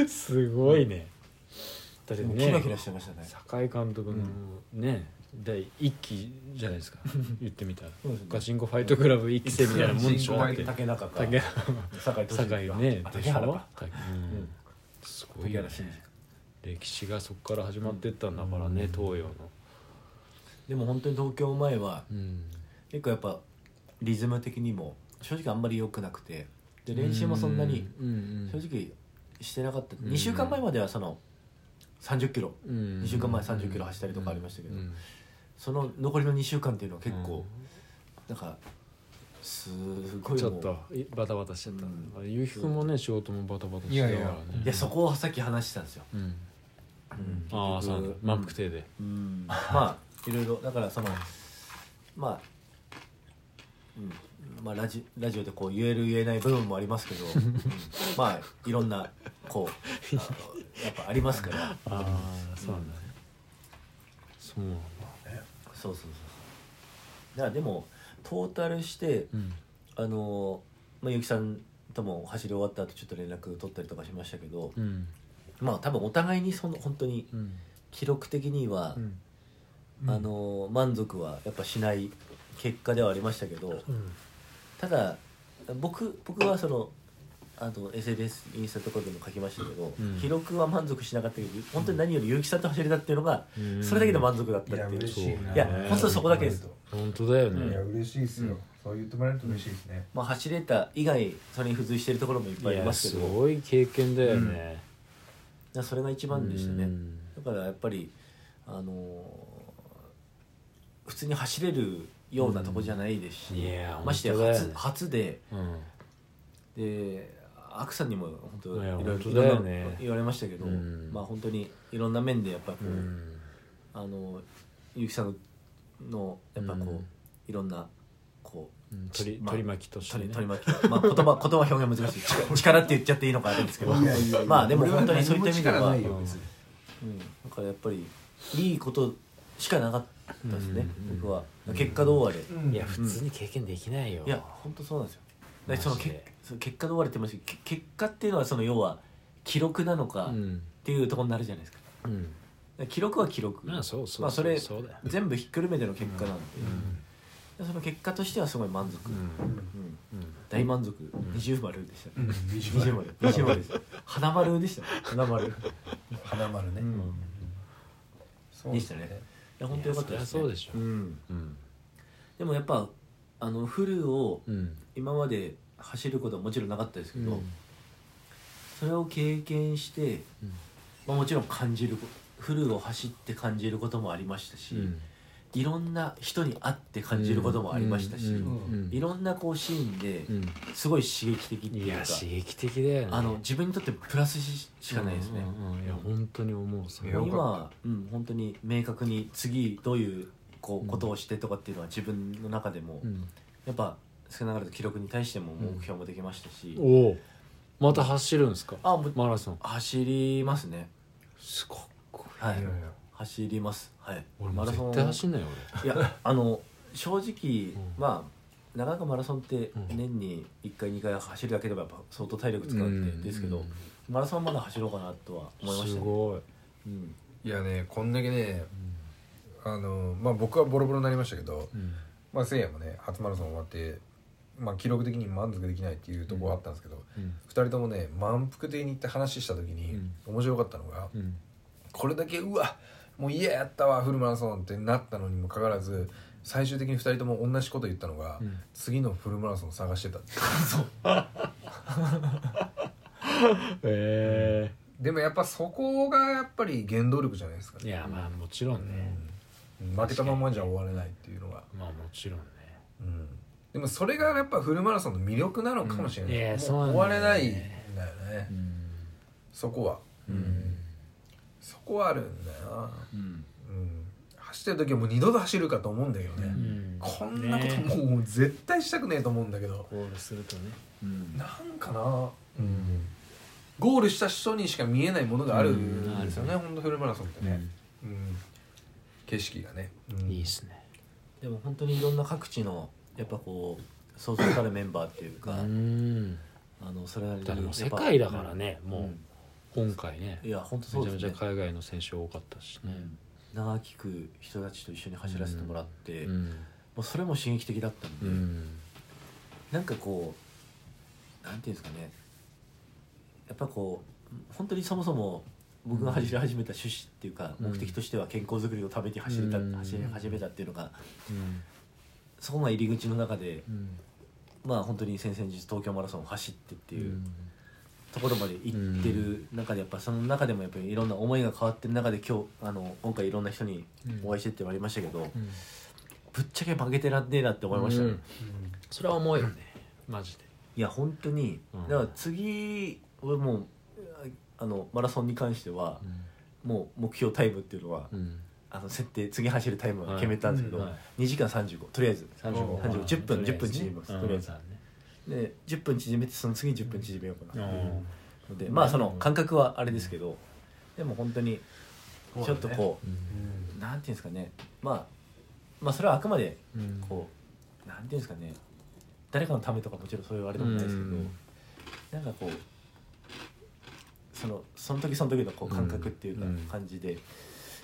Speaker 2: すごいねだってね
Speaker 3: キラキラしてましたね
Speaker 2: 酒井監督のね、第一期じゃない ですか言ってみたら
Speaker 3: そうですね
Speaker 2: ガチンコファイトクラブ一期生みたいなもんでしょだって
Speaker 3: 竹中か
Speaker 2: 竹
Speaker 3: 酒井俊
Speaker 2: 酒井ね
Speaker 3: あ
Speaker 2: で
Speaker 3: 竹
Speaker 2: し
Speaker 3: 原
Speaker 2: ょ
Speaker 3: か
Speaker 2: 竹
Speaker 3: うん
Speaker 2: すごい
Speaker 3: 竹
Speaker 2: よ
Speaker 3: 原
Speaker 2: ね
Speaker 3: 慎二
Speaker 2: 歴史がそこから始まってったんだからね、東洋の、
Speaker 3: でも本当に東京前は
Speaker 2: うん、
Speaker 3: 結構やっぱリズム的にも正直あんまり良くなくてで練習もそんなに
Speaker 2: うんうん
Speaker 3: 正直してなかった、
Speaker 2: ん
Speaker 3: 2週間前まではその3 0キロ
Speaker 2: うん、
Speaker 3: 2週間前3 0キロ走ったりとかありましたけど、
Speaker 2: うん
Speaker 3: その残りの2週間っていうのは結構、なんかすごい
Speaker 2: ち
Speaker 3: も
Speaker 2: ょ
Speaker 3: う
Speaker 2: っといバタバタしちゃったんだ
Speaker 3: う
Speaker 2: あゆうひくんもね仕事もバタバタしてたからね
Speaker 3: いやそこをさっき話してたんですよ、
Speaker 2: うんああそうなんだ満腹定で
Speaker 3: うんまあいろいろだからそのまあ、うんまあ、ラジラジオでこう言える言えない部分もあります けど、うんまあいろんなこうあのやっぱありま すから
Speaker 2: ああそうなんだねそうなんだ
Speaker 3: そうそうそうだからでもトータルして
Speaker 2: うん
Speaker 3: あのまあゆきさんとも走り終わった後ちょっと連絡取ったりとかしましたけど、
Speaker 2: うん
Speaker 3: まあ多分お互いにその本当に
Speaker 2: うん
Speaker 3: 記録的には、
Speaker 2: うん
Speaker 3: あの満足はやっぱしない結果ではありましたけど、ただ僕僕はそのあの SNS インスタとかでも書きましたけど、
Speaker 2: うん
Speaker 3: 記録は満足しなかったけど本当に何より結城さんと走れたっていうのが、
Speaker 2: うん
Speaker 3: それだけで満足だっ
Speaker 1: い
Speaker 3: た
Speaker 1: や
Speaker 3: っていう、
Speaker 1: 嬉しいない
Speaker 3: や本当そこだけです
Speaker 2: 本当だよ
Speaker 1: いや
Speaker 2: ね
Speaker 1: 嬉しいですよ、そう言ってもらえると嬉しいですね、
Speaker 3: まあ、走れた以外それに付随してるところもいっ
Speaker 2: い
Speaker 3: ぱいあり
Speaker 2: や
Speaker 3: ます
Speaker 2: す
Speaker 3: けど
Speaker 2: ごい経験だよね
Speaker 3: だからそれが一番でしたね、
Speaker 2: うん
Speaker 3: だからやっぱりあのー普通に走れるようなとこじゃないですし、
Speaker 2: うんいや
Speaker 3: ましてや
Speaker 2: 本当だよね
Speaker 3: 初初で
Speaker 2: うん
Speaker 3: でアクさんにも本当
Speaker 2: いや
Speaker 3: いろいろ
Speaker 2: 本当だよね
Speaker 3: いろんな言われましたけど、
Speaker 2: うん
Speaker 3: まあ本当にいろんな面でやっぱりこ
Speaker 2: う
Speaker 3: う、
Speaker 2: ん
Speaker 3: あの結城さんのやっぱこう、
Speaker 2: うん
Speaker 3: いろんのこう
Speaker 2: うん取り
Speaker 3: まあ
Speaker 2: 取り巻きとして
Speaker 3: 取
Speaker 2: ね
Speaker 3: り取り巻き、まあ、言葉言 葉表現難しい力力って言っちゃっていいのかあれですけど
Speaker 1: いやいやいや
Speaker 3: まあでも本当にそういった意味で
Speaker 1: 俺
Speaker 3: は
Speaker 1: 何も力ないよ別に
Speaker 3: うん、だからやっぱりいいことしかなかったですね、
Speaker 2: うん
Speaker 3: 僕は結果どうあれ、
Speaker 1: うん
Speaker 2: いや普通に経験できないよ
Speaker 3: いや本当そうなんですよ
Speaker 2: マ
Speaker 3: で
Speaker 2: ジで
Speaker 3: そのけその結果どうあれって言いましたけどけ結果っていうのはその要は記録なのか
Speaker 2: う
Speaker 3: っ
Speaker 2: ん
Speaker 3: ていうところになるじゃないですか
Speaker 2: うん
Speaker 3: で記録は記録、
Speaker 2: まあそうそう
Speaker 3: まあそれ
Speaker 2: そうだよ
Speaker 3: 全部ひっくるめての結果なんで,で、その結果としてはすごい満足、
Speaker 2: う
Speaker 3: うん
Speaker 2: んうん
Speaker 3: 大満足、二重丸でした、ね
Speaker 1: 二
Speaker 3: 二重丸二重丸 です花丸でしたね花丸い
Speaker 1: 花丸ね、
Speaker 3: ん
Speaker 1: そう
Speaker 3: でしたねや本当よかったです、ね、
Speaker 2: いやそりゃそうでしょ
Speaker 3: ん
Speaker 2: うん
Speaker 3: でもやっぱあのフルを
Speaker 2: うん
Speaker 3: 今まで走ることはもちろんなかったですけど、
Speaker 2: うん
Speaker 3: それを経験して、
Speaker 2: うん
Speaker 3: まあ、もちろん感じるこフルを走って感じることもありましたし、
Speaker 2: うん
Speaker 3: いろんな人に会って感じることもありましたし、
Speaker 2: うんうん
Speaker 3: いろんなこうシーンで
Speaker 2: うん
Speaker 3: すごい刺激的って
Speaker 2: い
Speaker 3: いう
Speaker 2: や
Speaker 3: か、
Speaker 2: 刺激的だよね
Speaker 3: あの自分にとってプラスししかないですね。
Speaker 2: うんうんうんいや本当に思うそれ
Speaker 1: いや
Speaker 2: は
Speaker 3: 今は、うん、本当に明確に次どういうこうことをしてとかっていうのは自分の中でも、
Speaker 2: うん
Speaker 3: やっぱ少なからず記録に対しても目標もできましたし、
Speaker 2: おおまた走るんですか
Speaker 3: あもう
Speaker 2: マラソン
Speaker 3: 走りますね
Speaker 2: すごっこ
Speaker 3: はいい
Speaker 1: やいや
Speaker 3: 走りますはい
Speaker 2: いい俺もう絶対走んないよ
Speaker 3: いやあの正直、
Speaker 2: うん
Speaker 3: まあなかなかマラソンって
Speaker 2: うん
Speaker 3: 年に1回2回走るだけでもやっぱ相当体力使う
Speaker 2: 俺
Speaker 3: んで,、ですけどマラソンまだ走ろうかなとは思いまし
Speaker 2: す
Speaker 3: たね、
Speaker 2: ごい
Speaker 3: うん、
Speaker 1: いやねこんだけねあのまあ僕はボロボロになりましたけど、
Speaker 2: うん
Speaker 1: まあ、せいやもね初マラソン終わって、まあ、記録的に満足できないっていうところはあったんですけど、
Speaker 2: うん
Speaker 1: 2人ともね満腹的にって話した時に面白かったのが、
Speaker 2: うん
Speaker 1: これだけうわもう嫌やったわフルマラソンってなったのにもかかわらず最終的に2人とも同じこと言ったのが、
Speaker 2: うん
Speaker 1: 次のフルマラソン探してたって
Speaker 2: え
Speaker 1: でもやっぱそこがやっぱり原動力じゃないですか
Speaker 2: えい
Speaker 1: ね
Speaker 2: やまあもちろんね
Speaker 1: 負けたまんまじゃ終われないっていうのが、
Speaker 2: まあもちろんね
Speaker 1: うん、でもそれがやっぱフルマラソンの魅力なのかもしれない、
Speaker 2: うんいやそう
Speaker 1: も
Speaker 2: なん
Speaker 1: う
Speaker 2: だ
Speaker 1: 終われないん
Speaker 2: よ
Speaker 1: だよ
Speaker 2: ね
Speaker 1: ね、
Speaker 2: うん
Speaker 1: そこは、
Speaker 3: うん
Speaker 1: そこはあるんだよな、
Speaker 3: うん
Speaker 1: うん、走ってる時はもう二度と走るかと思うんだけどね、
Speaker 2: うん
Speaker 1: こんなこともう絶対したくねえと思うんだけど、
Speaker 2: ゴールするとね
Speaker 3: うん
Speaker 1: なんかな、ゴールした人にしか見えないものがあるんですよね、ほんとフルマラソンってね、うん景色がね、うん
Speaker 2: いいっすね
Speaker 3: でも本当にいろんな各地のやっぱこうそうそうたるメンバーっていう
Speaker 2: う
Speaker 3: か、
Speaker 2: ん
Speaker 3: あのそれなりに
Speaker 2: だってもう
Speaker 3: や
Speaker 2: 世
Speaker 3: っぱ
Speaker 2: 界だからね
Speaker 3: うん
Speaker 2: もう今回ね
Speaker 3: いや本当そ
Speaker 2: め
Speaker 3: う
Speaker 2: ちゃ
Speaker 3: で
Speaker 2: め
Speaker 3: す
Speaker 2: ちゃ
Speaker 3: ね
Speaker 2: 海外の選手多かったしね
Speaker 3: 長きく人たちと一緒に走らせてもらって、
Speaker 2: う
Speaker 3: も
Speaker 2: ん
Speaker 3: うそれも刺激的だったんで、
Speaker 2: うん
Speaker 3: なんかこうなんていうんですかねやっぱこう本当にそもそも僕が走り始めた趣旨っていうか、
Speaker 2: うん
Speaker 3: 目的としては健康づくりを食べて走りた、
Speaker 2: うん
Speaker 3: 走り始めたっていうのが
Speaker 2: うん
Speaker 3: そこが入り口の中で、
Speaker 2: うん
Speaker 3: まあ本当に先々日東京マラソンを走ってって
Speaker 2: う
Speaker 3: いうんところまで行ってる中でやっぱその中でもやっぱりいろんな思いが変わってる中で今日あの今回いろんな人にお会いしてってまいりましたけど、
Speaker 2: うん
Speaker 3: ぶっちゃけ負けてらんねえなって思いましたね、
Speaker 2: うんそれは思うよねマジで
Speaker 3: いや本当に、
Speaker 2: うん
Speaker 3: だから次俺もうあのマラソンに関しては、もう目標タイムっていうのは、
Speaker 2: うん
Speaker 3: あの設定次走るタイムは決めたんですけど、
Speaker 2: はい
Speaker 3: 2時間35とりあえず
Speaker 2: 35
Speaker 3: 35 10分10分
Speaker 2: とりあえずね
Speaker 3: 縮めますとりあえず
Speaker 2: うん
Speaker 3: で10分縮めてその次10分縮めようかなっていう
Speaker 2: うん
Speaker 3: ので、まあその感覚はあれですけど、でも本当にちょっとこうなんていうんですかねまあまあそれはあくまで
Speaker 2: うん
Speaker 3: こうなんていうんですかね誰かのためとかもちろんそういうあれでもないですけど、
Speaker 2: うん
Speaker 3: なんかこうそのその時その時のこう感覚っていうか
Speaker 2: うん
Speaker 3: 感じで、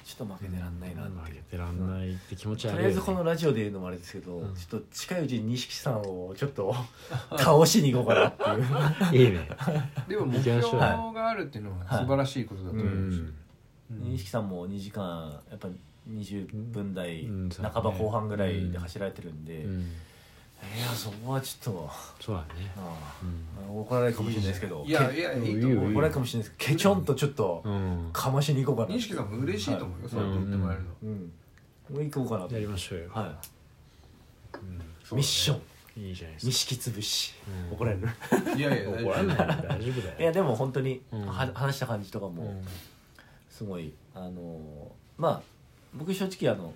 Speaker 3: ちょっと負けてらんないなって
Speaker 2: 負
Speaker 3: いう
Speaker 2: けてらんないって気持ちあ
Speaker 3: と
Speaker 2: る
Speaker 3: りあ
Speaker 2: よね
Speaker 3: えずこのラジオで言うのもあれですけど、
Speaker 2: うん
Speaker 3: ちょっと近いうちに錦さんをちょ っと倒しに行こうかなっていう
Speaker 2: いい ね
Speaker 1: でも目標があるっていうのは素晴らしいことだと
Speaker 2: う
Speaker 1: 思うし、
Speaker 2: ん
Speaker 1: うん
Speaker 3: 錦さんも2時間やっぱ20分台
Speaker 2: うんそうだね
Speaker 3: 半ば後半ぐらいで走られてるんで、
Speaker 2: う
Speaker 3: い
Speaker 2: ん
Speaker 3: やそこはちょっと
Speaker 2: そうだね
Speaker 3: あ
Speaker 2: うん
Speaker 3: あ怒られるかもしれないですけど
Speaker 1: いやいやいいと
Speaker 2: い
Speaker 1: 思
Speaker 2: いよ
Speaker 1: う
Speaker 3: 怒られるかもしれないですけどケチョンとちょっと
Speaker 2: うん
Speaker 3: かましに行こうかな
Speaker 1: 錦さんも嬉しいと思うよ、そうやって言ってもらえるの、
Speaker 3: うんもう行こうかなと
Speaker 2: やりましょうよ
Speaker 3: は
Speaker 1: うん
Speaker 3: いミッション
Speaker 2: いいじゃないですか
Speaker 3: 錦潰し
Speaker 2: うん
Speaker 3: 怒られる
Speaker 1: いや いや
Speaker 2: 怒らない大丈夫
Speaker 3: い
Speaker 2: だ
Speaker 3: や
Speaker 2: よ
Speaker 3: でも本当に
Speaker 2: うん
Speaker 3: は話した感じとか
Speaker 2: う
Speaker 3: も
Speaker 2: ん
Speaker 3: すごいあのーまあ僕正直あの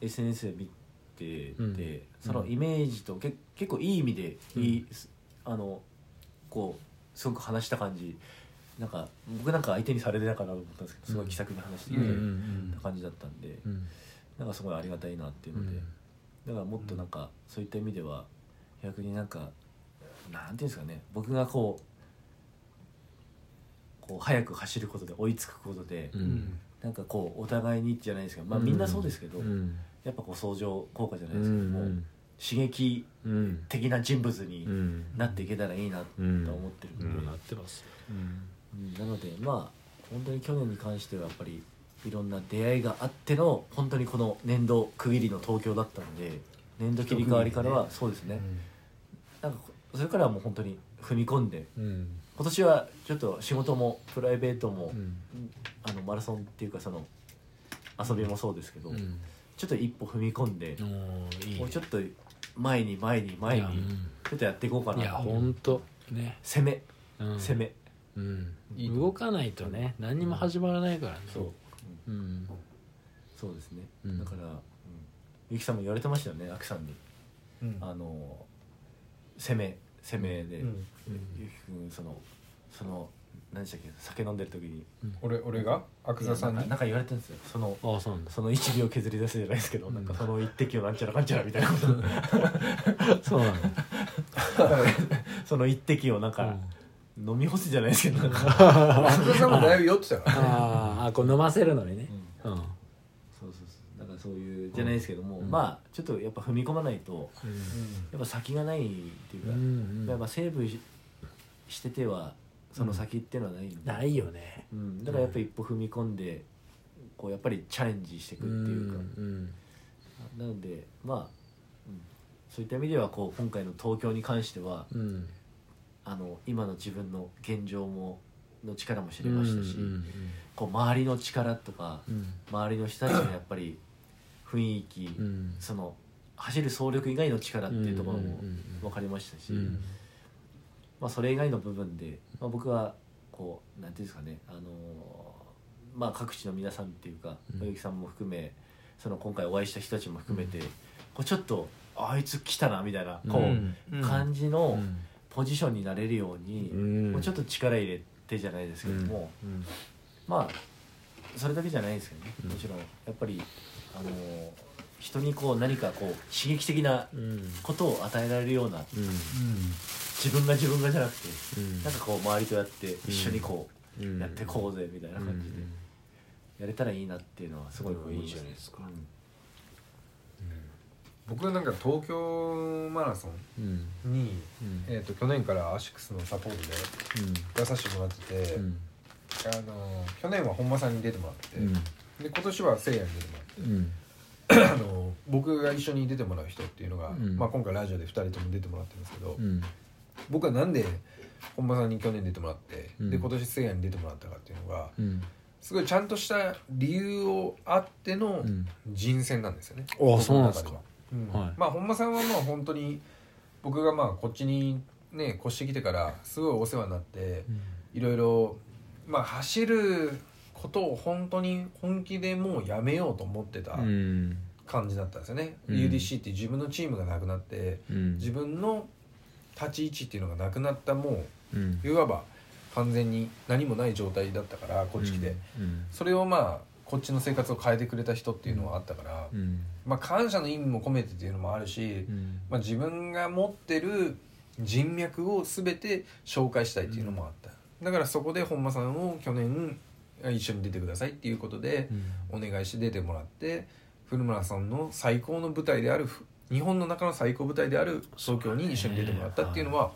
Speaker 3: SNS で見て
Speaker 2: うん
Speaker 3: てそのイメージとけ結構いい意味でいいあのこうすごく話した感じなんか僕なんか相手にされてたかなと思ったんですけどすごい気さくに話し
Speaker 2: う
Speaker 3: てく
Speaker 2: んう
Speaker 3: れ
Speaker 2: ん
Speaker 3: た感じだったんで
Speaker 2: うん
Speaker 3: なんかすごいありがたいなっていう
Speaker 2: う
Speaker 3: ので
Speaker 2: ん
Speaker 3: だからもっとなんかそういった意味では逆になんかなんていうんですかね僕がこうこう早く走ることで追いつくことで、
Speaker 2: う
Speaker 1: うんん
Speaker 3: なんかこうお互いにじゃないですけどまあみんなそうですけど、
Speaker 2: うん
Speaker 3: やっぱこう相乗効果じゃな
Speaker 2: う
Speaker 3: いですけど、もうん刺激
Speaker 2: うん
Speaker 3: 的な人物
Speaker 2: う
Speaker 3: に
Speaker 2: ん
Speaker 3: なっていけたらいいなと
Speaker 2: うん
Speaker 3: 思ってるんで、
Speaker 2: うんなってます
Speaker 3: うんなのでまあ本当に去年に関してはやっぱりいろんな出会いがあっての本当にこの年度区切りの東京だったので年度切り替わりからはそうですね、なんかこうそれからはもう本当に踏み込んで
Speaker 2: うん
Speaker 3: 今年はちょっと仕事もプライベートも、
Speaker 2: うん
Speaker 3: あのマラソンっていうかその遊びもそうですけど、
Speaker 2: うん
Speaker 3: ちょっと一歩踏み込んで、
Speaker 2: おーいいね
Speaker 3: もうちょっと前に前に前にちょっとやっていこうか
Speaker 2: いや
Speaker 3: な
Speaker 2: 本当ね
Speaker 3: 攻め
Speaker 2: うん
Speaker 3: 攻め、
Speaker 2: うん
Speaker 1: いいと思う
Speaker 2: 動かないとね何にも始まらないからね
Speaker 1: そう
Speaker 2: うん
Speaker 3: そうですね、
Speaker 2: うん
Speaker 3: だから、うん、ゆきさんも言われてましたよねアクさんに
Speaker 1: うん
Speaker 3: あの攻め攻めで、
Speaker 1: うん
Speaker 3: ゆきくんそのその何でしたっけ酒飲んでる時に
Speaker 1: 俺俺が阿久
Speaker 3: な
Speaker 1: 澤
Speaker 3: ん
Speaker 1: さ
Speaker 3: か
Speaker 1: んに
Speaker 3: なんか言われたんですよその
Speaker 2: ああそうなんだ
Speaker 3: その1秒削り出すじゃないですけど、
Speaker 2: うん
Speaker 3: なんかその一滴をなんちゃらかんちゃらみたいなこと
Speaker 2: そうなんだ
Speaker 3: その一滴をなんか
Speaker 2: うん
Speaker 3: 飲み干すじゃないですけどなんか、
Speaker 1: 阿久澤さんもだいぶ酔ってた から
Speaker 2: あーあこう飲ませるのにねうんうん
Speaker 3: そうそうそうだからそういうじゃないですけども、まあちょっとやっぱ踏み込まないとやっぱ先がないっていう
Speaker 2: う
Speaker 3: か、
Speaker 2: ん
Speaker 3: やっぱセーブししててはその先っていうのはないんで、
Speaker 2: ないよね
Speaker 3: うん、だからやっぱり一歩踏み込んでこうやっぱりチャレンジしていくっていうか、
Speaker 2: ん
Speaker 3: なのでまあ、うんそういった意味ではこう今回の東京に関しては
Speaker 2: うんうん
Speaker 3: あの今の自分の現状もの力も知れましたし、
Speaker 2: うんうん
Speaker 3: こう周りの力とか
Speaker 2: うん
Speaker 3: 周りの人たちのやっぱり雰囲気、
Speaker 2: うん
Speaker 3: その走る走力以外の力っていうところも
Speaker 2: うんうんうん
Speaker 3: 分かりましたし、
Speaker 2: うん
Speaker 3: まあ、それ以外の部分で、まあ、僕はこうなんていうんですかね、あのーまあ、各地の皆さんっていうか
Speaker 2: うん
Speaker 3: 小雪さんも含めその今回お会いした人たちも含めて、こうちょっとあいつ来たなみたいなこう、
Speaker 2: うん
Speaker 3: 感じの
Speaker 2: うん
Speaker 3: ポジションになれるように、
Speaker 2: うん
Speaker 3: もうちょっと力入れてじゃないですけども。
Speaker 2: うん
Speaker 3: まあそれだけじゃないですけどね、もちろんやっぱりあの人にこう何かこう刺激的な
Speaker 2: うんうん
Speaker 3: ことを与えられるような
Speaker 2: うん
Speaker 3: 自分が自分がじゃなくて
Speaker 2: うん
Speaker 3: なんかこう周りとやって一緒にこ
Speaker 2: う
Speaker 3: うんやってこうぜみたいな
Speaker 2: うん
Speaker 3: 感じでやれたらいいなっていうのはすごいこういいじゃないですか、
Speaker 1: 僕はなんか東京マラソ
Speaker 2: うん
Speaker 1: ンに、
Speaker 2: うん
Speaker 1: えー、と去年からアシックスのサポートで出させてもらってて、
Speaker 2: うん
Speaker 1: あの去年は本間さんに出てもらって、
Speaker 2: うん
Speaker 1: で今年はせいやに出てもらって
Speaker 2: うん
Speaker 1: あの僕が一緒に出てもらう人っていうのが、
Speaker 2: ん
Speaker 1: まあ、今回ラジオで2人とも出てもらってるんですけど、
Speaker 2: うん
Speaker 1: 僕はなんで本間さんに去年出てもらって、
Speaker 2: うん
Speaker 1: で今年せいやに出てもらったかっていうのが
Speaker 2: うん
Speaker 1: すごいちゃんとした理由をあっての
Speaker 2: うん
Speaker 1: 人選なんですよね。
Speaker 2: ああそうなんですか
Speaker 1: 僕の中ではうん
Speaker 2: はい
Speaker 1: まあ本間さんはまあ本当に僕がまあこっちにね越してきてからすごいお世話になっていろいろまあ走ることを本当に本気でもうやめようと思ってた
Speaker 2: うん
Speaker 1: 感じだったんですよね、
Speaker 2: うん
Speaker 1: UDC って自分のチームがなくなって
Speaker 2: うん
Speaker 1: 自分の立ち位置っていうのがなくなったも
Speaker 2: うん
Speaker 1: ういわば完全に何もない状態だったからこっち来て、
Speaker 2: うん
Speaker 1: それをまあこっちの生活を変えてくれた人っていうのはあったから、
Speaker 2: うん
Speaker 1: まあ、感謝の意味も込めてっていうのもあるし、
Speaker 2: うん
Speaker 1: まあ、自分が持ってる人脈を全て紹介したいっていうのもあった、だからそこで本間さんを去年あ一緒に出てくださいっていうことでお願いして出てもらって古村さんの最高の舞台であるふ日本の中の最高舞台である東京に一緒に出てもらったっていうのは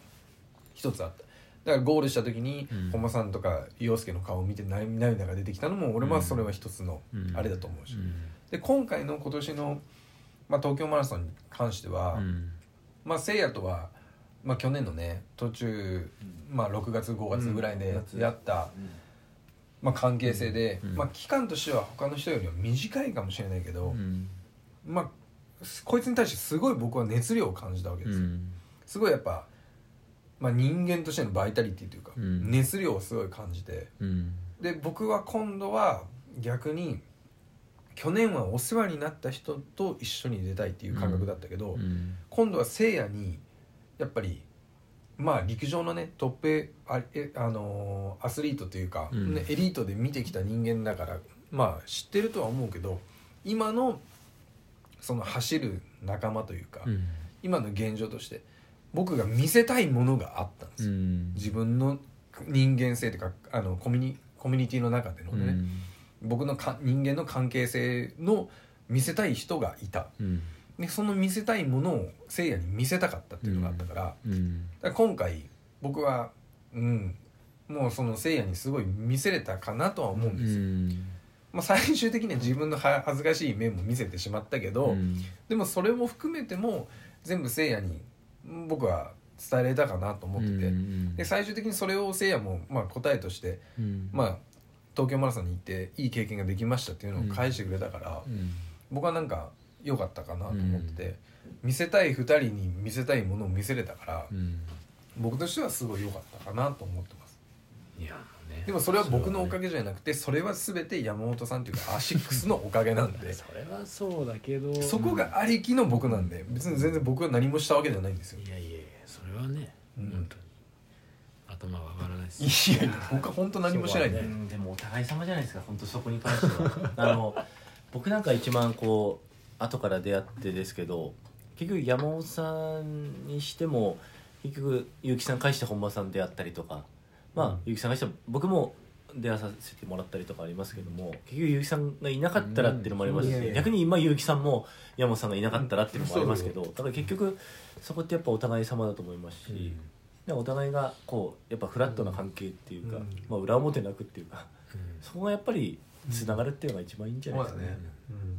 Speaker 1: 一つあっただからゴールした時に
Speaker 2: うん
Speaker 1: 本間さんとか陽介の顔を見て涙涙が出てきたのも俺はそれは一つの
Speaker 2: うん
Speaker 1: あれだと思うし、
Speaker 2: うん
Speaker 1: で今回の今年の、まあ、東京マラソンに関しては、
Speaker 2: うん
Speaker 1: まあせいやとは、まあ、去年のね途中、まあ、6月5月ぐらいで
Speaker 3: うん
Speaker 1: やった、まあ、関係性で、
Speaker 2: うん
Speaker 1: まあ、期間としては他の人よりは短いかもしれないけど、
Speaker 2: うん
Speaker 1: まあすこいつに対してすごい僕は熱量を感じたわけです、すごいやっぱ、まあ、人間としてのバイタリティというか、
Speaker 2: うん
Speaker 1: 熱量をすごい感じて
Speaker 2: うん
Speaker 1: で僕は今度は逆に去年はお世話になった人と一緒に出たいっていう感覚だったけど、
Speaker 2: うん
Speaker 1: 今度はせいやにやっぱりまあ陸上のねトップあえあのーアスリートというか、
Speaker 2: うん
Speaker 1: ねエリートで見てきた人間だからまあ知ってるとは思うけど今のその走る仲間というか、
Speaker 2: うん
Speaker 1: 今の現状として僕が見せたいものがあったんです
Speaker 2: う
Speaker 1: よ、
Speaker 2: ん
Speaker 1: 自分の人間性というかあのコミュニコミュニティの中でのね、僕のか人間の関係性の見せたい人がいた
Speaker 2: うん
Speaker 1: でその見せたいものをせいやに見せたかったっていうのがあったから,、だか
Speaker 2: うん
Speaker 1: ら今回僕はうんもうそのせいやにすごい見せれたかなとは思うん
Speaker 2: う
Speaker 1: ですよ、
Speaker 2: ん
Speaker 1: まあ、最終的には自分のは恥ずかしい面も見せてしまったけど、でもそれも含めても全部せいやにうん僕は伝えられたかなと思ってて、
Speaker 2: うん
Speaker 1: で最終的にそれをせいやもまあ答えとして、
Speaker 2: うん
Speaker 1: まあ、東京マラソンに行っていい経験ができましたっていうのを返してくれたから。
Speaker 2: うん
Speaker 1: 僕はなんか良かったかなと思ってて、見せたい2人に見せたいものを見せれたから、
Speaker 2: うん
Speaker 1: 僕としてはすごい良かったかなと思ってます
Speaker 2: いやね
Speaker 1: でもそれは僕のおかげじゃなくてそれは全て山本さんというかアシックスのおかげなんで
Speaker 2: それはそうだけど
Speaker 1: そこがありきの僕なんで別に全然僕は何もしたわけじゃないんですよ
Speaker 2: いやいやいやそれはね、
Speaker 1: うん
Speaker 2: 本当にとまあわからないです
Speaker 1: いや僕本当何もしてないん
Speaker 3: そ
Speaker 1: で
Speaker 3: こはねうんでもお互い様じゃないですか本当そこに関して はあの僕なんか一番こう後から出会ってですけど結局山本さんにしても結局結城さん返して本間さん出会ったりとかまあ、結城さん返して僕も出会わさせてもらったりとかありますけども結局結城さんがいなかったらっていうのもあります
Speaker 1: うん
Speaker 3: し、
Speaker 1: いやいや
Speaker 3: 逆に今結城さんも山本さんがいなかったらっていうのもありますけど、だから結局そこってやっぱお互い様だと思いますし。でお互いがこうやっぱフラットな関係っていうか、
Speaker 1: うん
Speaker 3: まあ、裏表なくっていうか、 そこがやっぱりつながるっていうのが一番いいんじゃないですかね,、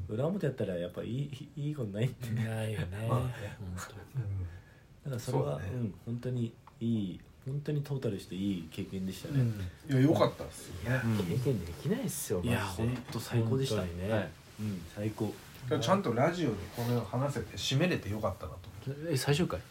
Speaker 3: 裏表やったらやっぱいいいいいことないって
Speaker 2: ないよね
Speaker 1: まあ
Speaker 2: 本
Speaker 3: だからそれは
Speaker 1: そうだね
Speaker 3: うん、本当にいい本当にトータルしていい経験でした
Speaker 1: う
Speaker 3: ね、
Speaker 1: んいや良かったっすよ
Speaker 2: 当いや
Speaker 3: うん
Speaker 2: 経験できないっすよ
Speaker 3: いや
Speaker 2: マジで
Speaker 3: 本当最高でした
Speaker 2: 本当にね
Speaker 3: はいうん、最高
Speaker 1: だからちゃんとラジオでこの話せて締めれてよかったなと思って
Speaker 2: え最終回
Speaker 1: い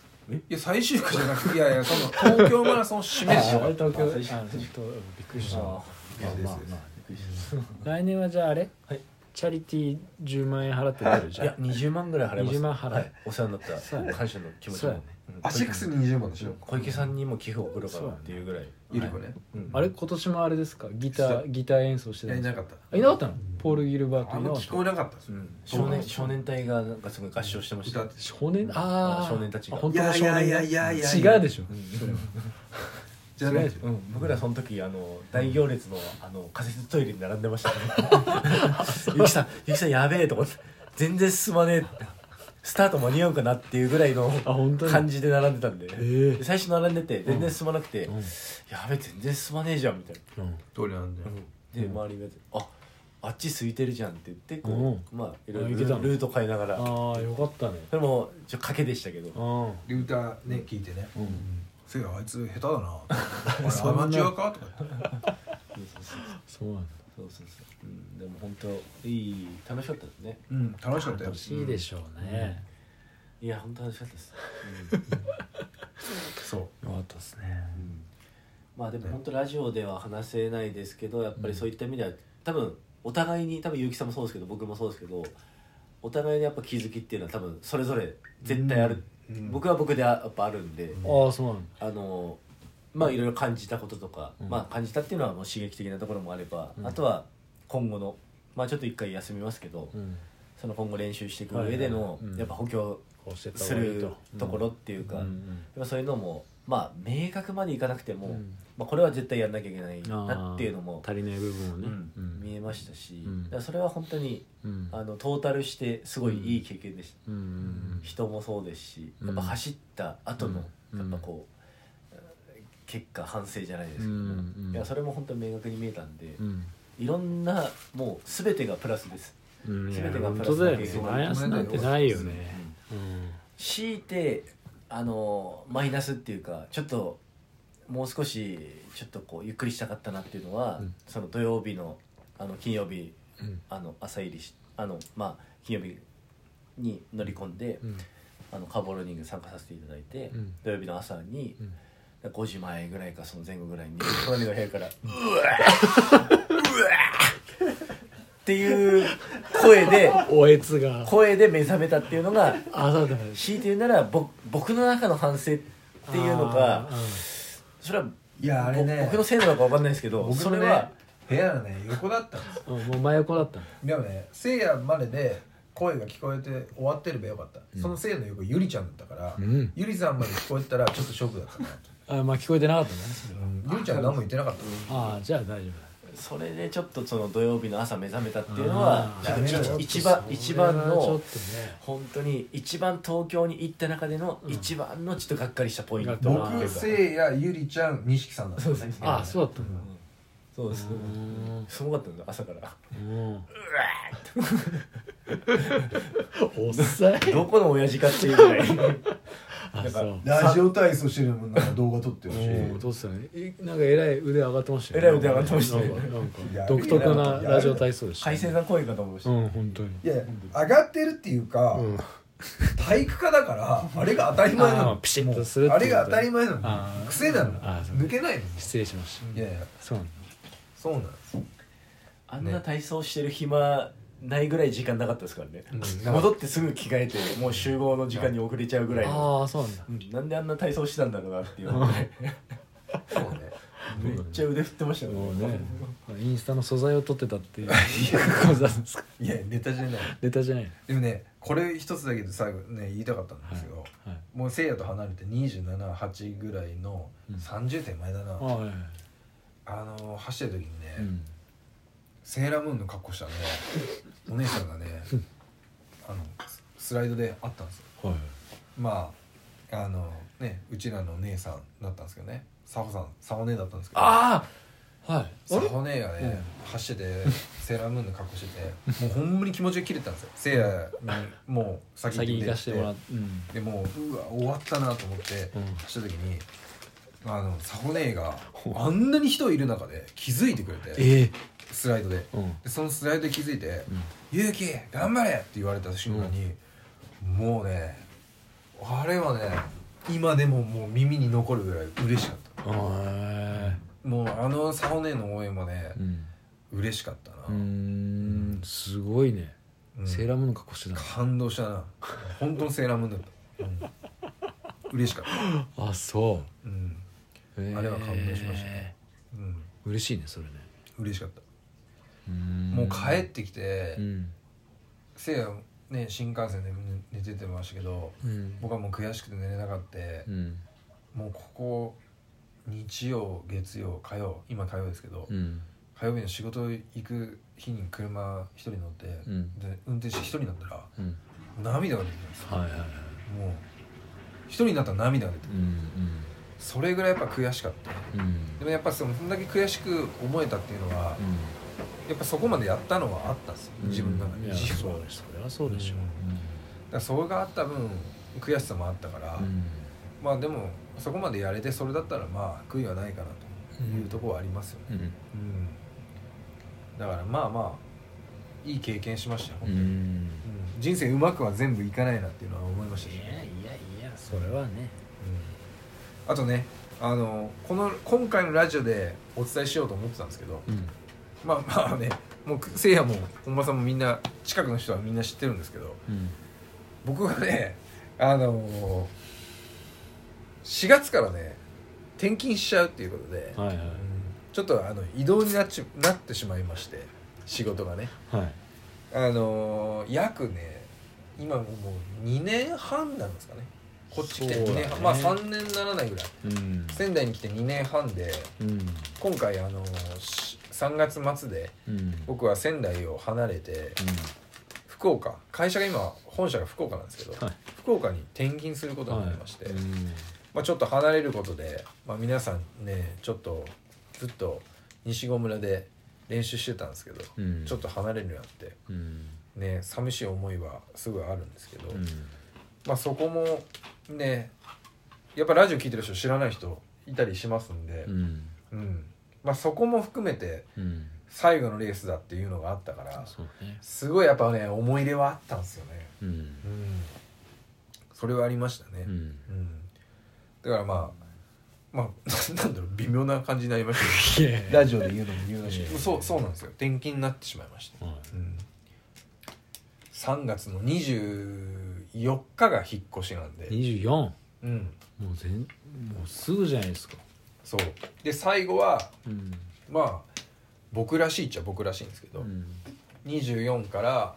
Speaker 1: や最終回じゃなくていやいやその東京マラソン締めてよかっ
Speaker 2: 東京
Speaker 3: あ
Speaker 2: あ
Speaker 3: 最終
Speaker 2: ちょ
Speaker 3: 回
Speaker 2: っとびっくりした
Speaker 3: あ
Speaker 1: いやですです
Speaker 3: びっくりした
Speaker 2: 来年はじゃああれ、
Speaker 3: はい
Speaker 2: チャリティー10万円払って出るじゃ
Speaker 3: い
Speaker 2: ん
Speaker 3: や20万ぐらい払います
Speaker 2: 20万払う
Speaker 3: はい、お世話にな
Speaker 2: そうや
Speaker 3: っ
Speaker 2: ね
Speaker 3: た感謝の気持ち
Speaker 2: そうや
Speaker 3: も
Speaker 2: ね
Speaker 3: うん
Speaker 1: たアシックスに20万でしょ
Speaker 3: 小池さんにも寄付を送ろうかなっていうぐらい
Speaker 1: ゆり子ね
Speaker 3: うん
Speaker 2: あれ今年もあれですかギタ
Speaker 1: そう
Speaker 2: ーギター演奏して
Speaker 1: い
Speaker 2: た
Speaker 1: や
Speaker 2: ん
Speaker 1: い
Speaker 2: です
Speaker 1: な
Speaker 2: か
Speaker 1: かった
Speaker 2: あいなかったのポール・ギルバート
Speaker 1: あ
Speaker 2: い
Speaker 1: ん
Speaker 2: な
Speaker 1: ま
Speaker 2: かっ
Speaker 1: 聞こえ
Speaker 2: た
Speaker 1: なかったっす
Speaker 3: う
Speaker 1: よ
Speaker 3: ん少年少年隊がなんかすごい合唱してました
Speaker 1: 歌っ
Speaker 3: よ
Speaker 1: て
Speaker 2: 少年ああ
Speaker 3: 少年たちが
Speaker 2: あ本当の少
Speaker 1: いやい
Speaker 2: 年
Speaker 1: やいやいやい
Speaker 2: 違
Speaker 1: や
Speaker 2: うでしょ
Speaker 1: じゃない
Speaker 2: 違
Speaker 3: うん、僕らその時あの大行列のあの仮設トイレに並んでました ねゆきさんゆきさんやべえと思って全然進まねえってスタート間に合うかなっていうぐらいの
Speaker 2: あ本当に
Speaker 3: 感じで並んでたんで、
Speaker 2: え
Speaker 3: 最初並んでて全然進まなくて、
Speaker 2: うん
Speaker 3: やべえ全然進まねえじゃんみたいな
Speaker 2: うん
Speaker 1: 通りなんで
Speaker 3: で周りが「ああっち空いてるじゃん」って言ってこう、まあいろいろ
Speaker 2: あ
Speaker 3: ル
Speaker 2: 行けたの
Speaker 3: ート変えながら
Speaker 2: ああよかったね
Speaker 3: それもちょっと賭けでしたけど
Speaker 2: うん
Speaker 1: リューターね聞いてねせやあいつ下手だ な俺
Speaker 2: そ
Speaker 1: ア
Speaker 2: んな
Speaker 1: マチュアかとか言って
Speaker 3: そうそ
Speaker 2: そ
Speaker 3: うそう
Speaker 2: うなんだ
Speaker 3: そうそうそう、うん、でも本当いい楽しかったですね
Speaker 1: うん楽しかったよ
Speaker 2: 楽しいでしょうね
Speaker 3: いや本当楽しかったです、
Speaker 1: そう
Speaker 2: よかったですね
Speaker 3: まあでも本当ラジオでは話せないですけどやっぱりそういった意味では多分お互いに多分結城さんもそうですけど僕もそうですけどお互いにやっぱ気づきっていうのは多分それぞれ絶対ある、
Speaker 1: うん
Speaker 3: 僕は僕でやっぱあるんで、
Speaker 2: ああそうなんだ
Speaker 3: あのまあいろいろ感じたこととか、
Speaker 2: うん
Speaker 3: まあ感じたっていうのはもう刺激的なところもあれば、あとは今後のまあちょっと一回休みますけど、
Speaker 2: うん
Speaker 3: その今後練習していく上で
Speaker 2: はいは
Speaker 3: の
Speaker 2: いはいうん
Speaker 3: やっぱ補強
Speaker 2: こうしてった
Speaker 3: す
Speaker 2: 方がいい
Speaker 3: る
Speaker 2: と
Speaker 3: ところっていうか、
Speaker 2: うんう
Speaker 3: やっ
Speaker 2: ん
Speaker 3: ぱそういうのもまあ明確までいかなくても、
Speaker 2: うん
Speaker 3: まあ、これは絶対やんなきゃいけない
Speaker 2: うんあ
Speaker 3: な
Speaker 2: あ
Speaker 3: っていうのも、
Speaker 2: 足りない部分を
Speaker 3: う
Speaker 2: ね
Speaker 3: ん
Speaker 2: うん
Speaker 3: 見えましたし、
Speaker 2: うん
Speaker 3: だからそれは本当に
Speaker 2: うん
Speaker 3: あのトータルしてすごいいい経験でした。
Speaker 2: うんうん
Speaker 3: 人もそうですし
Speaker 2: うん
Speaker 3: やっぱ走った後の、
Speaker 2: うん
Speaker 3: やっぱこう、結果反省じゃないですけど、
Speaker 2: うんうん
Speaker 3: いやそれも本当に明確に見えたんで、
Speaker 2: うん
Speaker 3: いろんなもう全てがプラスです、
Speaker 2: うんいや
Speaker 3: 全てが
Speaker 2: 本
Speaker 3: プラ
Speaker 2: 当
Speaker 3: ス
Speaker 2: だ
Speaker 3: な
Speaker 2: よ
Speaker 3: 経
Speaker 2: ね
Speaker 3: 験
Speaker 2: マイナスなんてないよね
Speaker 3: うん
Speaker 2: うん
Speaker 3: 強いてあのマイナスっていうかちょっともう少しちょっとこうゆっくりしたかったなっていうのは、
Speaker 2: うん
Speaker 3: その土曜日のあの金曜日
Speaker 2: うん
Speaker 3: あの朝入りしあのまあ金曜日に乗り込んで、
Speaker 2: うん
Speaker 3: あのカーボールニング参加させていただいて、
Speaker 2: うん
Speaker 3: 土曜日の朝に
Speaker 2: うん
Speaker 3: 5時前ぐらいかその前後ぐらい に隣の部屋から「うわーうわーっていう声で
Speaker 2: おえつが
Speaker 3: 声で目覚めたっていうのが
Speaker 2: あそうだね
Speaker 3: 強いて言うならぼ僕の中の反省っていうのか
Speaker 2: あー
Speaker 3: それはい
Speaker 1: やあれね
Speaker 3: ぼ僕のせいなのか分かんないですけど、
Speaker 1: 僕
Speaker 3: そ
Speaker 1: の
Speaker 3: れ
Speaker 1: ね
Speaker 3: は
Speaker 1: 部屋のね横だったんですよ
Speaker 2: うんうんもう真横だったの
Speaker 1: でもねせいやまでで声が聞こえて終わってればよかった、そのせいやの横ゆりちゃんだったから、
Speaker 2: うん
Speaker 1: ゆりさんまで聞こえてたらちょっとショックだったな、
Speaker 2: あまあ聞こえてなかったねそれは
Speaker 1: ゆりちゃん何も言ってなかった、
Speaker 2: ああじゃあ大丈
Speaker 3: それでちょっとその土曜日の朝目覚めたっていうのは
Speaker 2: あー
Speaker 3: ちょっ
Speaker 1: ダメだ
Speaker 3: と
Speaker 1: よ
Speaker 3: 一一
Speaker 2: 夫
Speaker 3: 番一番
Speaker 2: それはちょっ
Speaker 3: の
Speaker 2: とね
Speaker 3: 本当に一番東京に行った中での一番のちょっとがっかりしたポイント、
Speaker 2: うん
Speaker 1: 僕せいやゆりちゃん錦さんだったんですね
Speaker 2: ああそうだったんだ
Speaker 3: そうです
Speaker 2: ん
Speaker 3: すごかったんだ朝から
Speaker 2: うんおっさい
Speaker 3: どこの親父かっていうぐらい
Speaker 2: あそう
Speaker 1: ラジオ体操してるのもなんか動画撮ってるし
Speaker 2: おおどうしたねえなんかえらい腕上がってましたよ
Speaker 3: えらい腕上がってました
Speaker 2: な
Speaker 3: ね
Speaker 2: んかなんか
Speaker 1: いや
Speaker 2: 独特なラジオ体操でしたね
Speaker 3: 快晴な声かと思うし、
Speaker 2: うん本当に
Speaker 1: いや上がってるっていうか、
Speaker 2: うん
Speaker 1: 体育科だからあれが当たり前な
Speaker 2: あ
Speaker 1: の
Speaker 2: ーピシッとするって
Speaker 1: あ
Speaker 2: い
Speaker 1: れ
Speaker 2: うこと
Speaker 1: が当たり前なの
Speaker 2: あー
Speaker 1: 癖なの
Speaker 2: あーそう
Speaker 1: 抜けないの
Speaker 2: 失礼しまし
Speaker 1: いやいや
Speaker 2: たそうなんだ
Speaker 1: そうなんです
Speaker 3: あんな体操してる暇ないぐらい時間なかったですからね、
Speaker 1: うん
Speaker 3: 戻ってすぐ着替えてもう集合の時間に遅れちゃうぐらいの
Speaker 2: ああそうなんだ
Speaker 3: うんなんであんな体操してたんだろうなっていうのがね
Speaker 1: そうね
Speaker 3: めっちゃ腕振ってました
Speaker 2: もうねインスタの素材を撮ってた っていうことなんですか
Speaker 1: いやネタじゃない
Speaker 2: ネタじゃない
Speaker 1: でもねこれ一つだけで最後ね言いたかったんですけど、
Speaker 2: はい
Speaker 1: もうせいやと離れて278ぐらいの
Speaker 2: うん
Speaker 1: 30点前だな、
Speaker 2: あはいはい
Speaker 1: あのー走ってる時にね、
Speaker 2: うん
Speaker 1: セーラームーンの格好 したねお姉さんがねあのススライドであったんですよ
Speaker 2: はい
Speaker 1: まああのねうちらのお姉さんだったんですけどねサホさんサホ姉だったんですけど
Speaker 3: あ
Speaker 2: はい
Speaker 1: サホ姉がね、走っててセーラームーンの格好しててもうほんまに気持ちが切れてたんですよせいやにもう先
Speaker 2: 先
Speaker 1: に
Speaker 2: に
Speaker 1: 出
Speaker 2: 行かしてもらってうん
Speaker 1: でもううわ終わったなと思って
Speaker 2: うん
Speaker 1: 走った時に、あのサホ姉があんなに人いる中で気づいてくれて
Speaker 2: ええ
Speaker 1: スライドで
Speaker 2: うん
Speaker 1: でそのスライドで気づいて「勇気頑張れ!」って言われた瞬間に、もうねあれはね今でももう耳に残るぐらい嬉しかった
Speaker 2: あ
Speaker 1: もうあのサホ姉の応援もね
Speaker 2: ーうん
Speaker 1: 嬉しかったな、
Speaker 2: うーんすごいね
Speaker 1: うん
Speaker 2: セーラームーンの格好してたの
Speaker 1: 感動したな本当のセーラームーンだった、うん、嬉しかった、
Speaker 2: あそ
Speaker 1: うん
Speaker 2: うへー
Speaker 1: あれは感動しましたねうん、
Speaker 2: 嬉しいねそれね
Speaker 1: 嬉しかった
Speaker 2: も
Speaker 1: もう帰ってきて、
Speaker 2: うん
Speaker 1: せいやね新幹線で寝寝ててましたけど
Speaker 2: うん
Speaker 1: 僕はもう悔しくて寝れなかった、
Speaker 2: うん
Speaker 1: もうここ日曜月曜火曜今火曜ですけど、
Speaker 2: うん
Speaker 1: 火曜日の仕事行く日に車一人乗って、
Speaker 2: うん
Speaker 1: で運転して一人になったら
Speaker 2: うん
Speaker 1: 涙が出てくるんですよ
Speaker 2: はいはいはい
Speaker 1: もう一人になったら涙が出てくる
Speaker 2: うん
Speaker 1: それぐらいやっぱ悔しかった
Speaker 2: うんうん
Speaker 1: でもやっぱそのそんだけ悔しく思えたっていうのは、やっぱそこまでやったのはあったんですよ
Speaker 2: うん
Speaker 1: 自分の中で、
Speaker 2: いや
Speaker 1: 自
Speaker 2: そ
Speaker 1: 分
Speaker 2: うですそれはそうでしょう
Speaker 1: だからそれがあった分悔しさもあったから、まあでもそこまでやれてそれだったらまあ悔いはないかなというところはありますよね、
Speaker 2: うん
Speaker 1: うんだからまあまあいい経験しましたよ、
Speaker 2: う
Speaker 1: 本当にうん
Speaker 2: ん
Speaker 1: 人生うまくは全部いかないなっていうのは思いましたし、
Speaker 2: いやいやいやそれはね
Speaker 1: うんあとねあのこの今回のラジオでお伝えしようと思ってたんですけど
Speaker 2: うん
Speaker 1: まあまあねもうせいやも本間さんもみんな近くの人はみんな知ってるんですけど
Speaker 2: うん
Speaker 1: 僕はねあの4月からね転勤しちゃうっていうことで、
Speaker 2: はいは
Speaker 1: ちょっとあの移動になっちなってしまいまして仕事がね
Speaker 2: いはい
Speaker 1: あのー約ね今もう2年半なんですかねこっち来て
Speaker 2: そうだ
Speaker 1: 2
Speaker 2: ね
Speaker 1: 年半、まあ3年ならないぐらい
Speaker 2: うん
Speaker 1: 仙台に来て2年半で
Speaker 2: うん
Speaker 1: 今回あのーし3月末で
Speaker 2: うん
Speaker 1: 僕は仙台を離れて福岡会社が今本社が福岡なんですけど、
Speaker 2: はい
Speaker 1: 福岡に転勤することになりまして、まあ、ちょっと離れることで、まあ、皆さんねちょっとずっと西郷村で練習してたんですけど、
Speaker 2: うん
Speaker 1: ちょっと離れるようになって
Speaker 2: うん
Speaker 1: ね寂しい思いはすごいあるんですけど、
Speaker 2: うん
Speaker 1: まあそこもねやっぱラジオ聞いてる人知らない人いたりしますんで、
Speaker 2: うん
Speaker 1: うんまあ、そこも含めて
Speaker 2: うん
Speaker 1: 最後のレースだっていうのがあったから
Speaker 2: そうね
Speaker 1: すごいやっぱね思い入れはあったんですよね、
Speaker 2: うん
Speaker 1: うん、それはありましたね、
Speaker 2: う
Speaker 1: う
Speaker 2: ん
Speaker 1: ん、だからまあまあ なんだろう微妙な感じになりましたけ
Speaker 2: いやい
Speaker 1: どラジオで言うのも言うなし
Speaker 2: いやいや
Speaker 1: そうそうなんですよ転勤になってしまいました、
Speaker 2: は
Speaker 1: うん、3月の24日が引っ越しなん
Speaker 2: い
Speaker 1: で、
Speaker 2: 24も
Speaker 1: うん、
Speaker 2: う全もうすぐじゃないですか
Speaker 1: そうで最後は
Speaker 2: うん
Speaker 1: まあ僕らしいっちゃ僕らしいんですけ
Speaker 2: う
Speaker 1: ど、
Speaker 2: ん
Speaker 1: 24から、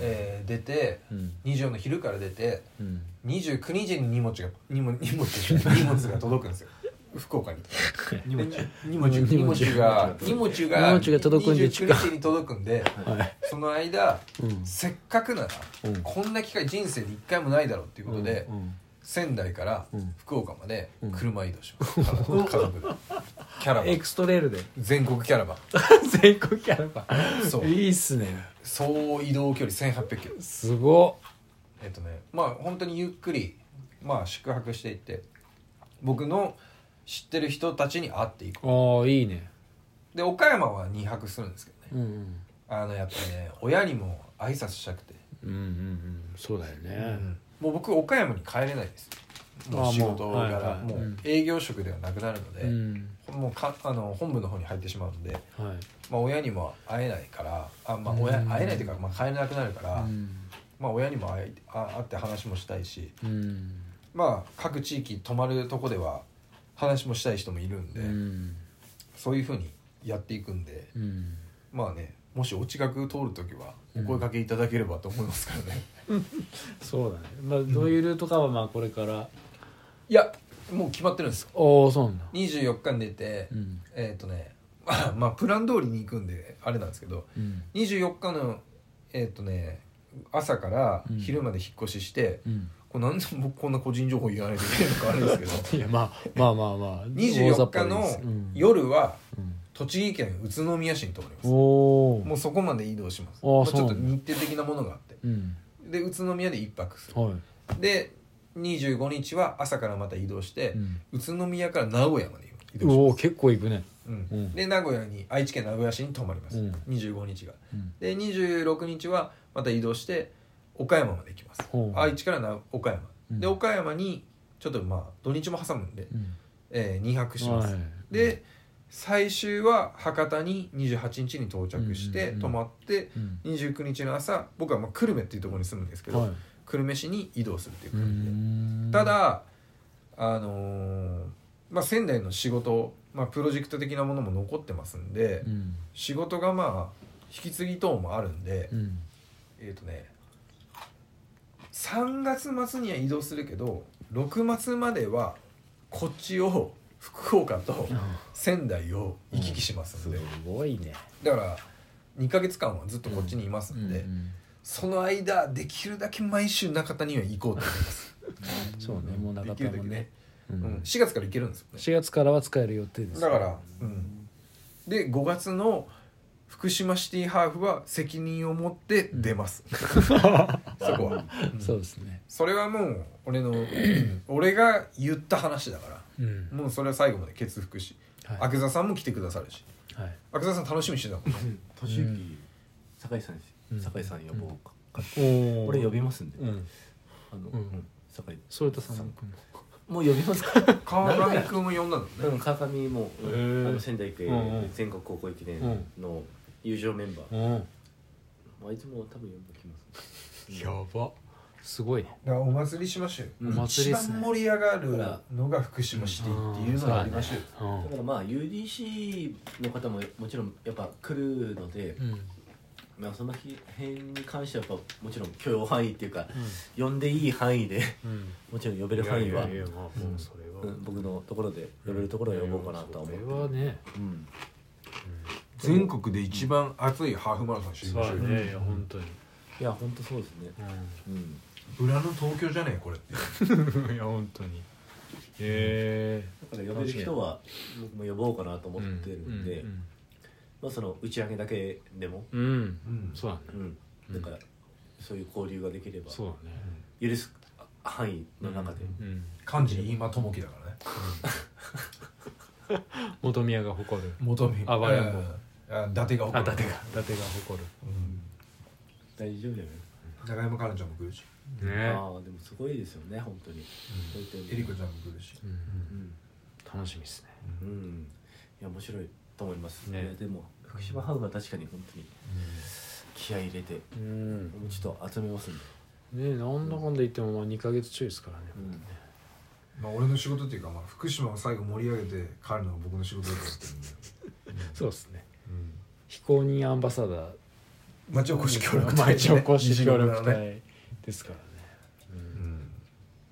Speaker 1: えー出て
Speaker 2: うん
Speaker 1: 24の昼から出て
Speaker 2: うん
Speaker 1: 29日に荷物が荷物荷物じゃ ない荷物が届くんですよ福岡に。
Speaker 3: 荷物
Speaker 1: 荷物
Speaker 2: 荷
Speaker 1: 荷
Speaker 2: 物
Speaker 1: 物が荷物が
Speaker 2: 荷物が届くんで
Speaker 1: 29日に届くんで
Speaker 2: はい
Speaker 1: その間
Speaker 2: うん
Speaker 1: せっかくなら
Speaker 2: うん
Speaker 1: こんな機会人生で一回もないだろうっていうことで
Speaker 2: うん
Speaker 1: 仙台から
Speaker 2: うん
Speaker 1: 福岡まで
Speaker 2: うん
Speaker 1: 車移動し ます家族家族でキャラバ
Speaker 2: エ
Speaker 1: ン
Speaker 2: クストレールで
Speaker 1: 全国キャラバン
Speaker 2: 全国キャラバ
Speaker 1: そう
Speaker 2: ンいいっすね
Speaker 1: 総移動距離1800キロ
Speaker 2: すごっ
Speaker 1: えっとねまあ本当にゆっくりまあ宿泊していって僕の知ってる人たちに会っていく
Speaker 2: ああいいね
Speaker 1: で岡山は2泊するんですけどね
Speaker 2: うんうん
Speaker 1: あのやっぱね親にも挨拶したくて、
Speaker 2: うんうんうんそうだよね
Speaker 1: もう僕岡山に帰れないです
Speaker 2: ああ
Speaker 1: も
Speaker 2: も
Speaker 1: う
Speaker 2: う
Speaker 1: 仕事
Speaker 2: はい
Speaker 1: 柄
Speaker 2: はい
Speaker 1: も
Speaker 2: う
Speaker 1: うん営業職ではなくなるの
Speaker 2: う
Speaker 1: で、
Speaker 2: ん
Speaker 1: もうかあの本部の方に入ってしまうので、
Speaker 2: はい
Speaker 1: まあ、親にも会えないからあ、まあ
Speaker 2: うん
Speaker 1: 親会えないというか、まあ、帰れなくなるから、
Speaker 2: うん
Speaker 1: まあ、親にも会いあ会って話もしたいし、
Speaker 2: うん
Speaker 1: まあ、各地域泊まるとこでは話もしたい人もいるんで、
Speaker 2: うん
Speaker 1: そういうふうにやっていくんで
Speaker 2: うん
Speaker 1: まあねもしお近く通る時はお声かけいただければと思いますからね、
Speaker 2: そうだねまあどういうルートかはまあこれから
Speaker 1: いやもう決まってるんですよ
Speaker 2: おおそうなんだ
Speaker 1: 24日に出て、
Speaker 2: うん
Speaker 1: えっ、とねまあプラン通りに行くんであれなんですけど
Speaker 2: うん
Speaker 1: 24日のえっ、とね朝から
Speaker 2: うん
Speaker 1: 昼まで引っ越しして、
Speaker 2: うん
Speaker 1: これなんで僕こんな個人情報言わないといけないのかあれですけど
Speaker 2: いやまあまあまあまあ
Speaker 1: 24日
Speaker 2: 大雑把でいいで
Speaker 1: の
Speaker 2: すうん
Speaker 1: 夜は
Speaker 2: うん
Speaker 1: 栃木県宇都宮市に泊まります
Speaker 2: お
Speaker 1: も
Speaker 2: お
Speaker 1: うそこまで移動します
Speaker 2: あー
Speaker 1: まあ、
Speaker 2: そう
Speaker 1: ち
Speaker 2: な
Speaker 1: ょっ
Speaker 2: んだ
Speaker 1: と日程的なものがあって
Speaker 2: うん
Speaker 1: で宇都宮で1泊する
Speaker 2: は
Speaker 1: で25日は朝からまた移動して
Speaker 2: い、うん
Speaker 1: 宇都宮から名古屋まで移動し
Speaker 2: お
Speaker 1: ま
Speaker 2: お
Speaker 1: す
Speaker 2: 結構いくね
Speaker 1: うん
Speaker 2: うん
Speaker 1: で名古屋に愛知県名古屋市に泊まります、
Speaker 2: うん
Speaker 1: 25日が
Speaker 2: うん
Speaker 1: で26日はまた移動して岡山まで行きます
Speaker 2: ほう
Speaker 1: 愛知からな岡山、
Speaker 2: うん
Speaker 1: で岡山にちょっとまあ土日も挟むんで、
Speaker 2: うん
Speaker 1: え2泊します、
Speaker 2: はい
Speaker 1: で最終は博多に28日に到着して
Speaker 2: うんうん
Speaker 1: 泊まって
Speaker 2: うん
Speaker 1: 29日の朝僕はまあ久留米っていうところに住むんですけど、
Speaker 2: はい
Speaker 1: 久留米市に移動するっていう
Speaker 2: うー
Speaker 1: 感じで、
Speaker 2: ん
Speaker 1: ただあのーまあ、仙台の仕事、まあ、プロジェクト的なものも残ってますんで、
Speaker 2: うん
Speaker 1: 仕事がまあ引き継ぎ等もあるんで、
Speaker 2: うん
Speaker 1: えっ、とね3月末には移動するけど6月まではこっちを福岡と仙台を行き来します
Speaker 2: す
Speaker 1: んで、
Speaker 2: ごいね
Speaker 1: だから2ヶ月間はずっとこっちにいますんで、
Speaker 2: うん
Speaker 1: その間できるだけ毎週中田には行こうと思います、
Speaker 2: そうねもうなか
Speaker 1: で
Speaker 2: っ
Speaker 1: き
Speaker 2: た
Speaker 1: るだ
Speaker 2: も
Speaker 1: け
Speaker 2: んね
Speaker 1: ね、
Speaker 2: う
Speaker 1: うん
Speaker 2: ん
Speaker 1: 4月から行けるんですよね
Speaker 2: 4月からは使える予定です
Speaker 1: だから、うん、で5月の福島シティハーフは責任を持って出ます そこは、うん
Speaker 2: そうですね
Speaker 1: それはもう俺 の俺が言った話だから
Speaker 2: うん
Speaker 1: もうそれは最後まで決服し
Speaker 2: は
Speaker 1: 阿久澤さんも来てくださるし
Speaker 2: いはい
Speaker 1: 阿久澤さん楽しみにしてたも ん
Speaker 3: 俊之酒井さんです
Speaker 2: うん
Speaker 3: 酒井さん呼ぼうか、
Speaker 2: おー
Speaker 3: 俺呼びますんで、
Speaker 2: うん
Speaker 3: あの、
Speaker 2: うん
Speaker 3: うん酒井
Speaker 2: それとさん
Speaker 3: もう呼びま すか
Speaker 1: 川上君も呼んだのね
Speaker 3: うん川上も、うん
Speaker 2: へー
Speaker 3: あの仙台育英、
Speaker 2: うんうん
Speaker 3: 全国高校駅伝の友情メンバ
Speaker 2: う
Speaker 3: ー、
Speaker 2: ん
Speaker 3: まあいつも多分呼んできます
Speaker 2: やばすごいね
Speaker 1: だからお祭りしましょうよ
Speaker 2: お祭りっす
Speaker 1: 一
Speaker 2: ね
Speaker 1: 番盛り上がるのが福島シティっていうのをやりましょうよ
Speaker 2: うん
Speaker 3: だからまあ UDC の方ももちろんやっぱ来るので、
Speaker 2: うん
Speaker 3: まあ、その日辺に関してはやっぱもちろん許容範囲っていうか、呼んでいい範囲で
Speaker 2: うん
Speaker 3: もちろん呼べる範囲は
Speaker 2: やいやいやまあもうそれは
Speaker 3: うん僕のところで呼べるところは呼ぼうかなとは思って
Speaker 2: それはね
Speaker 3: うん
Speaker 1: 全国で一番熱いハーフマラソンしてみ
Speaker 2: そう
Speaker 1: ましょ
Speaker 2: だ
Speaker 1: うよ
Speaker 2: ねいや本当に
Speaker 3: いや本当そうですねうん
Speaker 1: 裏の東京じゃねえこれって
Speaker 2: うん いや本当にへえ
Speaker 3: だから呼べる人は僕も呼ぼうかなと思ってるんで、まあその打ち上げだけでも、
Speaker 2: うんうん
Speaker 1: うん
Speaker 2: そうだね
Speaker 3: うん、だからそういう交流ができれば
Speaker 2: そうだね
Speaker 3: 許す範囲の中で、
Speaker 2: うん
Speaker 1: 漢字飯間智樹だからね
Speaker 2: 元宮が誇る
Speaker 1: 元見
Speaker 2: 暴れん坊
Speaker 1: あ伊達が
Speaker 2: あ伊
Speaker 1: 誇
Speaker 2: 達
Speaker 1: る
Speaker 2: が伊達が誇る
Speaker 1: うん
Speaker 3: 大丈夫だよね、
Speaker 1: 長山かなちゃんも来るし
Speaker 2: ね
Speaker 3: ああでもすごいですよね本当に、そういった意味
Speaker 1: え
Speaker 3: で
Speaker 1: りこちゃんも来るし
Speaker 2: うん
Speaker 3: うん
Speaker 2: 楽しみですね
Speaker 3: うん、いや面白いと思います
Speaker 2: ね
Speaker 3: ねでも福島ハウは確かに本当に気合い入れても
Speaker 2: うん
Speaker 3: うちょっと集めますんで、
Speaker 2: ねなんだかんだ言ってもまあ2か月中ですからね
Speaker 3: うん、
Speaker 1: まあ、俺の仕事っていうか、まあ、福島を最後盛り上げて帰るのが僕の仕事だと思ってるんで、
Speaker 2: そうですね
Speaker 1: うん、
Speaker 2: 非公認アンバサダー
Speaker 1: 町おこし協力隊、ね、
Speaker 2: 町おこし協力
Speaker 1: 西村のね、
Speaker 2: 隊ですからね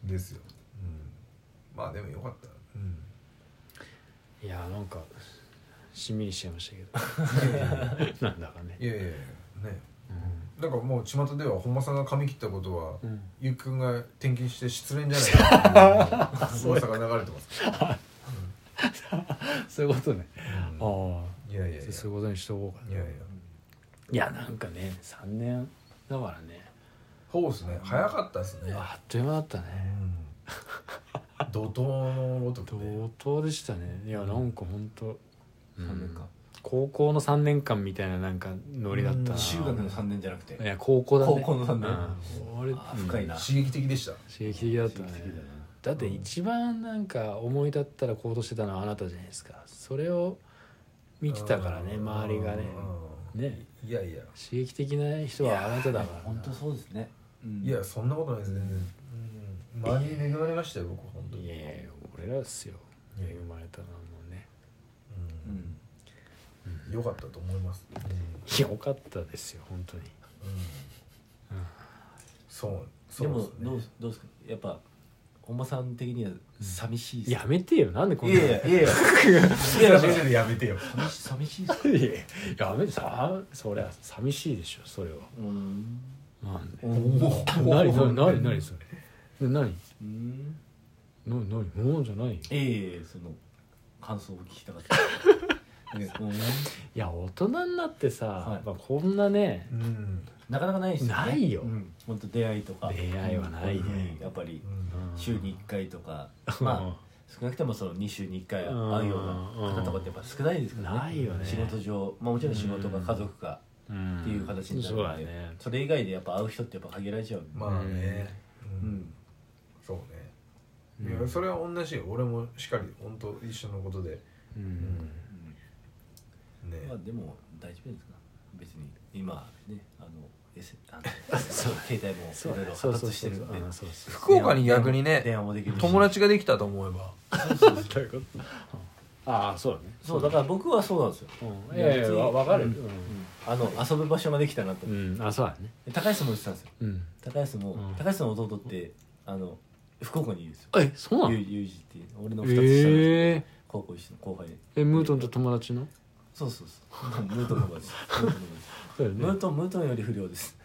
Speaker 1: うん、ですよ、うん、まあでもよかった、うん、
Speaker 2: いやーなんかしんみりしちゃいましたけ どなんだかね
Speaker 1: いやいやいやねなんかもう巷では本間さんが髪切ったことは、
Speaker 2: うん
Speaker 1: ゆうくんが転勤して失恋じゃないかって いう噂が流れてます
Speaker 2: そういうことね
Speaker 1: うん
Speaker 2: あ
Speaker 1: いやいやいや
Speaker 2: あそういうことにしておこうか
Speaker 1: いやいや
Speaker 2: ないやなんかね3年だからね
Speaker 1: そうですね早かったですね、
Speaker 2: あっという間だった
Speaker 1: う
Speaker 2: ね
Speaker 1: ん、怒涛のごとくね
Speaker 2: 同等でしたねいやなんかほんと
Speaker 3: 3年間
Speaker 2: 高校の3年間みたいななんかノリだったな
Speaker 3: 中学の3年じゃなく
Speaker 2: い
Speaker 3: て
Speaker 2: や高校だね
Speaker 3: 高校の三年
Speaker 2: うん俺
Speaker 3: あ深いな
Speaker 1: 刺激的でした
Speaker 2: 刺激的だったね
Speaker 3: 刺激的だな
Speaker 2: だって一番なんか思い立ったら行動してたのはあなたじゃないですかそれを見てたからね
Speaker 1: うん
Speaker 2: 周りがね
Speaker 1: うん
Speaker 2: ね
Speaker 1: いやいや
Speaker 2: 刺激的な人はあなただからな
Speaker 3: 本当そうですね、うん
Speaker 1: いやそんなことないですね、うん、周りに恵まれましたよ僕本当に
Speaker 2: いやいや俺らですよ
Speaker 1: いや
Speaker 2: 恵まれたのはもうね
Speaker 3: うん
Speaker 1: 良かったと思います、うん
Speaker 2: よかったですよ本当に
Speaker 1: うんそうそう
Speaker 3: でも
Speaker 1: すね
Speaker 3: どうどうですかやっぱ本間さん的には寂しいです
Speaker 2: やめてよなんでこん
Speaker 3: い
Speaker 2: な
Speaker 3: やい やいやいやいや
Speaker 1: や
Speaker 3: だから
Speaker 1: めてやめてよ
Speaker 3: 寂し寂しいですか
Speaker 2: いややめてさそりゃ寂しいでしょそれは
Speaker 3: うん
Speaker 2: なんで
Speaker 1: も
Speaker 2: 何何何何それな何
Speaker 3: うん
Speaker 2: 何何もうじゃないよ
Speaker 3: いやいやいやその感想を聞きたかった ねうん
Speaker 2: いや大人になってさ、
Speaker 3: はい
Speaker 2: やっぱこんなね
Speaker 1: うんうん
Speaker 3: なかなかないですよね
Speaker 2: ないよ
Speaker 3: うんほんと出会いとか
Speaker 2: 出会いはないね
Speaker 3: こううふうにやっぱり週に1回とかまあ
Speaker 2: ま
Speaker 3: 少なくともその2週に1回会うような方とかってやっぱ少ないですからね
Speaker 2: ないよね
Speaker 3: 仕事上まあもちろん仕事か家族か
Speaker 2: あ、ん
Speaker 3: っていう形になる
Speaker 2: そうだ
Speaker 3: ので、
Speaker 2: ね
Speaker 3: それ以外でやっぱ会う人ってやっぱ限られちゃう、
Speaker 1: まあね
Speaker 3: う
Speaker 1: うん
Speaker 3: ん、
Speaker 1: そうねいうや
Speaker 2: ん
Speaker 1: それは同じよ俺もしっかり本当一緒のことで
Speaker 2: う
Speaker 1: うんね
Speaker 3: まあでも大丈夫ですか別に今ねあの S あのそう携帯も
Speaker 2: そう
Speaker 3: いろいろ
Speaker 2: そう
Speaker 3: 発
Speaker 2: そう
Speaker 3: 達し
Speaker 2: そ
Speaker 3: て
Speaker 2: う
Speaker 3: るんで
Speaker 2: あそうそう
Speaker 1: 福岡に逆に
Speaker 3: 電
Speaker 1: ね
Speaker 3: 話もできるし
Speaker 1: 友達ができたと思えば
Speaker 2: どういうことああそうだね
Speaker 3: そうだから僕はそうなんですよ、
Speaker 2: うんいやいやわわかる
Speaker 3: うんあの遊ぶ場所ができたなと、
Speaker 2: うん、うんあそうだね
Speaker 3: 高橋も言ってたんですよ
Speaker 2: うん
Speaker 3: 高橋も、
Speaker 2: うん
Speaker 3: 高橋の弟ってあの福岡にいるんですよ
Speaker 2: えそうなの
Speaker 3: ゆゆうじっていう俺の2つ下の人
Speaker 2: ええ
Speaker 3: 高校一緒の後輩で
Speaker 2: えムートンと友達の
Speaker 3: そうそうそうムートンの 方ですムートンの方です
Speaker 2: そう
Speaker 3: ムートンムートンより不良です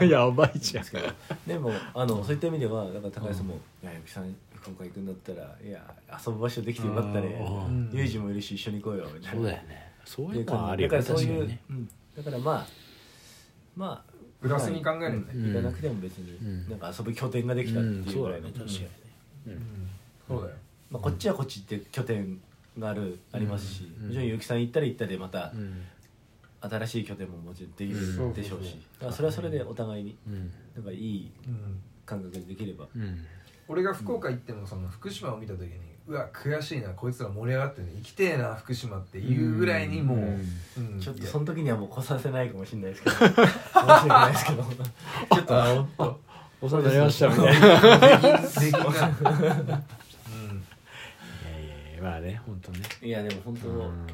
Speaker 2: ね やばいじゃ
Speaker 3: で
Speaker 2: ん
Speaker 3: すけどでもあのそういった意味ではだから高橋さんも「いやゆきさん福岡行くんだったらいや遊ぶ場所できてよかったね
Speaker 2: うん
Speaker 3: ユージもいるし一緒に行こうよ」みたいな
Speaker 2: そうだよねそうい
Speaker 3: で
Speaker 2: うのはある
Speaker 3: だ
Speaker 2: よね
Speaker 3: からそう
Speaker 2: 確か
Speaker 3: い
Speaker 2: に
Speaker 3: う
Speaker 2: ね
Speaker 3: うんだからまあまあ
Speaker 1: プラスに考えるよね
Speaker 3: うん行かなくても別
Speaker 2: うん
Speaker 3: になんか遊ぶ拠点ができたっていう
Speaker 2: そ
Speaker 3: ぐ
Speaker 2: う
Speaker 3: ら
Speaker 2: だ
Speaker 3: い
Speaker 2: ね
Speaker 3: の
Speaker 2: 確かにね
Speaker 1: そうだよ
Speaker 3: まあこっちはこっちって拠点があるありますし
Speaker 2: ん
Speaker 3: もちろんゆきさん行ったら行ったでまた
Speaker 2: うん
Speaker 3: 新しい拠点ももちろんでき
Speaker 2: う
Speaker 3: る
Speaker 1: ん
Speaker 3: でしょうしだからそれはそれでお互いに
Speaker 2: うん
Speaker 3: なんかいい
Speaker 1: うん
Speaker 3: 感覚でできれば
Speaker 2: うん
Speaker 1: 俺が福岡行ってもその福島を見た時にうわ悔しいなこいつら盛り上がってるね行きてえな福島っていうぐらいにもう、
Speaker 2: うん
Speaker 1: うん
Speaker 3: ちょっと
Speaker 1: いや
Speaker 3: その時にはもう来させないかもしれないです けど申し訳ないですけどちょっとあの
Speaker 2: お世話になりましたみたいな
Speaker 1: 税金税金がうん
Speaker 2: いやいやまあね本当ね
Speaker 3: いやでも本当、
Speaker 2: うん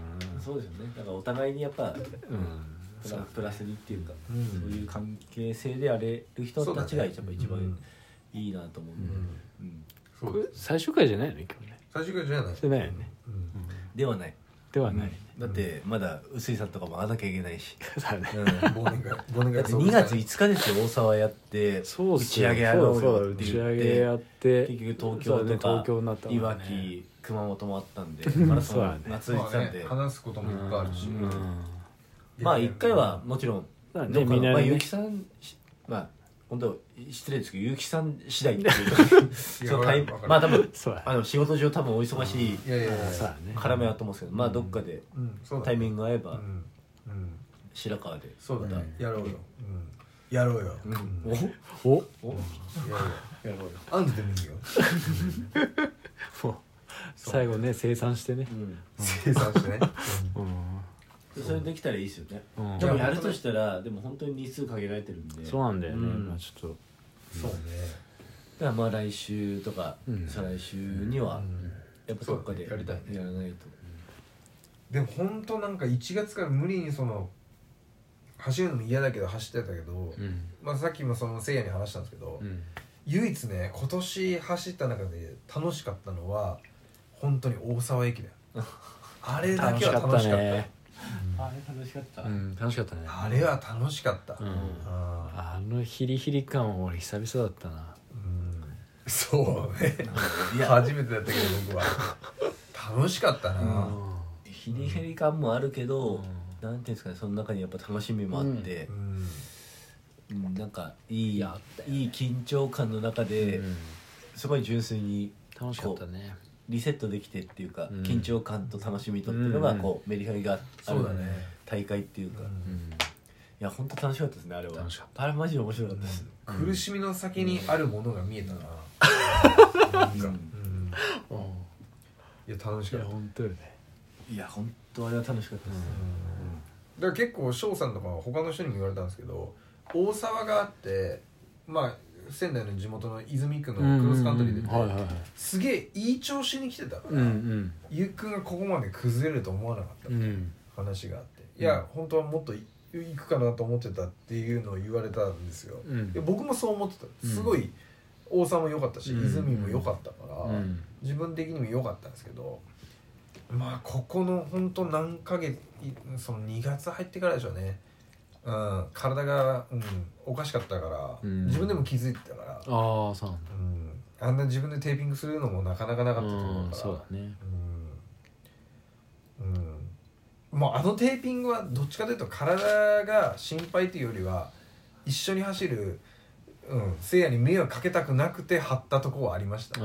Speaker 3: そうですよねだからお互いにやっぱプ
Speaker 2: うん
Speaker 3: ラプラスにっていうか、
Speaker 1: うん
Speaker 3: そういう関係性であれる人たちがやっぱ一番いいなと思う
Speaker 1: うん
Speaker 3: で、
Speaker 1: ん
Speaker 3: うん
Speaker 1: そ
Speaker 2: こ
Speaker 1: う
Speaker 2: れ
Speaker 1: です
Speaker 2: 最終回じゃないよね今日ね
Speaker 1: 最終回じゃない
Speaker 2: してないよね
Speaker 1: うん
Speaker 3: ではない
Speaker 2: ではない
Speaker 3: だってまだ臼井さんとかも会わなきゃいけないし、
Speaker 2: そうだね
Speaker 3: うん、
Speaker 1: 忘年会忘年
Speaker 3: だ
Speaker 1: 会
Speaker 3: って2月5日ですよ大沢やって
Speaker 2: そうっ
Speaker 3: 打
Speaker 2: す
Speaker 3: ち
Speaker 2: よ
Speaker 3: 上げやろう
Speaker 2: そうだ
Speaker 3: よ
Speaker 2: 打
Speaker 3: って
Speaker 2: ち
Speaker 3: 言
Speaker 2: 上
Speaker 3: っ
Speaker 2: げやってて
Speaker 3: 結局東京
Speaker 2: そうだね
Speaker 3: とか、
Speaker 2: 東京になった
Speaker 3: い
Speaker 2: も
Speaker 3: わ
Speaker 2: んね
Speaker 3: き熊本もあったんでマラソ
Speaker 2: そうだ
Speaker 3: ン
Speaker 2: ね
Speaker 3: 夏行
Speaker 1: ま
Speaker 3: って
Speaker 1: あ
Speaker 3: たん
Speaker 1: ね
Speaker 3: で、
Speaker 1: 話すこともいっぱいあるし、
Speaker 2: うん
Speaker 3: まあ一回はもちろん
Speaker 2: まあね
Speaker 3: どっか
Speaker 2: みんな
Speaker 3: の
Speaker 2: ね
Speaker 3: まあ結城さんしまあ本当失礼ですけど結城さん次第っていう そうタイミン
Speaker 1: わかる
Speaker 3: グまあ多分
Speaker 2: そうだ
Speaker 3: あの仕事上多分お忙しい
Speaker 1: いやいやいや
Speaker 2: そうだね
Speaker 3: 絡めはと思うんですけどまあどっかで
Speaker 1: うんそうだ
Speaker 3: タイミン
Speaker 1: グ
Speaker 3: グが合え
Speaker 1: う
Speaker 3: ば
Speaker 1: ん、うん、
Speaker 3: 白川で
Speaker 1: そうだ
Speaker 3: ま
Speaker 1: ね
Speaker 3: た
Speaker 1: やろうよ、うん、やろうよ、うん、や
Speaker 3: う
Speaker 2: お
Speaker 3: んおお
Speaker 1: ろうよ
Speaker 3: やろうよ
Speaker 1: あんたでもいいよ
Speaker 2: もう最後ね生産してね
Speaker 3: うん
Speaker 1: 生産してね、
Speaker 2: うん
Speaker 3: でそれできたらいいですよね
Speaker 2: うん
Speaker 3: でもやるとしたらでも本当に日数限られてるんで
Speaker 2: そうなんだよね
Speaker 3: うん
Speaker 2: まあちょ
Speaker 1: う
Speaker 2: っと
Speaker 1: ん、そうね
Speaker 3: だからまあ来週とか
Speaker 2: うん
Speaker 3: 再来週にはやっぱどっかで
Speaker 1: そうだねやりたいね
Speaker 3: やらないと
Speaker 1: でもほんとなんか1月から無理にその走るのも嫌だけど走ってたけど、
Speaker 2: うん
Speaker 1: まあ、さっきもそのせいやに話したんですけど、
Speaker 2: うん
Speaker 1: 唯一ね今年走った中で楽しかったのは本当に大沢駅だよあれだ
Speaker 2: 楽
Speaker 1: け
Speaker 2: し
Speaker 1: は
Speaker 2: か
Speaker 1: 楽
Speaker 2: っ
Speaker 1: したかった
Speaker 2: ね
Speaker 3: あれ楽しかった
Speaker 2: うん楽しかったね
Speaker 1: あれは楽しかった、
Speaker 2: うん
Speaker 1: あ
Speaker 2: あのヒリヒリ感俺久々だったな
Speaker 1: ーうんそうね
Speaker 3: いや
Speaker 1: 初めてだったけど僕は楽しかったな、
Speaker 3: ヒリヒリ感もあるけど、
Speaker 2: ん
Speaker 3: なんていうんですかねその中にやっぱ楽しみもあって
Speaker 1: う、ん
Speaker 3: うんなんかいいいい緊張感の中で、
Speaker 2: うん
Speaker 3: すごい純粋に
Speaker 2: 楽しかったね
Speaker 3: リセットできてっていうか、
Speaker 2: うん
Speaker 3: 緊張感と楽しみとっていうのが
Speaker 2: うん
Speaker 3: こう、メリハリがあ
Speaker 1: そう
Speaker 3: る
Speaker 1: だね、
Speaker 3: 大会っていうか、
Speaker 1: う
Speaker 3: い
Speaker 1: ん
Speaker 3: や本当楽しかったですねあれは
Speaker 2: 楽しかっ
Speaker 3: あれマジで面白かったです、
Speaker 1: 苦しみの先にあるものが見えたな、なんか、うんい
Speaker 2: い
Speaker 1: や楽しかっ
Speaker 2: や
Speaker 1: た
Speaker 2: 本当よね
Speaker 3: いや本当あれは楽しかったです、
Speaker 1: だから結構翔さんとかは他の人にも言われたんですけど大沢があってまあ仙台の地元の泉区のクロスカントリーで、
Speaker 2: うんうんうんはいはいはい
Speaker 1: すげえいい調子に来てたから、
Speaker 2: うん
Speaker 1: ゆっくんがここまで崩れると思わなかった、
Speaker 2: うんうん
Speaker 1: 話があっていや、本当はもっとい行くかなと思ってたっていうのを言われたんですよ、
Speaker 2: うん
Speaker 1: で僕もそう思ってた
Speaker 2: うん
Speaker 1: すごい王さんも良かったし、
Speaker 2: うん
Speaker 1: 泉も良かったから、
Speaker 2: うん
Speaker 1: 自分的にも良かったんですけどまあここの本当何ヶ月いその2月入ってからでしょうね、うん、体が、うん、おかしかったから、
Speaker 2: うん
Speaker 1: 自分でも気づいてたから、
Speaker 2: ああそうなんだ
Speaker 1: うん、あんな自分でテーピングするのもなかなかなかったと思
Speaker 2: う
Speaker 1: うんから、
Speaker 2: そうだね
Speaker 1: うんうん、もうあのテーピングはどっちかというと体が心配というよりは一緒に走る、うん、せいやに迷惑かけたくなくて張ったとこはありました
Speaker 2: ああ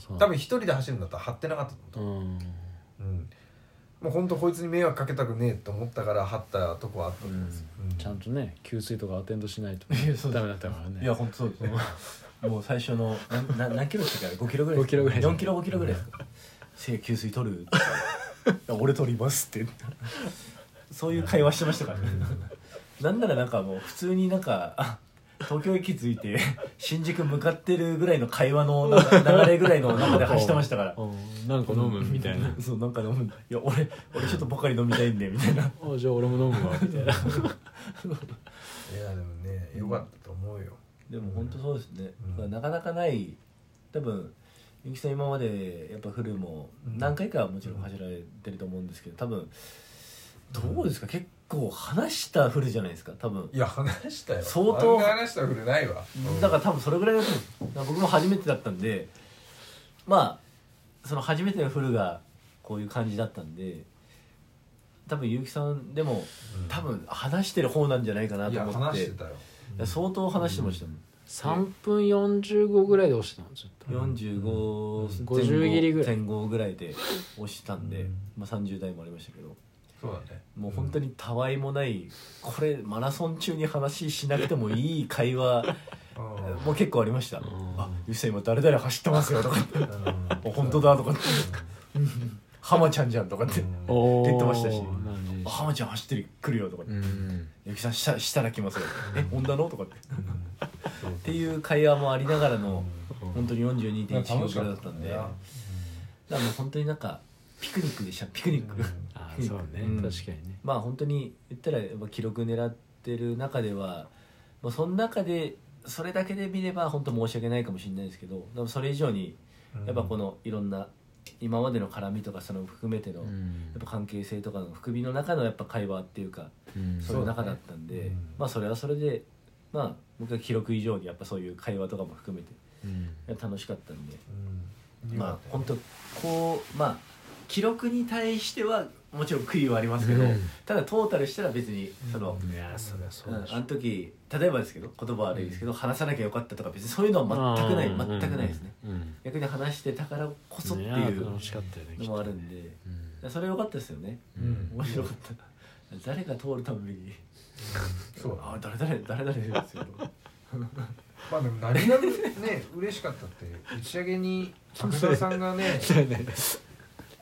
Speaker 2: そう
Speaker 1: 多分一人で走るんだったら張ってなかったと思
Speaker 2: うん
Speaker 1: う、うん、もうほんとこいつに迷惑かけたくねえと思ったから張ったとこはあったと
Speaker 2: う
Speaker 1: 思うんですよ
Speaker 2: ん、
Speaker 1: う
Speaker 2: ちゃんとね給水とかアテンドしないと
Speaker 3: いやそう
Speaker 2: ダメだったからね
Speaker 3: いや本当そうですねもう最初のなな何キロでしたっけ5キロぐらい
Speaker 2: 5キロぐらい
Speaker 3: 4キロ5キロぐらいですかせいや給水取る俺取りますってそういう会話してましたからねなんならなんかもう普通になんかあ東京駅着いて新宿向かってるぐらいの会話のなんか流れぐらいの中で走ってましたから
Speaker 2: うんなんか 飲むみたいな
Speaker 3: そうなんか飲むんだいや俺俺ちょっとばかり飲みたいんでみたいな
Speaker 2: あじゃあ俺も飲むわみた いな
Speaker 1: んいやでもねよかったと思うよ、
Speaker 3: でも本当そうですね、
Speaker 1: うん
Speaker 3: だからなかなかない多分ゆきさん今までやっぱフルも
Speaker 1: うん
Speaker 3: 何回かはもちろん走られてると思うんですけど多分どうですか結構話したフルじゃないですか多分
Speaker 1: いや話したよ
Speaker 3: 相当
Speaker 1: あんな話したふれないわ、うん
Speaker 3: だから多分それぐらいだと思うだから僕も初めてだったんでまあその初めてのフルがこういう感じだったんで多分結城さんでも
Speaker 1: うん
Speaker 3: 多分話してる方なんじゃないかないと
Speaker 1: や
Speaker 3: 思って
Speaker 1: 話してたよ、
Speaker 3: いや相当話してましたもん、
Speaker 2: 3分45ぐらいで落ちたのずっとうん
Speaker 3: 45
Speaker 2: 50切りぐらい
Speaker 3: 前後ぐらいで押したんで、
Speaker 1: うん
Speaker 3: まあ、30代もありましたけど
Speaker 1: そうだね
Speaker 3: もう本当にたわいもないこれマラソン中に話しなくてもいい会話
Speaker 1: うん
Speaker 3: もう結構ありました「あゆきさん今誰々走ってますよ」とか言って
Speaker 1: うん
Speaker 3: 「お本当だ」とか言って「浜ちゃんじゃん」とかって「
Speaker 2: おー
Speaker 3: 出てましたし
Speaker 2: なんで
Speaker 3: あ浜ちゃん走ってくるよ」とか
Speaker 2: う
Speaker 3: 言って
Speaker 2: ん
Speaker 3: 「ゆきさんしたしたら来ますよ」え本田の?」とかってっ
Speaker 1: そう
Speaker 3: ていう会話もありながらの本当に
Speaker 1: いや
Speaker 3: 42.1
Speaker 1: 楽
Speaker 3: 秒
Speaker 1: し
Speaker 3: ぐらい
Speaker 1: か
Speaker 3: だ
Speaker 1: っ
Speaker 3: ったた
Speaker 1: ん
Speaker 3: ん
Speaker 1: だ
Speaker 3: で。
Speaker 1: よ
Speaker 3: だからもう本当になんかピクニックでしたピクニック、
Speaker 2: あそうね、
Speaker 3: うん
Speaker 2: 確かにね
Speaker 3: まあ本当に言ったらやっぱ記録狙ってる中では、まあ、その中でそれだけで見れば本当申し訳ないかもしれないですけどでもそれ以上にやっぱこ
Speaker 1: の
Speaker 3: のいろんな今までの絡みとかその含めての、
Speaker 2: う
Speaker 3: や
Speaker 2: ん
Speaker 3: っぱ関係性とかの含みの中のやっぱ会話っていうか
Speaker 2: うん
Speaker 3: そういう中だったんで、
Speaker 1: そうだねうん
Speaker 3: まあそれはそれでまあ僕は記録以上にやっぱそういう会話とかも含めて
Speaker 2: うん
Speaker 3: 楽しかったんでまあ本当こうまあ記録に対してはもちろん悔いはありますけど、
Speaker 2: うん
Speaker 3: ただトータルしたら別にその、
Speaker 2: いやそりゃそううんでしょ
Speaker 3: あの時例えばですけど言葉悪いですけど、話さなきゃよかったとか別にそういうのは全くない
Speaker 2: うん
Speaker 3: 全くないですね、
Speaker 2: うんうん
Speaker 3: 逆に話してたからこそってい
Speaker 2: ねあ
Speaker 3: う
Speaker 2: 楽しかったよね
Speaker 3: のもあるんで、
Speaker 2: うん
Speaker 3: それ良かったですよね
Speaker 2: うん
Speaker 3: 面白かった、誰が通るために
Speaker 1: そう
Speaker 3: あ誰誰誰誰 ですよ
Speaker 1: まあでも何がね 嬉しかったって打ち上げに阿久澤さんが ね
Speaker 2: そうね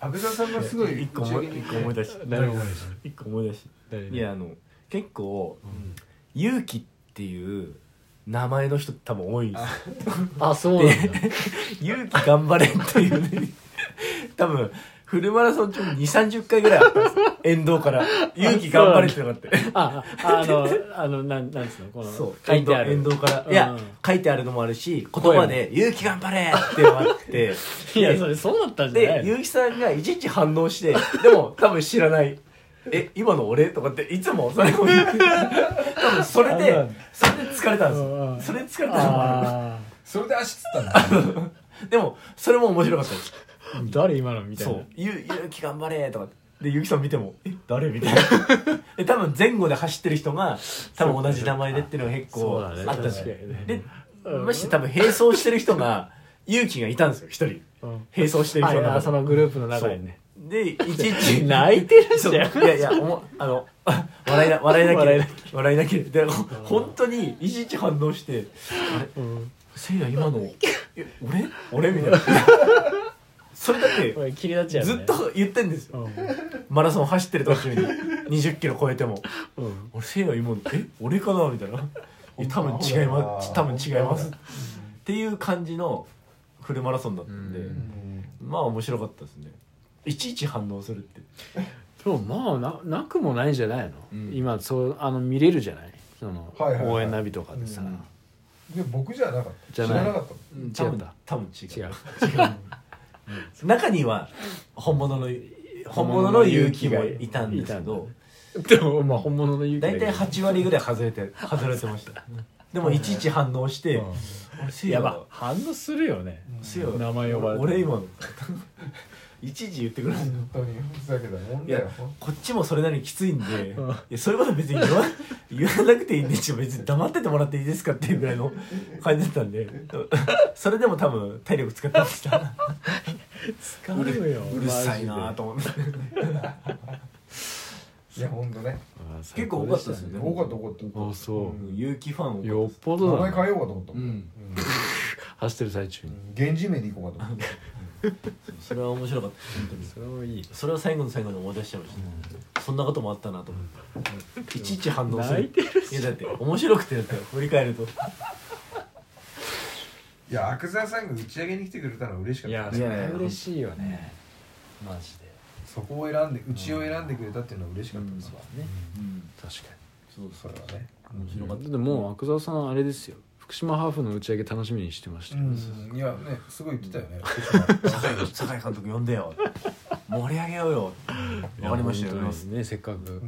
Speaker 1: 阿久澤さんがすごい
Speaker 3: 一個
Speaker 1: 打ち
Speaker 3: 思
Speaker 1: 上
Speaker 3: い
Speaker 1: げに
Speaker 3: 一個思い 出し
Speaker 2: 誰も思い出
Speaker 3: 一個思い出し
Speaker 2: 誰
Speaker 3: い やあの結構
Speaker 1: うん
Speaker 3: 勇気っていう名前の人多分多いんで
Speaker 2: あそうなんだ
Speaker 3: すよ勇気頑張れっていうね多分フルマラソン中に2三3 0回ぐらいあったんですよ沿道から「勇気頑張れ」ってのがあって
Speaker 2: あああのあのなんなんつうのこの
Speaker 3: そう
Speaker 2: 書いてある
Speaker 3: 沿道沿道から、
Speaker 2: うん
Speaker 3: いや書いてあるのもあるし言葉で「勇気頑張れ!」ってのがあって
Speaker 2: いやそれそうだったんじゃな
Speaker 3: で
Speaker 2: いの
Speaker 3: 結城さんがいちいち反応してでも多分知らない「え今の俺?」とかっていつもそれを言って多分それ
Speaker 2: あ
Speaker 3: で
Speaker 2: の
Speaker 3: それで疲れたんです
Speaker 2: うんう
Speaker 3: よ
Speaker 2: ん
Speaker 3: それで疲れたのもある
Speaker 2: あ
Speaker 1: それで足つったんだ
Speaker 3: でもそれも面白かったです
Speaker 2: ー誰今のみたい
Speaker 3: そ
Speaker 2: な
Speaker 3: う「ゆ勇気頑張れ」とかってで結城さん見ても「え誰?」みたいなで多分前後で走ってる人が多分同じ名前でっていうのが結
Speaker 2: そ
Speaker 3: 構
Speaker 2: う
Speaker 3: あ
Speaker 2: だね
Speaker 3: ったんですよ
Speaker 2: 確かにね
Speaker 3: で
Speaker 2: うん
Speaker 3: まして多分並走してる人が勇気がいたんですよ一人
Speaker 2: うん
Speaker 3: 並走してる
Speaker 2: あい
Speaker 3: 人
Speaker 2: や
Speaker 3: が
Speaker 2: そのグループの中にね
Speaker 3: でいちいち
Speaker 2: 泣いてるじゃん
Speaker 3: そういやいやおもあの あ笑い な笑いなき
Speaker 2: 笑いな
Speaker 3: ゃ笑いなきゃでほ本当にいちいち反応して「あれ
Speaker 2: うん
Speaker 3: せいや今のえ俺俺?」みたいな それだっ
Speaker 2: これ気になっち
Speaker 3: て
Speaker 2: ゃう
Speaker 3: ず
Speaker 2: よ
Speaker 3: っ
Speaker 2: ね
Speaker 3: と言ってんですよマラソン走ってる途中に20キロ超えても
Speaker 2: うんうん
Speaker 3: 「俺せいや今のえ俺かな?」みたいな「いや多分違います多分違います」っていう感じのフルマラソンだったんで
Speaker 2: うん
Speaker 3: まあ面白かったですねいちいち反応するって
Speaker 2: でもまあななくもないんじゃないの、
Speaker 3: うん
Speaker 2: 今そうあの見れるじゃないその、
Speaker 1: はいはいはい
Speaker 2: 応援ナビとかでさ、
Speaker 3: うん
Speaker 1: で僕じゃなかった
Speaker 2: じゃ
Speaker 1: 知
Speaker 2: な
Speaker 1: ら
Speaker 2: い
Speaker 1: なかった
Speaker 3: うん
Speaker 2: 違
Speaker 3: 多
Speaker 2: うん
Speaker 3: 分
Speaker 2: だ
Speaker 3: 多分違
Speaker 2: 違
Speaker 3: う
Speaker 2: う
Speaker 3: 中には本物の本物の勇気もいたんですけど
Speaker 2: でもまあ本物の勇気
Speaker 3: 大
Speaker 2: だけ
Speaker 3: 体
Speaker 2: ど
Speaker 3: 8割ぐらい外れて外れてましたでもいちいち反応して「俺せい
Speaker 2: や
Speaker 3: や
Speaker 2: ば反応するよね、
Speaker 3: せいや
Speaker 2: 名前呼ばれて
Speaker 3: 俺今のいちいち言ってくる
Speaker 1: 本当にふざけたもんだよ
Speaker 3: こっちもそれなりにきついんでい
Speaker 2: ん
Speaker 3: やそういうこと別に言わ 言わなくていいんでちょ別に黙っててもらっていいですかっていうぐらいの感じだったんでそれでも多分体力使ってました
Speaker 2: 使うよ
Speaker 3: うるさいなと思って
Speaker 1: いや本当ね
Speaker 3: 結構多かったですよね
Speaker 1: 多かった多かった
Speaker 2: あそ
Speaker 3: うん結城ファン
Speaker 2: う
Speaker 3: を
Speaker 2: よっぽ
Speaker 1: 名
Speaker 2: どだ
Speaker 1: 前
Speaker 2: ね
Speaker 1: 変えようかと思ったもん
Speaker 3: うん
Speaker 2: 走ってる最中に
Speaker 1: うん源氏名でいこうかと思った
Speaker 3: それは面白かった本当に
Speaker 2: それもいい
Speaker 3: それは最後の最後に思い出しちゃいましたそんなこともあったなと思っていちいち反応す
Speaker 2: 泣い
Speaker 3: る
Speaker 2: てる
Speaker 3: いやだって面白くてだって振り返ると
Speaker 1: いや阿久澤さんが打ち上げに来てくれたのは嬉しか
Speaker 2: い
Speaker 1: った
Speaker 2: や
Speaker 1: ね
Speaker 2: それは嬉しいよね
Speaker 3: マジで
Speaker 1: そこを選んでうちを選んでくれたっていうのは嬉しかったですわ
Speaker 2: ね
Speaker 3: うん
Speaker 2: 確か
Speaker 3: そうそ
Speaker 1: それはね
Speaker 3: う面白かっ
Speaker 2: にでもう阿久澤さんあれですよ福島ハーフの打ち上げ楽しみにしてましたよ、
Speaker 1: うんいやねすごい言ってたよね
Speaker 3: た酒井酒井監督呼んでよ盛り上げようよわかりましたよ
Speaker 2: いや本当にねせっか
Speaker 1: う
Speaker 2: く
Speaker 1: ん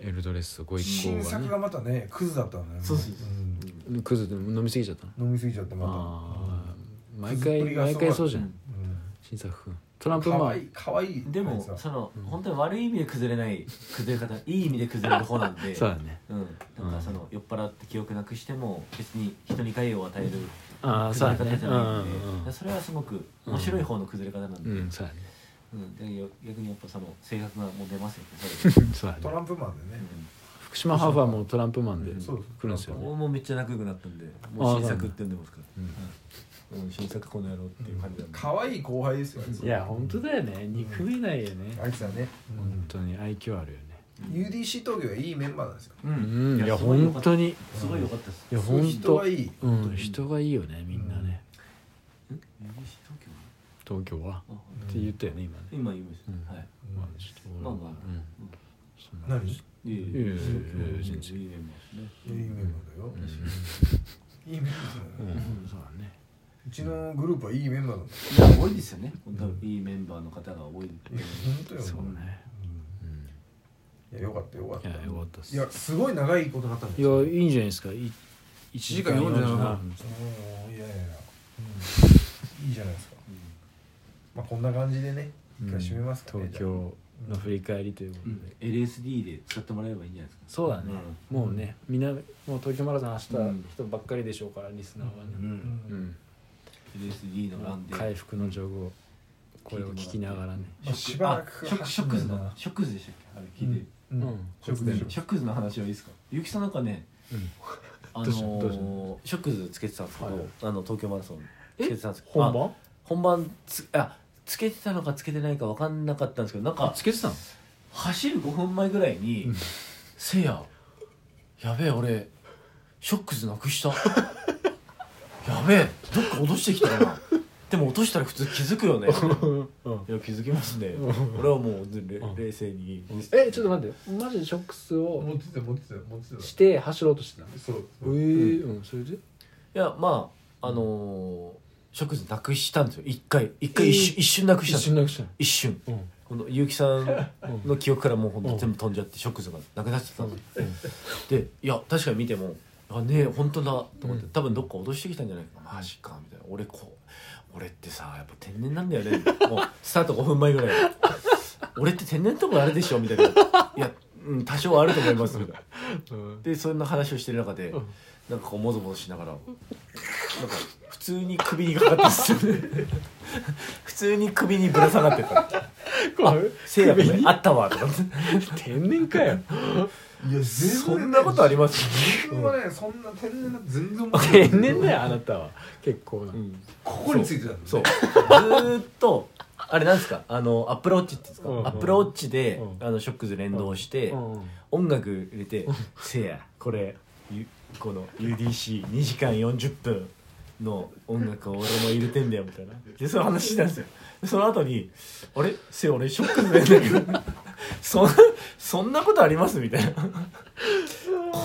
Speaker 2: エルドレスご一行
Speaker 1: 新
Speaker 2: が
Speaker 1: 作
Speaker 2: ね
Speaker 1: がまたねクズだったのね
Speaker 3: そうそうそ
Speaker 1: ん
Speaker 2: クズでも飲みすぎちゃったの
Speaker 1: 飲みすぎちゃってま
Speaker 2: あー毎
Speaker 1: クズっ
Speaker 2: 回
Speaker 1: ぷりがす
Speaker 2: 毎
Speaker 1: ごかった
Speaker 2: 回そうじゃ
Speaker 3: うんん
Speaker 1: たうん
Speaker 2: 新作君トランプ
Speaker 1: か
Speaker 2: マ
Speaker 1: わ
Speaker 2: ン
Speaker 1: いいかわいい
Speaker 3: で
Speaker 1: あ
Speaker 3: も
Speaker 1: いつは
Speaker 3: その本当に悪い意味で崩れない崩れ方いい意味で崩れる方なんで
Speaker 2: そうだね
Speaker 3: うんなんかその酔っ払って記憶なくしても別に人に害を与える
Speaker 2: ああそう
Speaker 3: 崩れ
Speaker 2: だね
Speaker 3: 方じ
Speaker 2: う
Speaker 3: ゃ
Speaker 2: ん
Speaker 3: ないん
Speaker 2: う
Speaker 3: で
Speaker 2: ん
Speaker 3: それはすごく面白い方の崩れ方なんで、
Speaker 2: う
Speaker 3: うんん
Speaker 2: うんそうだね
Speaker 3: でよ逆にやっぱその性格がもう出ますよねそれ で
Speaker 2: そうだ
Speaker 1: ト
Speaker 2: ね
Speaker 1: ランプマンでね
Speaker 2: 福島ハーフはもうトランプマンで
Speaker 3: うん
Speaker 1: そう
Speaker 2: 来るんですよ
Speaker 3: うん
Speaker 2: ね
Speaker 3: 俺もめっちゃ仲良くなったんでもう新作
Speaker 2: あ
Speaker 3: っ
Speaker 2: ー
Speaker 3: て呼んでますから、うんうん、新作この野郎っていう感じなんで、
Speaker 1: かわいい後輩ですよあいつ
Speaker 2: いや本当だよね憎めないよね
Speaker 1: あいつはね
Speaker 2: 本当に愛嬌あるよね
Speaker 1: UDC 東京はいいメンバーなんですよ
Speaker 3: う
Speaker 2: うんいや
Speaker 3: すご良
Speaker 2: 本
Speaker 3: かった
Speaker 2: 当にい
Speaker 3: すごい良かったです
Speaker 2: や
Speaker 1: すごい
Speaker 2: 本
Speaker 1: 人
Speaker 2: 当
Speaker 1: はいい
Speaker 2: うん人がいいよねみんなね
Speaker 3: 東京
Speaker 2: 東京は
Speaker 3: あ
Speaker 2: って言ったよね今ね
Speaker 3: 今言いました、
Speaker 2: うん
Speaker 3: はい
Speaker 2: まあちょっと俺
Speaker 3: まあ
Speaker 2: も
Speaker 3: まあ
Speaker 2: うんそんな
Speaker 1: 何いい
Speaker 3: いい
Speaker 2: い
Speaker 3: い
Speaker 2: やいやいや全然
Speaker 3: いいメンバーです
Speaker 1: メンバーだよいいメンバーだ
Speaker 2: う
Speaker 1: よ
Speaker 2: んそうだね
Speaker 1: うちのグループはいいメンバーなんだよ
Speaker 3: ねいや多いですよね本当にいいメンバーの方が多い
Speaker 1: いや本当よ
Speaker 2: そうね
Speaker 1: いやよかったよかっ
Speaker 2: い
Speaker 1: た
Speaker 2: やよか
Speaker 1: い
Speaker 2: ったっす
Speaker 1: やすごい長いことになったん
Speaker 2: い
Speaker 1: です
Speaker 2: や
Speaker 1: よ
Speaker 2: いいんじゃないですかい1時間47
Speaker 1: う
Speaker 2: 分
Speaker 1: んいやいやいやうんいいじゃないですかまあこんな感じでね一回締めますかね
Speaker 2: 東京の振り返りということ
Speaker 3: う
Speaker 2: で、
Speaker 3: ん LSD で使ってもらえばいいんじゃないですか
Speaker 2: そうだね、もうねみんなもう東京マラソン走った
Speaker 3: うん
Speaker 2: 人ばっかりでしょうから、リスナーはね、
Speaker 3: う
Speaker 1: うんん
Speaker 2: うん
Speaker 3: LSD の欄で
Speaker 2: 回復の情報これを聞きながらね
Speaker 1: まあしばらく
Speaker 3: あショックショックズ
Speaker 1: う
Speaker 3: の
Speaker 1: ん
Speaker 3: ショックズでしたっけあれ聞いて
Speaker 1: うん
Speaker 2: うん
Speaker 1: ショックでしょ
Speaker 3: ショックズの話はいいですかゆきさんなんかね
Speaker 2: うん
Speaker 3: あの
Speaker 2: どうしたどうした
Speaker 3: ーショックズつけてたんですけ
Speaker 2: はい
Speaker 3: どあの東京マラソン
Speaker 2: え
Speaker 3: つけてたんですけど
Speaker 2: 本
Speaker 3: あ
Speaker 2: 番
Speaker 3: 本番つあつけてたのかつけてないか分かんなかったんですけどなんか
Speaker 2: つけてたの
Speaker 3: 走る5分前ぐらいに「せいややべえ俺ショックズなくした やべえどっか落としてきたな」でも落としたら普通気づ くよね
Speaker 2: うん
Speaker 3: いや気づきますね俺はもうれ
Speaker 2: うん
Speaker 3: 冷静に
Speaker 2: えちょっと待ってマジでショックスを
Speaker 1: 持ってた持ってた持ってた
Speaker 2: して走ろうとしてたの
Speaker 1: そう
Speaker 2: えー、うんそれで
Speaker 3: いやまああのー、ショックズなくしたんですよ一回一回一瞬,、一瞬なくしたんです
Speaker 2: なくしたの
Speaker 3: 一瞬
Speaker 2: うん
Speaker 3: この結城さんの記憶からもうほん
Speaker 2: う
Speaker 3: と
Speaker 2: ん
Speaker 3: 全部飛んじゃってショックズがなくなっちゃったんですでいや確かに見てもあねえ本当だと思って、
Speaker 2: うん
Speaker 3: 多分どっか脅してきたんじゃないかなマジかみたいな俺こう俺ってさやっぱ天然なんだよねもうスタート5分前ぐらい俺って天然とこあれでしょみたいな「いや、うん、多少はあると思います」みたい
Speaker 2: う
Speaker 3: な
Speaker 2: ん
Speaker 3: でそんな話をしてる中で
Speaker 2: うん
Speaker 3: なんかこうもぞもぞしながらなんか普通に首にかかってっす普通に首にぶら下がってた
Speaker 2: これ
Speaker 3: 「せいやこれあったわ」とかって
Speaker 2: 天然かよ
Speaker 1: いや
Speaker 3: そんなことあり
Speaker 1: ま
Speaker 3: ます
Speaker 1: 自分はねそんな天然な全然思ってない
Speaker 2: 天然だよあなたは結構な、
Speaker 3: うん
Speaker 1: ここについてたのね
Speaker 3: そうずーっとあれなんですかあのアップルウォッチっていうんですか、
Speaker 2: うんうん
Speaker 3: アップルウォッチで、
Speaker 2: うん
Speaker 3: あのショックズ連動して、
Speaker 2: うん
Speaker 3: 音楽入れて「せやこれゆこの UDC2 時間40分の音楽を俺も入れてんだよ」みたいなでその話したんですよでその後に「あれせや俺ショックズだよね」 そんそんなことありますみたいなこ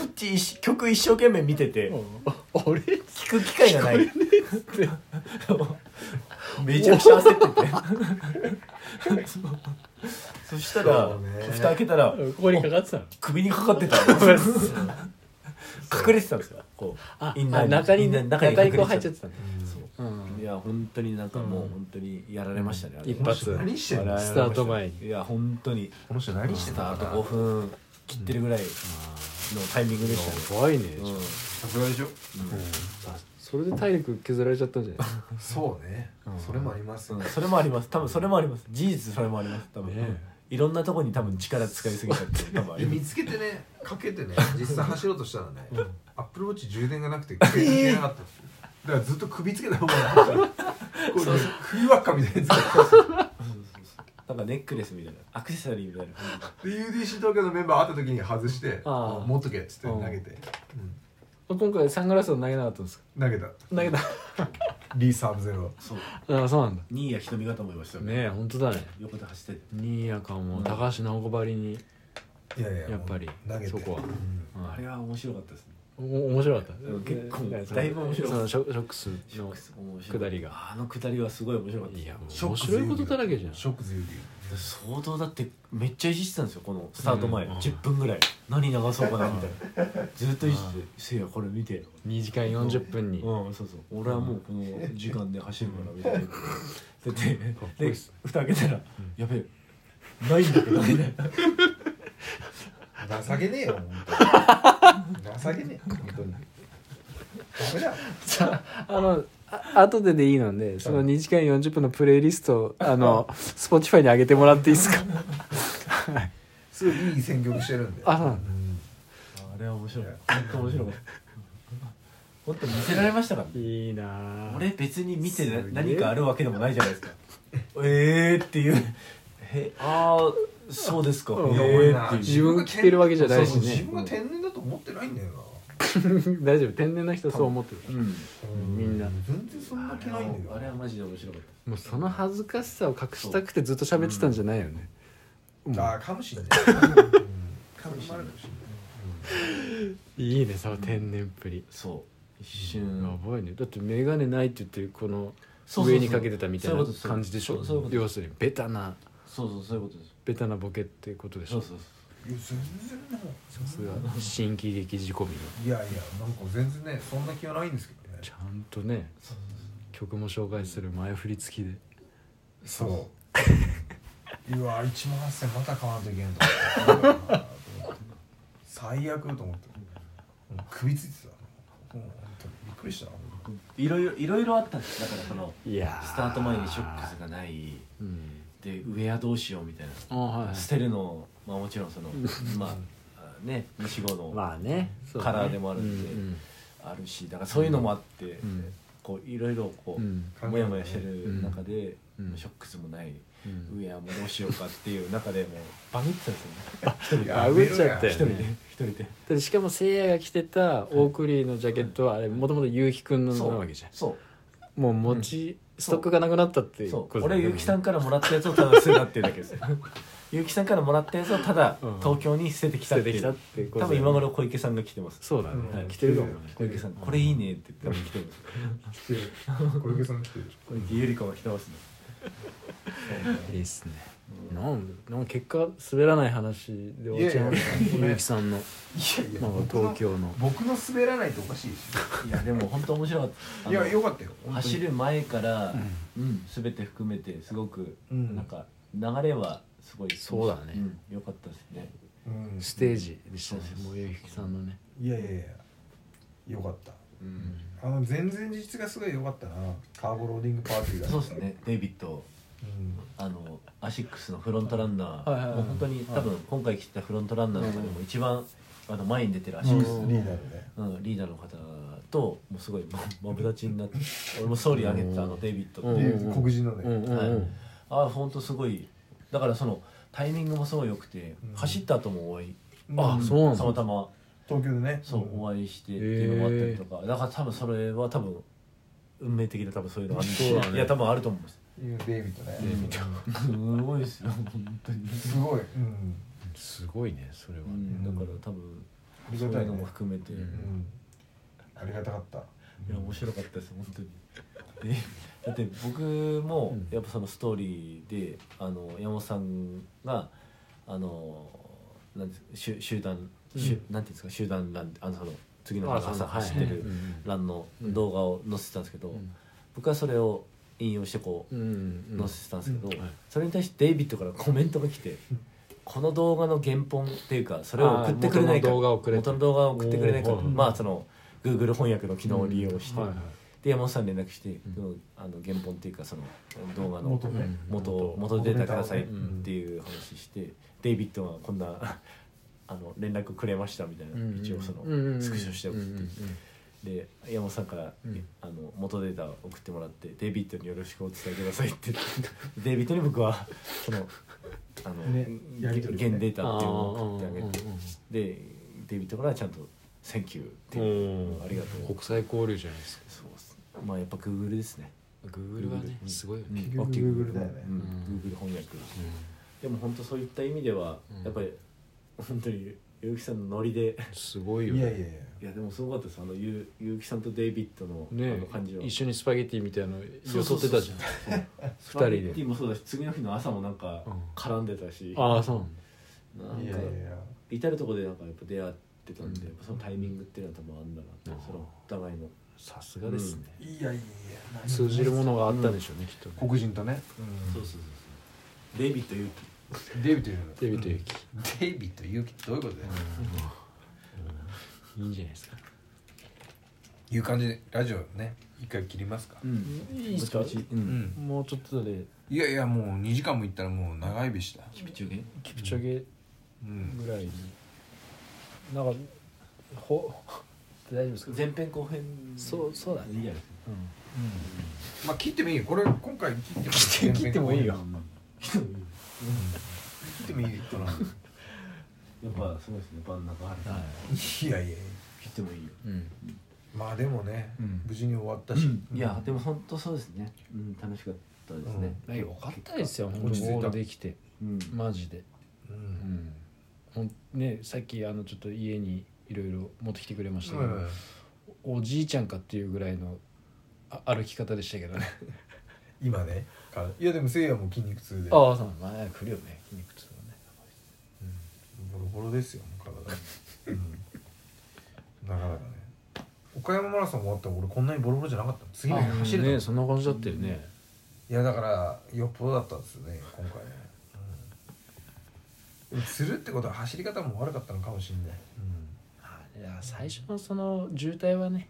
Speaker 3: っち一曲一生懸命見てて
Speaker 2: 俺
Speaker 3: 聞く機会がないめちゃくちゃ焦っててそうそしたら
Speaker 1: そうね
Speaker 3: 蓋開けたら
Speaker 2: ここにかかってたの
Speaker 3: 首にかかってた隠れてたんですよこう
Speaker 2: あ
Speaker 3: インナー
Speaker 2: あ
Speaker 3: に
Speaker 2: 中
Speaker 3: イ
Speaker 2: に
Speaker 3: ンナーに
Speaker 2: 中
Speaker 3: 中に
Speaker 2: にこう入っちゃってたね
Speaker 3: そう
Speaker 2: うん
Speaker 3: いや本当になんかもう本当にやられましたね、あれ
Speaker 2: 一発
Speaker 1: 何してんの
Speaker 2: スタート前に
Speaker 3: いや本当に
Speaker 1: この人何して
Speaker 3: ス
Speaker 1: た
Speaker 3: タ
Speaker 1: の
Speaker 3: ート
Speaker 1: かな
Speaker 3: 5分切ってるぐらいのタイミングでしたね、
Speaker 2: 怖いね
Speaker 3: うん
Speaker 1: さすがでしょ
Speaker 2: それで体力削られちゃったんじゃない
Speaker 1: そうねそれもあります
Speaker 3: うんそれもあります多分それもあります事実それもあります多分、いろんなところに多分力使いすぎちゃって多分ありま
Speaker 1: 見
Speaker 3: す
Speaker 1: つけてねかけ てね実際走ろうとしたらねアップルウォッチ充電がなくてかけなかっただからずっと首つけたまま走ったこうね首輪っかみたいなやつ
Speaker 3: なんかネックレスみたいなアクセサリーみたいな
Speaker 1: で UDC 東京のメンバー会った時に外して「
Speaker 2: あー
Speaker 1: 持っとけ」っつって投げて
Speaker 2: 今回サングラスを投げなかったんですか
Speaker 1: 投げた
Speaker 2: 投げた
Speaker 1: リーサーブゼロ
Speaker 3: そう
Speaker 2: あそうなんだ
Speaker 3: 新谷瞳かと思いましたよ
Speaker 2: ねえ本当だね
Speaker 3: 横で走ってて
Speaker 2: 新谷かも高橋直子ばりに
Speaker 1: いやいや
Speaker 2: やっぱり
Speaker 1: 投げて
Speaker 2: そこは
Speaker 1: うん
Speaker 3: あれは面白かったですね
Speaker 2: お面白かった
Speaker 3: うん結構
Speaker 2: ねその
Speaker 3: だいぶ面白
Speaker 2: そ
Speaker 3: かっ
Speaker 2: の
Speaker 3: た
Speaker 2: ショショックス
Speaker 3: ショックス面白い
Speaker 2: 下りが
Speaker 3: あの下りはすごい面白かった
Speaker 2: いやもう
Speaker 1: ショッ
Speaker 2: 面
Speaker 1: クス
Speaker 2: 白いことだらけじゃん
Speaker 1: ショックズ有利
Speaker 3: 相当だってめっちゃいじってたんですよこのスタート前、10分ぐらい何流そうかなみたいなずっといじって「せいやこれ見て」
Speaker 2: 2時間40分に
Speaker 3: うんそうそう俺はもうこの時間で走るからみたいな言って
Speaker 2: こいい
Speaker 3: で
Speaker 2: っす
Speaker 3: 蓋開けたら「やべえないんだけど」みたいな
Speaker 1: 情けねえよ本当に情けねえ本当にダメだ
Speaker 2: さあのあ後ででいいのでその2時間40分のプレイリストをあの Spotify に上げてもらっていいですか
Speaker 1: すごいいい選曲してるんで
Speaker 2: あそうなんだ
Speaker 3: あれは面白い本当面白かった本当見せられましたから ね
Speaker 2: いいなあ
Speaker 3: 俺別に見てな
Speaker 2: すげえ
Speaker 3: 何かあるわけでもないじゃないですかええっていうえああそうですかえ
Speaker 2: うん
Speaker 3: え
Speaker 1: 俺な
Speaker 3: っていう
Speaker 2: 自分が着てるわけじゃないし
Speaker 1: そうそう自
Speaker 2: ね
Speaker 1: 分が天然だと思ってないんだよな
Speaker 2: 大丈夫天然な人はそう思ってる
Speaker 3: うん
Speaker 2: みんな
Speaker 1: 全然そんな気ないんだよ
Speaker 3: あれはマジで面白かっ
Speaker 2: もうその恥ずかしさを隠したくてずっと喋ってたんじゃないよね
Speaker 1: ああかも しれないうんかもしれない
Speaker 2: いいねその天然っぷり
Speaker 3: たそう一
Speaker 2: や
Speaker 3: 瞬
Speaker 2: ばいねだって眼鏡ないって言ってこの
Speaker 3: そうそうそう
Speaker 2: 上にかけてたみたい
Speaker 3: そう
Speaker 2: な
Speaker 3: いうことそう
Speaker 2: 感じでしょ
Speaker 3: そういうこと
Speaker 2: 要するにベタな
Speaker 3: そうそうそういうことです
Speaker 2: ベタなボケってことでし
Speaker 3: そう
Speaker 2: ょ
Speaker 3: そう
Speaker 1: いや全然ね
Speaker 2: さすが新喜劇仕込みの
Speaker 1: いやいやなんか全然ねそんな気はないんですけどね
Speaker 2: ちゃんとね
Speaker 3: そう
Speaker 2: 曲も紹介する前振り付きで
Speaker 1: そううわ1万8000また買わんといけんと思って最悪と思って首ついてたもう本当にびっくりした
Speaker 3: いろいろいろいろあったんですだからその
Speaker 2: いや
Speaker 3: スタート前にショックスがない
Speaker 2: うん
Speaker 3: でウェアどうしようみたいな
Speaker 2: あはい
Speaker 3: 捨てるのまあもちろんそ のまあね西郷の
Speaker 2: まあねそうね
Speaker 3: カラーでもあるんで
Speaker 2: うん
Speaker 3: あるしだからそういうのもあって
Speaker 2: うん
Speaker 3: こういろいろこ
Speaker 2: うん
Speaker 3: うもやもやしてる中で
Speaker 2: うん
Speaker 3: ショックスもない
Speaker 2: うん
Speaker 3: ウェアもどうしようかっていう中でもうバグってたんですよね
Speaker 2: あ植えちゃった
Speaker 3: 一
Speaker 2: よ
Speaker 3: 人で
Speaker 2: ね
Speaker 3: 一人で一人で
Speaker 2: でしかもせいやが着てたオークリーのジャケットはあれもともと結城くんのなわけじゃ
Speaker 3: そ
Speaker 2: んもう持ちストックがなくなったっていうう
Speaker 3: そ
Speaker 2: こ
Speaker 3: う
Speaker 2: とだ
Speaker 3: 俺
Speaker 2: よね
Speaker 3: ゆうきさんからもらったやつをただ捨てたっていうだけですよゆうきさんからもらったやつをただ
Speaker 2: うん
Speaker 3: 東京に捨ててきた
Speaker 2: 捨
Speaker 3: ってて
Speaker 2: てき
Speaker 3: い
Speaker 2: た
Speaker 3: う
Speaker 2: ってことだ
Speaker 3: 多
Speaker 2: よ
Speaker 3: 分
Speaker 2: ね
Speaker 3: 今頃小池さんが来てます
Speaker 2: そうだね
Speaker 1: うん
Speaker 2: 着てるかも
Speaker 3: 小池さんこれいいねって言って多分来てます
Speaker 1: 来てる 小池さん来てる
Speaker 3: 小池百合子が来てますね
Speaker 2: いいっすねなんなんか結果滑らない話で終わっちゃいましたね
Speaker 1: いやいや
Speaker 2: ゆうきさんの
Speaker 1: いやいや
Speaker 2: なんか東京の
Speaker 1: 僕の滑らないとおかしいでし
Speaker 3: いやでも本当面白かった
Speaker 1: ょいやよ
Speaker 3: か
Speaker 1: かったよ本当に
Speaker 3: 走る前から、うん、全て含めてすごく、
Speaker 1: うん
Speaker 3: なんか流れはすごい
Speaker 2: そうだね
Speaker 3: ん良かったですね
Speaker 1: うん
Speaker 2: ステージでしたね
Speaker 3: そうそうそ
Speaker 2: も
Speaker 3: う
Speaker 2: うゆうきさんのね
Speaker 1: いやいやいやよかった
Speaker 3: うん
Speaker 1: あの前々日がすごい良かったなカーボローディングパーティーが
Speaker 3: そうですねデイビッド
Speaker 1: うん
Speaker 3: あのアシックスのフロントランナー、
Speaker 2: はいはいはい
Speaker 3: もう本当に多分今回来たフロントランナーの中でも一番、あの前に出てるアシックス、
Speaker 1: リーダーでね
Speaker 3: うんリーダーの方ともうすごいまマブダチになって俺も総理挙げてたあのデイビッド
Speaker 2: う
Speaker 3: っ
Speaker 2: ん
Speaker 3: て、
Speaker 1: で黒人のね、
Speaker 2: うんうん
Speaker 3: は
Speaker 2: う
Speaker 3: い
Speaker 2: ん、
Speaker 3: ああ本当すごいだからそのタイミングもすごい良くて、
Speaker 1: うん
Speaker 3: 走った後もお会い
Speaker 2: あ
Speaker 1: うん
Speaker 2: そうなんだ
Speaker 3: たまたま
Speaker 1: 東京でね
Speaker 3: そう、
Speaker 1: ん
Speaker 3: お会いしてっていうのもあったりとか、だから多分それは多分運命的な多分そういうのがあるし、
Speaker 2: そうだね
Speaker 3: いや多分あると思うんです
Speaker 1: いうデイビッドね
Speaker 3: デイビッ すごいですよ本当に、
Speaker 1: すごい、うん
Speaker 5: すごいねそれは、
Speaker 3: だから多分
Speaker 1: あり
Speaker 3: そ
Speaker 1: が
Speaker 3: う
Speaker 1: た
Speaker 3: い
Speaker 1: いう
Speaker 3: の
Speaker 1: ね
Speaker 3: も含めて、
Speaker 5: う
Speaker 1: うんん、ありがたかった
Speaker 3: いや面白かったです本当にでだって僕もやっぱそのストーリーであの山本さんがあのなんです集集団、集なんていうんですか集団ランあのその次の
Speaker 2: あ
Speaker 3: 朝
Speaker 2: そうそう
Speaker 3: 走っ
Speaker 2: は
Speaker 3: て
Speaker 2: い
Speaker 3: るランの動画を載せてたんですけど、僕はそれを引用してこう
Speaker 5: うん
Speaker 3: 載せてたんですけど、
Speaker 5: うんはい
Speaker 3: それに対してデイビッドからコメントが 来て。この動画の原本っていうかそれを送ってくれないか
Speaker 2: あー元の動画をくれ
Speaker 3: 元の動画を送ってくれないか
Speaker 5: おーはい
Speaker 3: まあその Google 翻訳の機能を利用して、
Speaker 2: はいはい
Speaker 3: で山本さんに連絡して、あの原本っていうかその動画の元
Speaker 1: ね
Speaker 3: 元
Speaker 5: 元
Speaker 3: データくださいっていう話して、デイビッドがこんなあの連絡くれましたみたいな、一応その、スクショして送って、で山本さんから、あの元データを送ってもらってデイビッドによろしくお伝えくださいって デイビッドに僕はそのあの、
Speaker 1: ねやり
Speaker 3: 現
Speaker 1: とりね
Speaker 3: 現データっていうのを送ってあげて、
Speaker 2: あーうんうんうん
Speaker 3: でデイビッドからちゃんと「センキュー」っていう、
Speaker 5: お
Speaker 3: ありがとう
Speaker 5: 国際交流じゃないですか
Speaker 3: そうっすまあやっぱグーグルですね
Speaker 5: グーグルはね
Speaker 3: うん
Speaker 5: すごいよね、
Speaker 1: 結局 Google だよね
Speaker 3: うん Google 翻訳、でも本当そういった意味では、
Speaker 5: うん
Speaker 3: やっぱり本当に結城さんのノリで
Speaker 5: すごいよ
Speaker 1: い
Speaker 5: ね
Speaker 1: やいやいや
Speaker 3: いやでもすごかったですあのゆ結城さんとデイビッドの,、あ
Speaker 5: ね
Speaker 3: の感じは
Speaker 5: 一緒にスパゲティみたいなのよ
Speaker 3: そう
Speaker 5: そ
Speaker 3: そう
Speaker 5: って
Speaker 3: そ
Speaker 5: た
Speaker 3: う
Speaker 5: じゃん
Speaker 3: ス
Speaker 5: 人
Speaker 3: パ
Speaker 5: で
Speaker 3: ゲッティもそうだし次の日の朝もなんか
Speaker 5: うん
Speaker 3: 絡んでたし、
Speaker 5: ああそうなんだ
Speaker 3: なんか
Speaker 1: いやいやいや
Speaker 3: 至る所でなんかやっぱ出会ってたんで、
Speaker 5: うん
Speaker 3: やっぱそのタイミングっていうのは多分あんだなって、そのお互いの
Speaker 5: さすがですね、
Speaker 1: いやいやいや
Speaker 5: 通じるものがあったんでしょうね、きっとね
Speaker 1: 黒人とね、
Speaker 3: そうそうそうそうデイビッド勇
Speaker 1: デイビッド言うの
Speaker 5: デビッドユキ
Speaker 6: デイビッド勇気ってどういうことだよ、
Speaker 5: いいんじゃないですか
Speaker 1: いう感じでラジオね一回切りますか、
Speaker 3: 気うん
Speaker 2: いい
Speaker 3: い
Speaker 2: っすか
Speaker 3: うん
Speaker 2: もうちょっとで
Speaker 1: いやいやもう2時間もいったらもう長いべしだ
Speaker 3: キプチョゲ
Speaker 2: キプチョゲ
Speaker 1: うん
Speaker 2: ぐらいになんかほ大丈夫ですか
Speaker 3: 前編後編
Speaker 2: そうそうだね
Speaker 3: いいじゃない
Speaker 1: まあ切ってもいいよこれ今回切っても
Speaker 2: 切って切ってもいいよ
Speaker 1: 切ってもいいよ
Speaker 3: やっぱすごいですねバンナがある
Speaker 1: いやいや
Speaker 3: 切ってもいいよ
Speaker 5: うん
Speaker 1: まあでもね、無事に終わったし、
Speaker 3: いやでも本当そうですねうん楽しかったですね
Speaker 5: いやよかったですよ本
Speaker 1: 落
Speaker 5: 当
Speaker 1: ち着いた
Speaker 5: ゴールできて
Speaker 3: うん
Speaker 5: マジでう
Speaker 1: う
Speaker 5: んんほんねさっきあのちょっと家にいろいろ持ってきてくれましたけど、
Speaker 1: うん
Speaker 5: おじいちゃんかっていうぐらいのあ歩き方でしたけどね
Speaker 1: 今ねからいやでもせいやも筋肉痛でボ
Speaker 5: ああそうなの前来るよね筋肉痛はね
Speaker 1: ロボロですよもう体、うん、なかなかね岡山マラソン終わったら俺こんなにボロボロじゃなかったの次の日走れたの
Speaker 5: ねそんな感じだったよね、
Speaker 1: いやだからよっぽどだったんですよね今回ね、うん、するってことは走り方も悪かったのかもしれない、
Speaker 5: あいや最初のその渋滞はね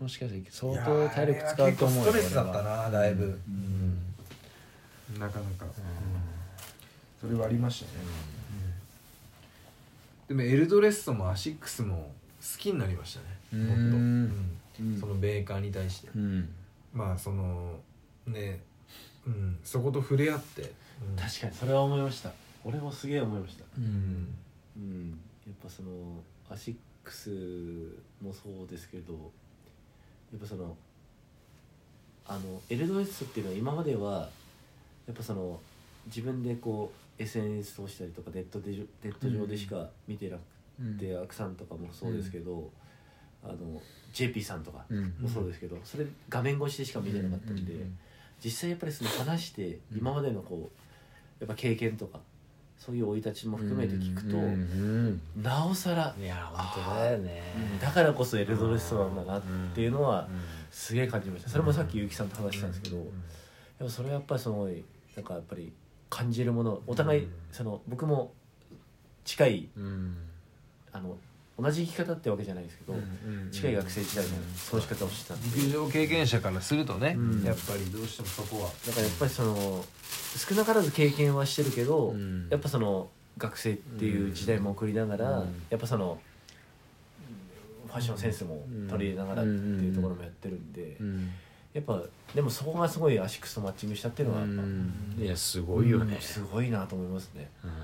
Speaker 5: もしかして
Speaker 1: うん、
Speaker 5: 相当体力使うと思う
Speaker 1: いやあれは結構ストレスだった
Speaker 5: な
Speaker 1: なだいぶ、うんなかなか、それはありましたね、うんでもエルドレッソもアシックスも好きになりましたね
Speaker 5: うん
Speaker 1: もっと、
Speaker 3: うん
Speaker 1: その米ーに対して、
Speaker 5: うん
Speaker 1: まあそのねうんそこと触れ合って、うん
Speaker 3: 確かにそれは思いました俺もすげえ思いました
Speaker 5: うん
Speaker 3: うんやっぱそのアシックスもそうですけどやっぱそのあのエルドレッソっていうのは今まではやっぱその自分でこう SNS 通したりとかネットでじょネット上でしか見てなく
Speaker 5: うん
Speaker 3: て、アクさんとかもそうですけど、あの JP さんとか
Speaker 5: うん
Speaker 3: もそうですけど、それ画面越しでしか見てなかったんで、実際やっぱりその話して
Speaker 5: うん
Speaker 3: 今までのこうやっぱ経験とかそういう生い立ちも含めて聞くと、
Speaker 5: うん
Speaker 3: なおさら
Speaker 5: いや本当だよね
Speaker 3: だからこそエルドレッソなんだなっていうの
Speaker 5: う
Speaker 3: は
Speaker 5: ん
Speaker 3: すげえ感じましたそれもさっき結城さんと話したんですけどでもそれはやっぱりすごいなんかやっぱり感じるものお互いその僕も近い
Speaker 5: うん
Speaker 3: あの同じ生き方ってわけじゃないですけど近い学生時代の過ごし方をしてたんで
Speaker 1: 陸上経験者からするとね、
Speaker 3: うん
Speaker 1: やっぱりどうしてもそこは
Speaker 3: だからやっぱりその少なからず経験はしてるけど
Speaker 5: うん
Speaker 3: やっぱその学生っていう時代も送りながら
Speaker 5: うん
Speaker 3: やっぱそのファッションセンスも取り入れながらっていうところもやってるんで。
Speaker 5: うん
Speaker 3: やっぱでもそこがすごいアシックスとマッチングしたっていうのはやっぱ、
Speaker 5: いやすごいよね
Speaker 3: すごいなと思いますね
Speaker 5: うん
Speaker 3: 本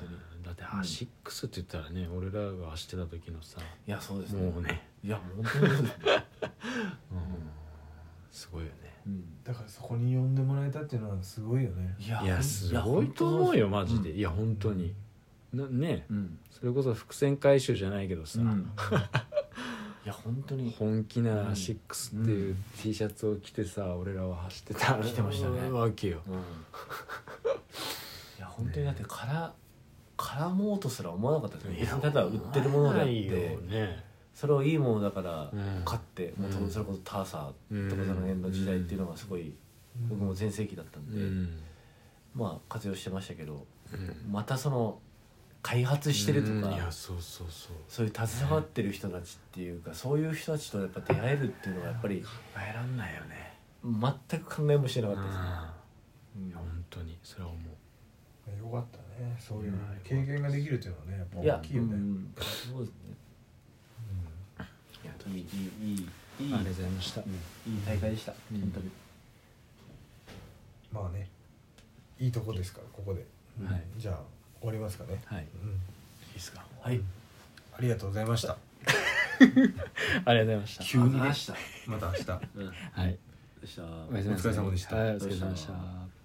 Speaker 3: 当に
Speaker 5: だってアシックスって言ったらね俺らが走ってた時のさ
Speaker 3: いやそうですね
Speaker 5: もうね
Speaker 3: いやもう本当にそうですね
Speaker 5: うん
Speaker 2: すごいよね
Speaker 1: だからそこに呼んでもらえたっていうのはすごいよね
Speaker 3: いや
Speaker 2: いやすごいと思うよマジで、いや本当に、なね
Speaker 5: うん
Speaker 2: それこそ伏線回収じゃないけどさ、
Speaker 5: うん
Speaker 3: いや本当に
Speaker 2: 本気なシックスっていう T シャツを着てさ、俺らは走ってた
Speaker 3: 着てましたね
Speaker 2: わけよ
Speaker 3: うんいや本当にだってから絡もうとすら思わなかったですねただ売ってるものであっ
Speaker 2: ない
Speaker 3: て
Speaker 2: よね
Speaker 3: それをいいものだから
Speaker 2: うん
Speaker 3: 買って、も
Speaker 2: う
Speaker 3: うんそれこそターサーとかその辺の時代っていうのがすごい、僕も全盛期だったん
Speaker 2: う
Speaker 3: で、
Speaker 2: ん
Speaker 3: まあ活用してましたけど
Speaker 2: うん
Speaker 3: またその開発してると
Speaker 2: うん
Speaker 3: か、
Speaker 2: いやそうそうそう
Speaker 3: そういう携わってる人たちっていうかそういう人たちとやっぱ出会えるっていうのはやっぱり
Speaker 2: 考えらんないよね
Speaker 3: 全く考えもしてなか
Speaker 2: う
Speaker 3: っ
Speaker 2: ん
Speaker 3: たですね、うん
Speaker 2: いや本当にそれは思う
Speaker 1: よかったねそういう経験ができるっていうのはね
Speaker 3: い
Speaker 1: やっ
Speaker 3: や
Speaker 1: ぱ大きいよ
Speaker 3: う
Speaker 1: ね
Speaker 3: んそうですねいやいいいいいいいい
Speaker 2: ありがとうございました、
Speaker 3: いい大会でした、本当に
Speaker 1: まあねいいとこですからここで、
Speaker 2: はい
Speaker 1: じゃあ終わりますかね、
Speaker 2: はいい
Speaker 1: うん、
Speaker 2: いですか
Speaker 3: はい
Speaker 1: ありがとうございました
Speaker 2: ありがとうございました
Speaker 1: 急にね
Speaker 3: た
Speaker 1: また明日
Speaker 2: はい
Speaker 3: でした
Speaker 2: おやすみなさ
Speaker 1: お疲
Speaker 2: い
Speaker 1: れ様でした
Speaker 2: はいお疲れ様でした